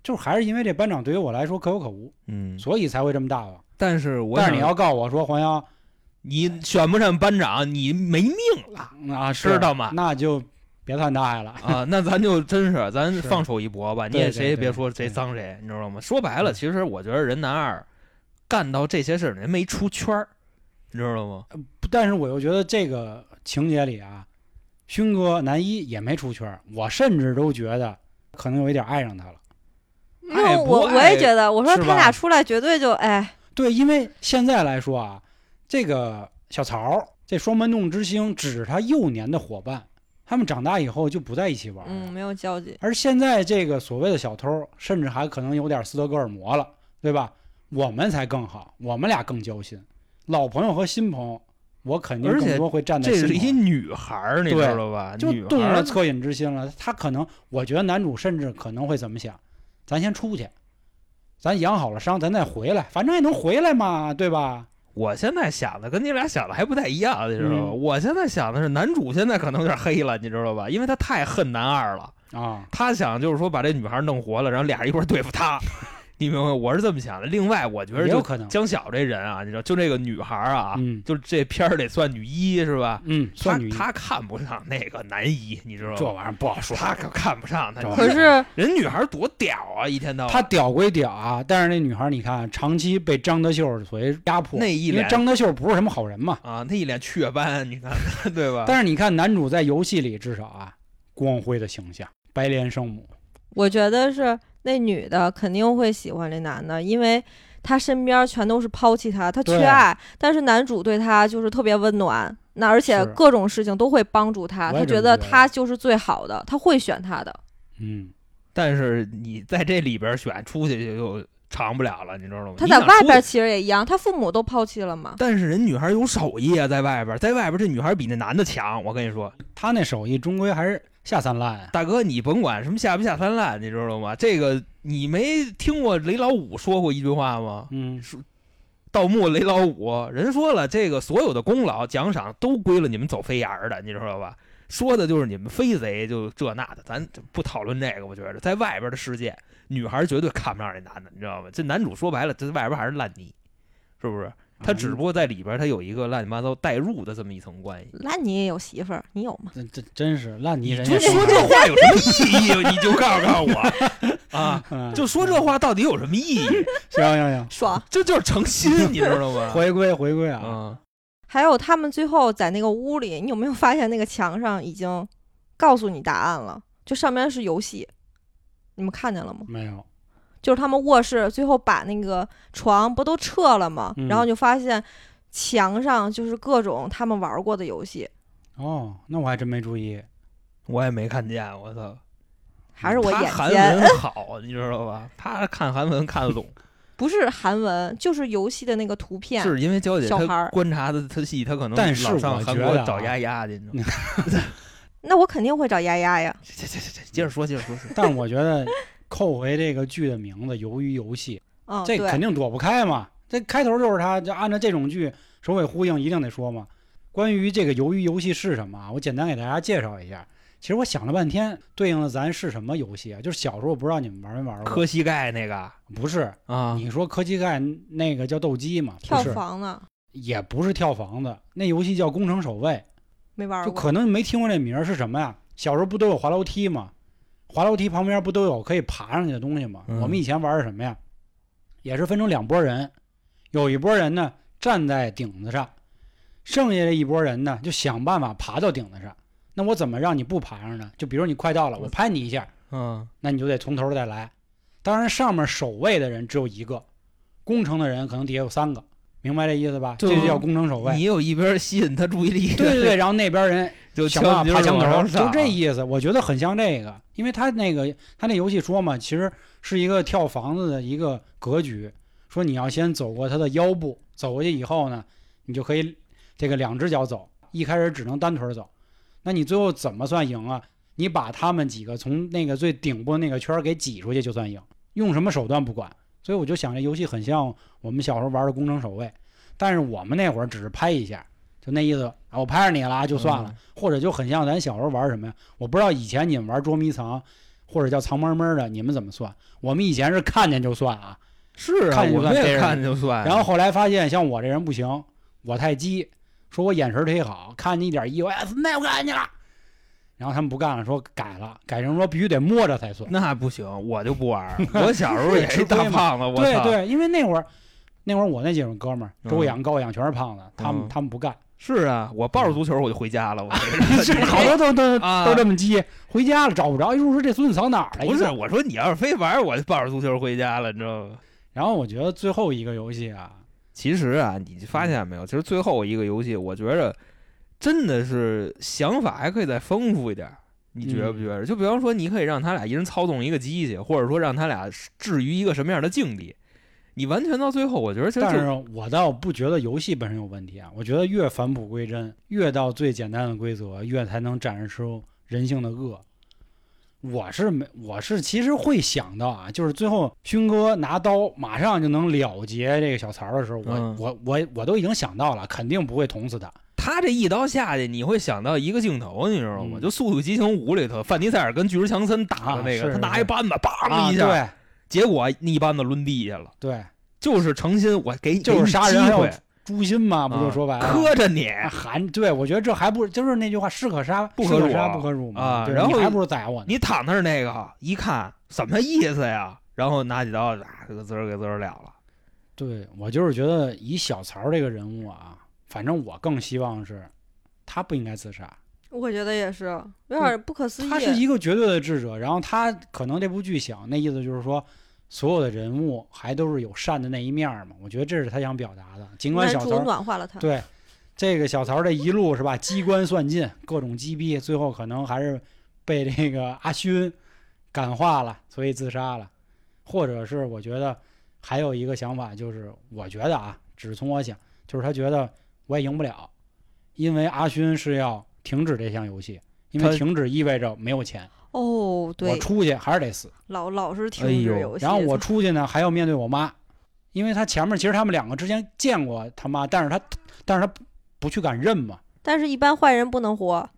Speaker 1: 就是还是因为这班长对于我来说可有可无，
Speaker 2: 嗯。
Speaker 1: 所以才会这么大方。
Speaker 2: 但是我
Speaker 1: 但是
Speaker 2: 想，
Speaker 1: 你要告我说黄潇
Speaker 2: 你选不上班长，你没命了。
Speaker 1: 嗯啊，是
Speaker 2: 知道吗
Speaker 1: 那就别谈大爱了。
Speaker 2: 啊，那咱就真是咱
Speaker 1: 是
Speaker 2: 放手一搏吧，你
Speaker 1: 对
Speaker 2: 也
Speaker 1: 对
Speaker 2: 谁也别
Speaker 1: 对
Speaker 2: 说谁
Speaker 1: 对
Speaker 2: 脏谁，你知道吗？说白了，其实我觉得人男二干到这些事儿，人没出圈儿，你知道吗？
Speaker 1: 不但是我又觉得这个情节里啊，勋哥男一也没出圈儿，我甚至都觉得可能有一点爱上他了。
Speaker 3: 因
Speaker 2: 爱
Speaker 3: 为
Speaker 2: 不
Speaker 3: 我
Speaker 2: 爱
Speaker 3: 我也觉得，我说
Speaker 1: 是
Speaker 3: 他
Speaker 1: 吧
Speaker 3: 俩出来绝对就哎，
Speaker 1: 对，因为现在来说啊，这个小曹儿这双门洞之星只是他幼年的伙伴，他们长大以后就不在一起
Speaker 2: 啊
Speaker 1: 玩了。
Speaker 3: 嗯，没有交集，
Speaker 1: 而现在这个所谓的小偷，甚至还可能有点斯德哥尔摩了，对吧？我们才更好，我们俩更交心，老朋友和新朋友，我肯定
Speaker 2: 而且
Speaker 1: 更多会站在
Speaker 2: 这
Speaker 1: 新
Speaker 2: 是
Speaker 1: 朋
Speaker 2: 一
Speaker 1: 友。
Speaker 2: 女孩儿，你知
Speaker 1: 对
Speaker 2: 道吧？
Speaker 1: 就
Speaker 2: 女
Speaker 1: 动
Speaker 2: 孩
Speaker 1: 了
Speaker 2: 儿，
Speaker 1: 恻隐之心了，他可能，我觉得男主甚至可能会怎么想，咱先出去，咱养好了伤，咱再回来，反正也能回来嘛，对吧？
Speaker 2: 我现在想的跟你俩想的还不太一样，你知道吗？
Speaker 1: 嗯
Speaker 2: 我现在想的是男主现在可能有点黑了，你知道吧？因为他太恨男二了，
Speaker 1: 啊，
Speaker 2: 他想就是说把这女孩儿弄活了，然后俩人一块儿对付他。 你明白吗？我是这么想的。另外，我觉得
Speaker 1: 也有
Speaker 2: 就
Speaker 1: 可能，
Speaker 2: 江晓这人啊，你知道，就这个女孩儿啊，
Speaker 1: 嗯
Speaker 2: 就这片儿得算女一是吧？
Speaker 1: 嗯，算女一，
Speaker 2: 她她看不上那个男一，你知道
Speaker 1: 这
Speaker 2: 吗？
Speaker 1: 玩意儿不好说。
Speaker 2: 她可看不上他
Speaker 1: 这。玩意
Speaker 3: 可是
Speaker 2: 人女孩多屌啊，一天到晚
Speaker 1: 他屌归屌啊，但是那女孩儿你看，长期被张德秀所谓压迫，
Speaker 2: 那一
Speaker 1: 因为
Speaker 2: 脸
Speaker 1: 张德秀不是什么好人嘛。
Speaker 2: 啊，那一脸雀斑，你看 对吧？
Speaker 1: 但是你看男主在游戏里至少啊，光辉的形象，白莲圣母，
Speaker 3: 我觉得是那女的肯定会喜欢这男的，因为他身边全都是抛弃他，他缺
Speaker 1: 对
Speaker 3: 爱，但是男主对他就是特别温暖，那而且
Speaker 1: 是
Speaker 3: 各种事情都会帮助
Speaker 1: 我
Speaker 3: 他，
Speaker 1: 也这
Speaker 3: 他
Speaker 1: 么
Speaker 3: 觉得
Speaker 1: 觉得
Speaker 3: 他就是最好的，他会选他的。
Speaker 1: 嗯，
Speaker 2: 但是你在这里边选，出去就就长不了了，你知道吗？
Speaker 3: 他
Speaker 2: 你
Speaker 3: 在
Speaker 2: 想
Speaker 3: 外
Speaker 2: 出
Speaker 3: 边
Speaker 2: 去。
Speaker 3: 其实也一样，他父母都抛弃了嘛。
Speaker 2: 但是人女孩有手艺啊，在外边，在外边这女孩比那男的强。我跟你说，
Speaker 1: 他那手艺终归还是下三滥啊。
Speaker 2: 大哥，你甭管什么下不下三滥，你知道吗？这个你没听过雷老五说过一句话吗？
Speaker 1: 嗯，
Speaker 2: 盗墓雷老五，人说了，这个所有的功劳奖赏都归了你们走飞檐儿的，你知道吧？说的就是你们飞贼，就这那的，咱不讨论这个。我觉得在外边的世界，女孩绝对看不上这男的，你知道吗？这男主说白了，这外边还是烂泥，是不是？他
Speaker 1: 嗯
Speaker 2: 只不过在里边，他有一个乱七八糟带入的这么一层关系。
Speaker 3: 烂泥也有媳妇儿，你有吗？
Speaker 1: 这这嗯真是烂泥
Speaker 2: 你
Speaker 1: 人啊
Speaker 2: 就
Speaker 1: 家
Speaker 2: 说这话有什 么意义？你就告诉告诉我啊！
Speaker 1: 嗯
Speaker 2: 就说这话到底有什么意义？
Speaker 1: 行行行，
Speaker 3: 爽。
Speaker 2: 这就是诚心，你知 道吗？
Speaker 1: 回归回归啊，
Speaker 2: 啊，
Speaker 3: 还有他们最后在那个屋里，你有没有发现那个墙上已经告诉你答案了？就上面是游戏，你们看见了吗？
Speaker 1: 没有，
Speaker 3: 就是他们卧室最后把那个床不都撤了吗？
Speaker 1: 嗯
Speaker 3: 然后就发现墙上就是各种他们玩过的游戏，
Speaker 1: 哦，那我还真没注意。
Speaker 2: 我也没看见，我操！
Speaker 3: 还是我
Speaker 1: 嗯
Speaker 2: 他
Speaker 3: 眼
Speaker 2: 韩
Speaker 3: 尖，
Speaker 2: 文好，你知道吧？他看韩文看得懂，
Speaker 3: 不是韩文，就是游戏的那个图片。
Speaker 2: 就是因为娇姐
Speaker 3: 小孩
Speaker 2: 她
Speaker 3: 儿
Speaker 2: 观察的特细，她可能
Speaker 1: 但是
Speaker 2: 老上
Speaker 1: 我
Speaker 2: 韩
Speaker 1: 觉
Speaker 2: 国
Speaker 1: 得啊
Speaker 2: 找丫丫去，你知道吗？
Speaker 3: 那我肯定会找丫丫呀。
Speaker 2: 这这这这，接着说，接着说，是
Speaker 1: 但是我觉得扣回这个剧的名字《鱿鱼游戏
Speaker 3: 嗯，》，
Speaker 1: 这
Speaker 3: 对
Speaker 1: 肯定躲不开嘛。这开头就是他，就按照这种剧首尾呼应，一定得说嘛。关于这个鱿鱼游戏是什么啊，我简单给大家介绍一下。其实我想了半天，对应的咱是什么游戏啊？就是小时候我不知道你们玩没玩过，
Speaker 2: 磕膝盖那个
Speaker 1: 不是？
Speaker 2: 啊，
Speaker 1: 你说磕膝盖那个叫斗鸡嘛？不
Speaker 3: 跳
Speaker 1: 是，
Speaker 3: 房呢，
Speaker 1: 也不是跳房子，那游戏叫工程守卫。
Speaker 3: 没玩
Speaker 1: 就
Speaker 3: 过。
Speaker 1: 可能没听过这名儿是什么呀？小时候不都有滑楼梯吗？滑楼梯旁边不都有可以爬上去的东西吗？
Speaker 2: 嗯
Speaker 1: 我们以前玩的是什么呀？也是分成两拨人，有一拨人呢站在顶子上，剩下的一拨人呢就想办法爬到顶子上。那我怎么让你不爬上呢？就比如你快到了，我拍你一下，
Speaker 2: 嗯，
Speaker 1: 那你就得从头再来。当然，上面守卫的人只有一个，工程的人可能底下有三个，明白这意思吧？
Speaker 2: 就
Speaker 1: 这就叫工程守
Speaker 2: 哦你
Speaker 1: 卫。
Speaker 2: 有一边吸引她注意力，
Speaker 1: 对对对，然后那边人
Speaker 2: 就
Speaker 1: 想
Speaker 2: 敲
Speaker 1: 办
Speaker 2: 你
Speaker 1: 法爬墙
Speaker 2: 往
Speaker 1: 头，
Speaker 2: 上
Speaker 1: 就
Speaker 2: 上
Speaker 1: 这意思。我觉得很像这个，因为他那个他那游戏说嘛，其实是一个跳房子的一个格局，说你要先走过他的腰部，走过去以后呢，你就可以这个两只脚走，一开始只能单腿走。那你最后怎么算赢啊？你把他们几个从那个最顶部那个圈儿给挤出去就算赢，用什么手段不管。所以我就想，这游戏很像我们小时候玩的《工程守卫》，但是我们那会儿只是拍一下，就那意思啊，我拍着你了啊，就算了。，或者就很像咱小时候玩什么呀？我不知道以前你们玩捉迷藏，或者叫藏猫猫的，你们怎么算？我们以前是看见就算啊，
Speaker 2: 是啊，
Speaker 1: 看就
Speaker 2: 我
Speaker 1: 算逮
Speaker 2: 也
Speaker 1: 着
Speaker 2: 看就算，
Speaker 1: 然后后来发现像我这人不行，我太鸡，说我眼神忒好，看你一点意外，哎那我干你了。然后他们不干了，说改了，改成说必须得摸着才算。
Speaker 2: 那不行，我就不 玩儿，我小时候也是
Speaker 1: 吃亏
Speaker 2: 大
Speaker 1: 嘛
Speaker 2: 胖子，我
Speaker 1: 对
Speaker 2: 操，
Speaker 1: 对，因为那会儿，那会儿我那几个哥们儿，周洋、高阳全是胖子，他们
Speaker 2: 嗯
Speaker 1: 他们不干，
Speaker 2: 是啊，我抱着足球我就回家 了，我
Speaker 1: 是好多都都
Speaker 2: 啊
Speaker 1: 都这么鸡，回家了找不着，一叔说这孙子藏哪儿了？
Speaker 2: 不
Speaker 1: 一
Speaker 2: 是，
Speaker 1: 看
Speaker 2: 我说你要是非玩儿，我就抱着足球回家了，你知道吗？
Speaker 1: 然后我觉得最后一个游戏啊，
Speaker 2: 其实啊，你发现没有？其实最后一个游戏，我觉着真的是想法还可以再丰富一点儿，你觉不觉
Speaker 1: 嗯
Speaker 2: 着？就比方说，你可以让他俩一人操纵一个机器，或者说让他俩置于一个什么样的境地，你完全到最后，我觉得其实
Speaker 1: 但
Speaker 2: 就是
Speaker 1: 我倒不觉得游戏本身有问题啊，我觉得越返璞归真，越到最简单的规则，越才能展示出人性的恶。我是没，我是其实会想到啊，就是最后勋哥拿刀马上就能了结这个小曹的时候，我、
Speaker 2: 嗯
Speaker 1: 我我我都已经想到了，肯定不会捅死他。
Speaker 2: 他这一刀下去，你会想到一个镜头，你知道吗？
Speaker 1: 嗯
Speaker 2: 就《速度与激情五》里头，范迪塞尔跟巨石强森打的那
Speaker 1: 啊是是
Speaker 2: 个，他拿
Speaker 1: 是
Speaker 2: 一扳子，梆
Speaker 1: 啊，
Speaker 2: 一下，
Speaker 1: 对，
Speaker 2: 结果一般的抡地下了，
Speaker 1: 对，
Speaker 2: 就是诚心，我给
Speaker 1: 就是杀人
Speaker 2: 给你
Speaker 1: 还
Speaker 2: 机
Speaker 1: 要
Speaker 2: 会，
Speaker 1: 诛心嘛，不就
Speaker 2: 啊
Speaker 1: 说白了？
Speaker 2: 磕着你，
Speaker 1: 啊含对，我觉得这还不就是那句话，是可杀
Speaker 2: 不
Speaker 1: 是
Speaker 2: 可
Speaker 1: 可
Speaker 2: 辱
Speaker 1: 杀
Speaker 2: 啊
Speaker 1: 不可辱嘛。
Speaker 2: 啊
Speaker 1: 对
Speaker 2: 然
Speaker 1: 你
Speaker 2: 后
Speaker 1: 还不如宰我呢。
Speaker 2: 你躺那儿那个一看什么意思呀？然后拿起刀，啊，给滋儿给滋儿了了。
Speaker 1: 对我就是觉得以小曹这个人物啊，反正我更希望是，他不应该自杀。
Speaker 3: 我觉得也是，有点不可思议。
Speaker 1: 他是一个绝对的智者，然后他可能这部剧想那意思就是说，所有的人物还都是有善的那一面儿嘛。我觉得这是他想表达的。尽管
Speaker 3: 男
Speaker 1: 小
Speaker 3: 主
Speaker 1: 曹
Speaker 3: 暖化了他，
Speaker 1: 对这个小曹这一路是吧，机关算尽，各种击毙，最后可能还是被这个阿勋感化了，所以自杀了。或者是我觉得还有一个想法，就是我觉得啊，只是从我想，就是他觉得我也赢不了，因为阿勋是要停止这项游戏，因
Speaker 2: 他
Speaker 1: 为停止意味着没有钱。
Speaker 3: 哦，
Speaker 1: 我
Speaker 3: 对，
Speaker 1: 出去还是得死。
Speaker 3: 老老是停
Speaker 2: 哎
Speaker 3: 止
Speaker 2: 呦
Speaker 3: 游戏，
Speaker 1: 然后我出去呢，还要面对我妈，因为他前面其实他们两个之前见过他妈，但是他但是他不去敢认嘛，
Speaker 3: 但是一般坏人不能活，
Speaker 1: 啊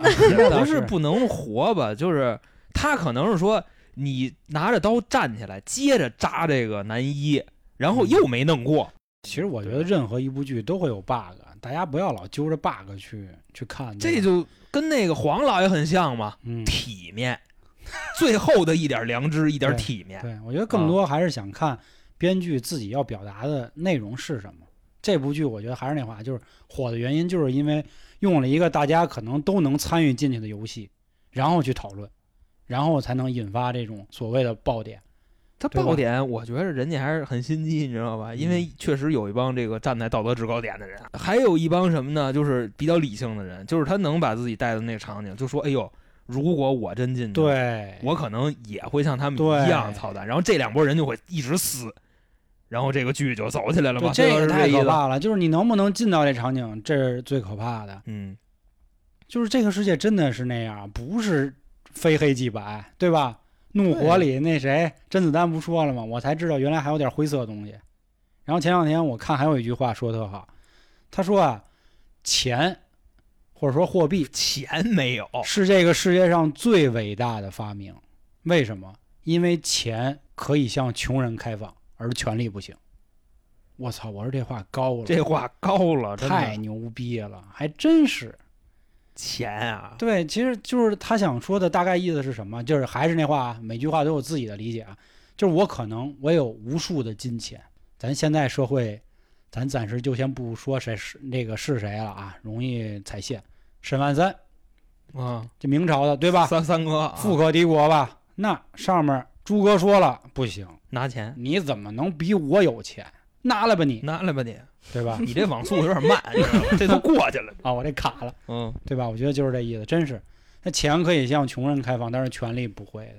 Speaker 1: 那倒
Speaker 2: 不是不能活吧？就是他可能是说，你拿着刀站起来，接着扎这个男一，然后又没弄过。
Speaker 1: 嗯其实我觉得任何一部剧都会有 bug，大家不要老揪着 bug 去去看。
Speaker 2: 这
Speaker 1: 对吧
Speaker 2: 就跟那个黄老爷很像嘛，
Speaker 1: 嗯，
Speaker 2: 体面，最后的一点良知，一点体面。
Speaker 1: 对，我觉得
Speaker 2: 啊
Speaker 1: 更多还是想看编剧自己要表达的内容是什么。这部剧我觉得还是那话，就是火的原因，就是因为用了一个大家可能都能参与进去的游戏，然后去讨论，然后才能引发这种所谓的爆点。
Speaker 2: 他
Speaker 1: 对吧嗯
Speaker 2: 爆点，我觉得人家还是很心机，你知道吧？因为确实有一帮这个站在道德制高点的人，还有一帮什么呢？就是比较理性的人，就是他能把自己带到那个场景，就说：“哎呦，如果我真进去，，
Speaker 1: 对，
Speaker 2: 我可能也会像他们
Speaker 1: 对
Speaker 2: 一样操蛋。”然后这两拨人就会一直撕，然后这个剧就走起来了
Speaker 1: 对
Speaker 2: 嘛。
Speaker 1: 这个
Speaker 2: 个是
Speaker 1: 太
Speaker 2: 意
Speaker 1: 可
Speaker 2: 思。
Speaker 1: 怕了，就是你能不能进到这场景，这是最可怕的。
Speaker 2: 嗯，
Speaker 1: 就是这个世界真的是那样，不是非黑即白，对吧？怒火
Speaker 2: 对
Speaker 1: 里那谁甄子丹不说了吗？我才知道原来还有点灰色的东西。然后前两天我看还有一句话说得特好，他说啊，钱或者说货币
Speaker 2: 钱没有，
Speaker 1: 是这个世界上最伟大的发明，为什么？因为钱可以向穷人开放，而权力不行。我操！我说这话高了，
Speaker 2: 这话高了，真的
Speaker 1: 太牛逼了，还真是。
Speaker 2: 钱啊！
Speaker 1: 对，其实就是他想说的大概意思是什么？就是还是那话啊，每句话都有自己的理解啊。就是我可能我有无数的金钱，咱现在社会，咱暂时就先不说谁是那个是谁了啊，容易踩线。沈万三，
Speaker 2: 啊，
Speaker 1: 这明朝的对吧？
Speaker 2: 三三哥啊
Speaker 1: 富可敌国吧？那上面朱哥说了，不行，
Speaker 2: 拿钱
Speaker 1: 你怎么能比我有钱？拿来吧你，
Speaker 2: 拿来吧你，？
Speaker 1: 对吧
Speaker 2: 你这网速有点慢，你知道吗这都过去了。
Speaker 1: 啊，我这卡了。
Speaker 2: 嗯，
Speaker 1: 对吧？我觉得就是这意思，真是。那钱可以向穷人开放，但是权力不会的。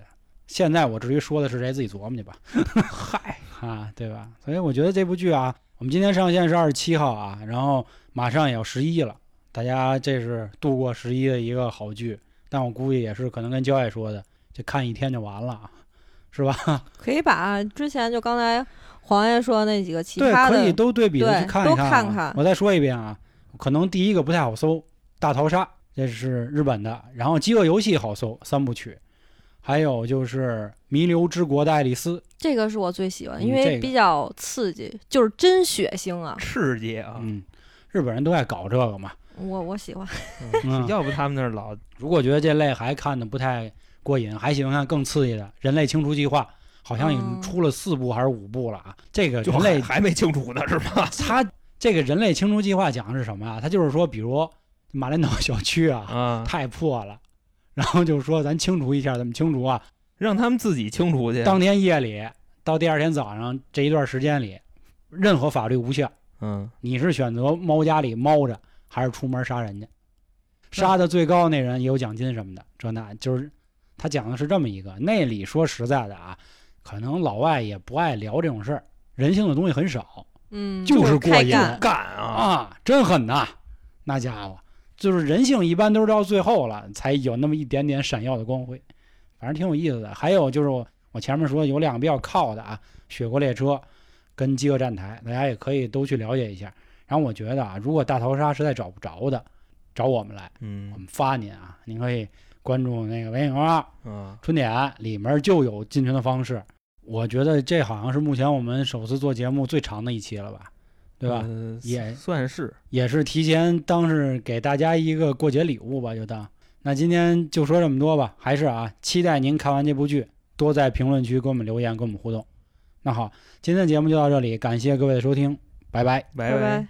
Speaker 1: 现在我至于说的是谁，自己琢磨去吧。
Speaker 2: 嗨，
Speaker 1: 啊，对吧？所以我觉得这部剧啊，我们今天上线是二十七号啊，然后马上也要十一了，大家这是度过十一的一个好剧。但我估计也是可能跟焦爱说的，这看一天就完了，啊，是吧？
Speaker 3: 可以把之前就刚才黄爷说的那几个奇
Speaker 1: 对，
Speaker 3: 葩
Speaker 1: 可以
Speaker 3: 的，
Speaker 1: 都对比的
Speaker 3: 对
Speaker 1: 去看
Speaker 3: 都
Speaker 1: 一看啊、
Speaker 3: 看看
Speaker 1: 我再说一遍啊，可能第一个不太好搜，《大逃杀》这是日本的，然后《饥饿游戏》好搜三部曲，还有就是《弥留之国的爱丽丝》
Speaker 3: 这个是我最喜欢，
Speaker 1: 嗯
Speaker 3: 因
Speaker 1: 这
Speaker 3: 为
Speaker 1: 个
Speaker 3: 比较刺激，就是真血腥啊，
Speaker 2: 刺激啊！
Speaker 1: 嗯，日本人都爱搞这个嘛。
Speaker 3: 我我喜欢。
Speaker 1: 嗯
Speaker 2: 要不他们那儿老
Speaker 1: 如果觉得这类还看的不太过瘾，还喜欢看更刺激的《人类清除计划》，好像已经
Speaker 3: 嗯
Speaker 1: 出了四部还是五部了啊。这个
Speaker 2: 就
Speaker 1: 人类
Speaker 2: 还还没清楚呢，是吧？
Speaker 1: 它这个人类清除计划讲的是什么啊？它就是说，比如马连岛小区啊，
Speaker 2: 啊，
Speaker 1: 太破了，然后就说咱清除一下，怎么清除啊？
Speaker 2: 让他们自己清楚去。
Speaker 1: 当天夜里到第二天早上这一段时间里，任何法律无效，
Speaker 2: 嗯，
Speaker 1: 你是选择猫家里猫着，还是出门杀人去？杀的最高那人也有奖金什么的，这那就是他讲的是这么一个。那里说实在的啊，可能老外也不爱聊这种事儿，人性的东西很少
Speaker 3: 嗯，
Speaker 1: 就是是过
Speaker 3: 开
Speaker 1: 瘾哎
Speaker 3: 干，
Speaker 2: 干啊，
Speaker 1: 啊，真狠呐！那家伙就是人性，一般都是到最后了才有那么一点点闪耀的光辉，反正挺有意思的。还有就是我我前面说有两个比较靠的啊，《雪国列车》跟《饥饿站台》，大家也可以都去了解一下。然后我觉得啊，如果大逃杀实在找不着的，找我们来，我
Speaker 2: 嗯
Speaker 1: 们发您啊，您可以关注那个微信公众号
Speaker 2: 啊，
Speaker 1: “春点”，里面就有进群的方式。我觉得这好像是目前我们首次做节目最长的一期了吧，对吧？
Speaker 2: 嗯
Speaker 1: 也
Speaker 2: 算是
Speaker 1: 也是提前当是给大家一个过节礼物吧，就当。那今天就说这么多吧，还是啊，期待您看完这部剧，多在评论区给我们留言，跟我们互动。那好，今天的节目就到这里，感谢各位的收听，拜拜。
Speaker 2: 拜
Speaker 3: 拜。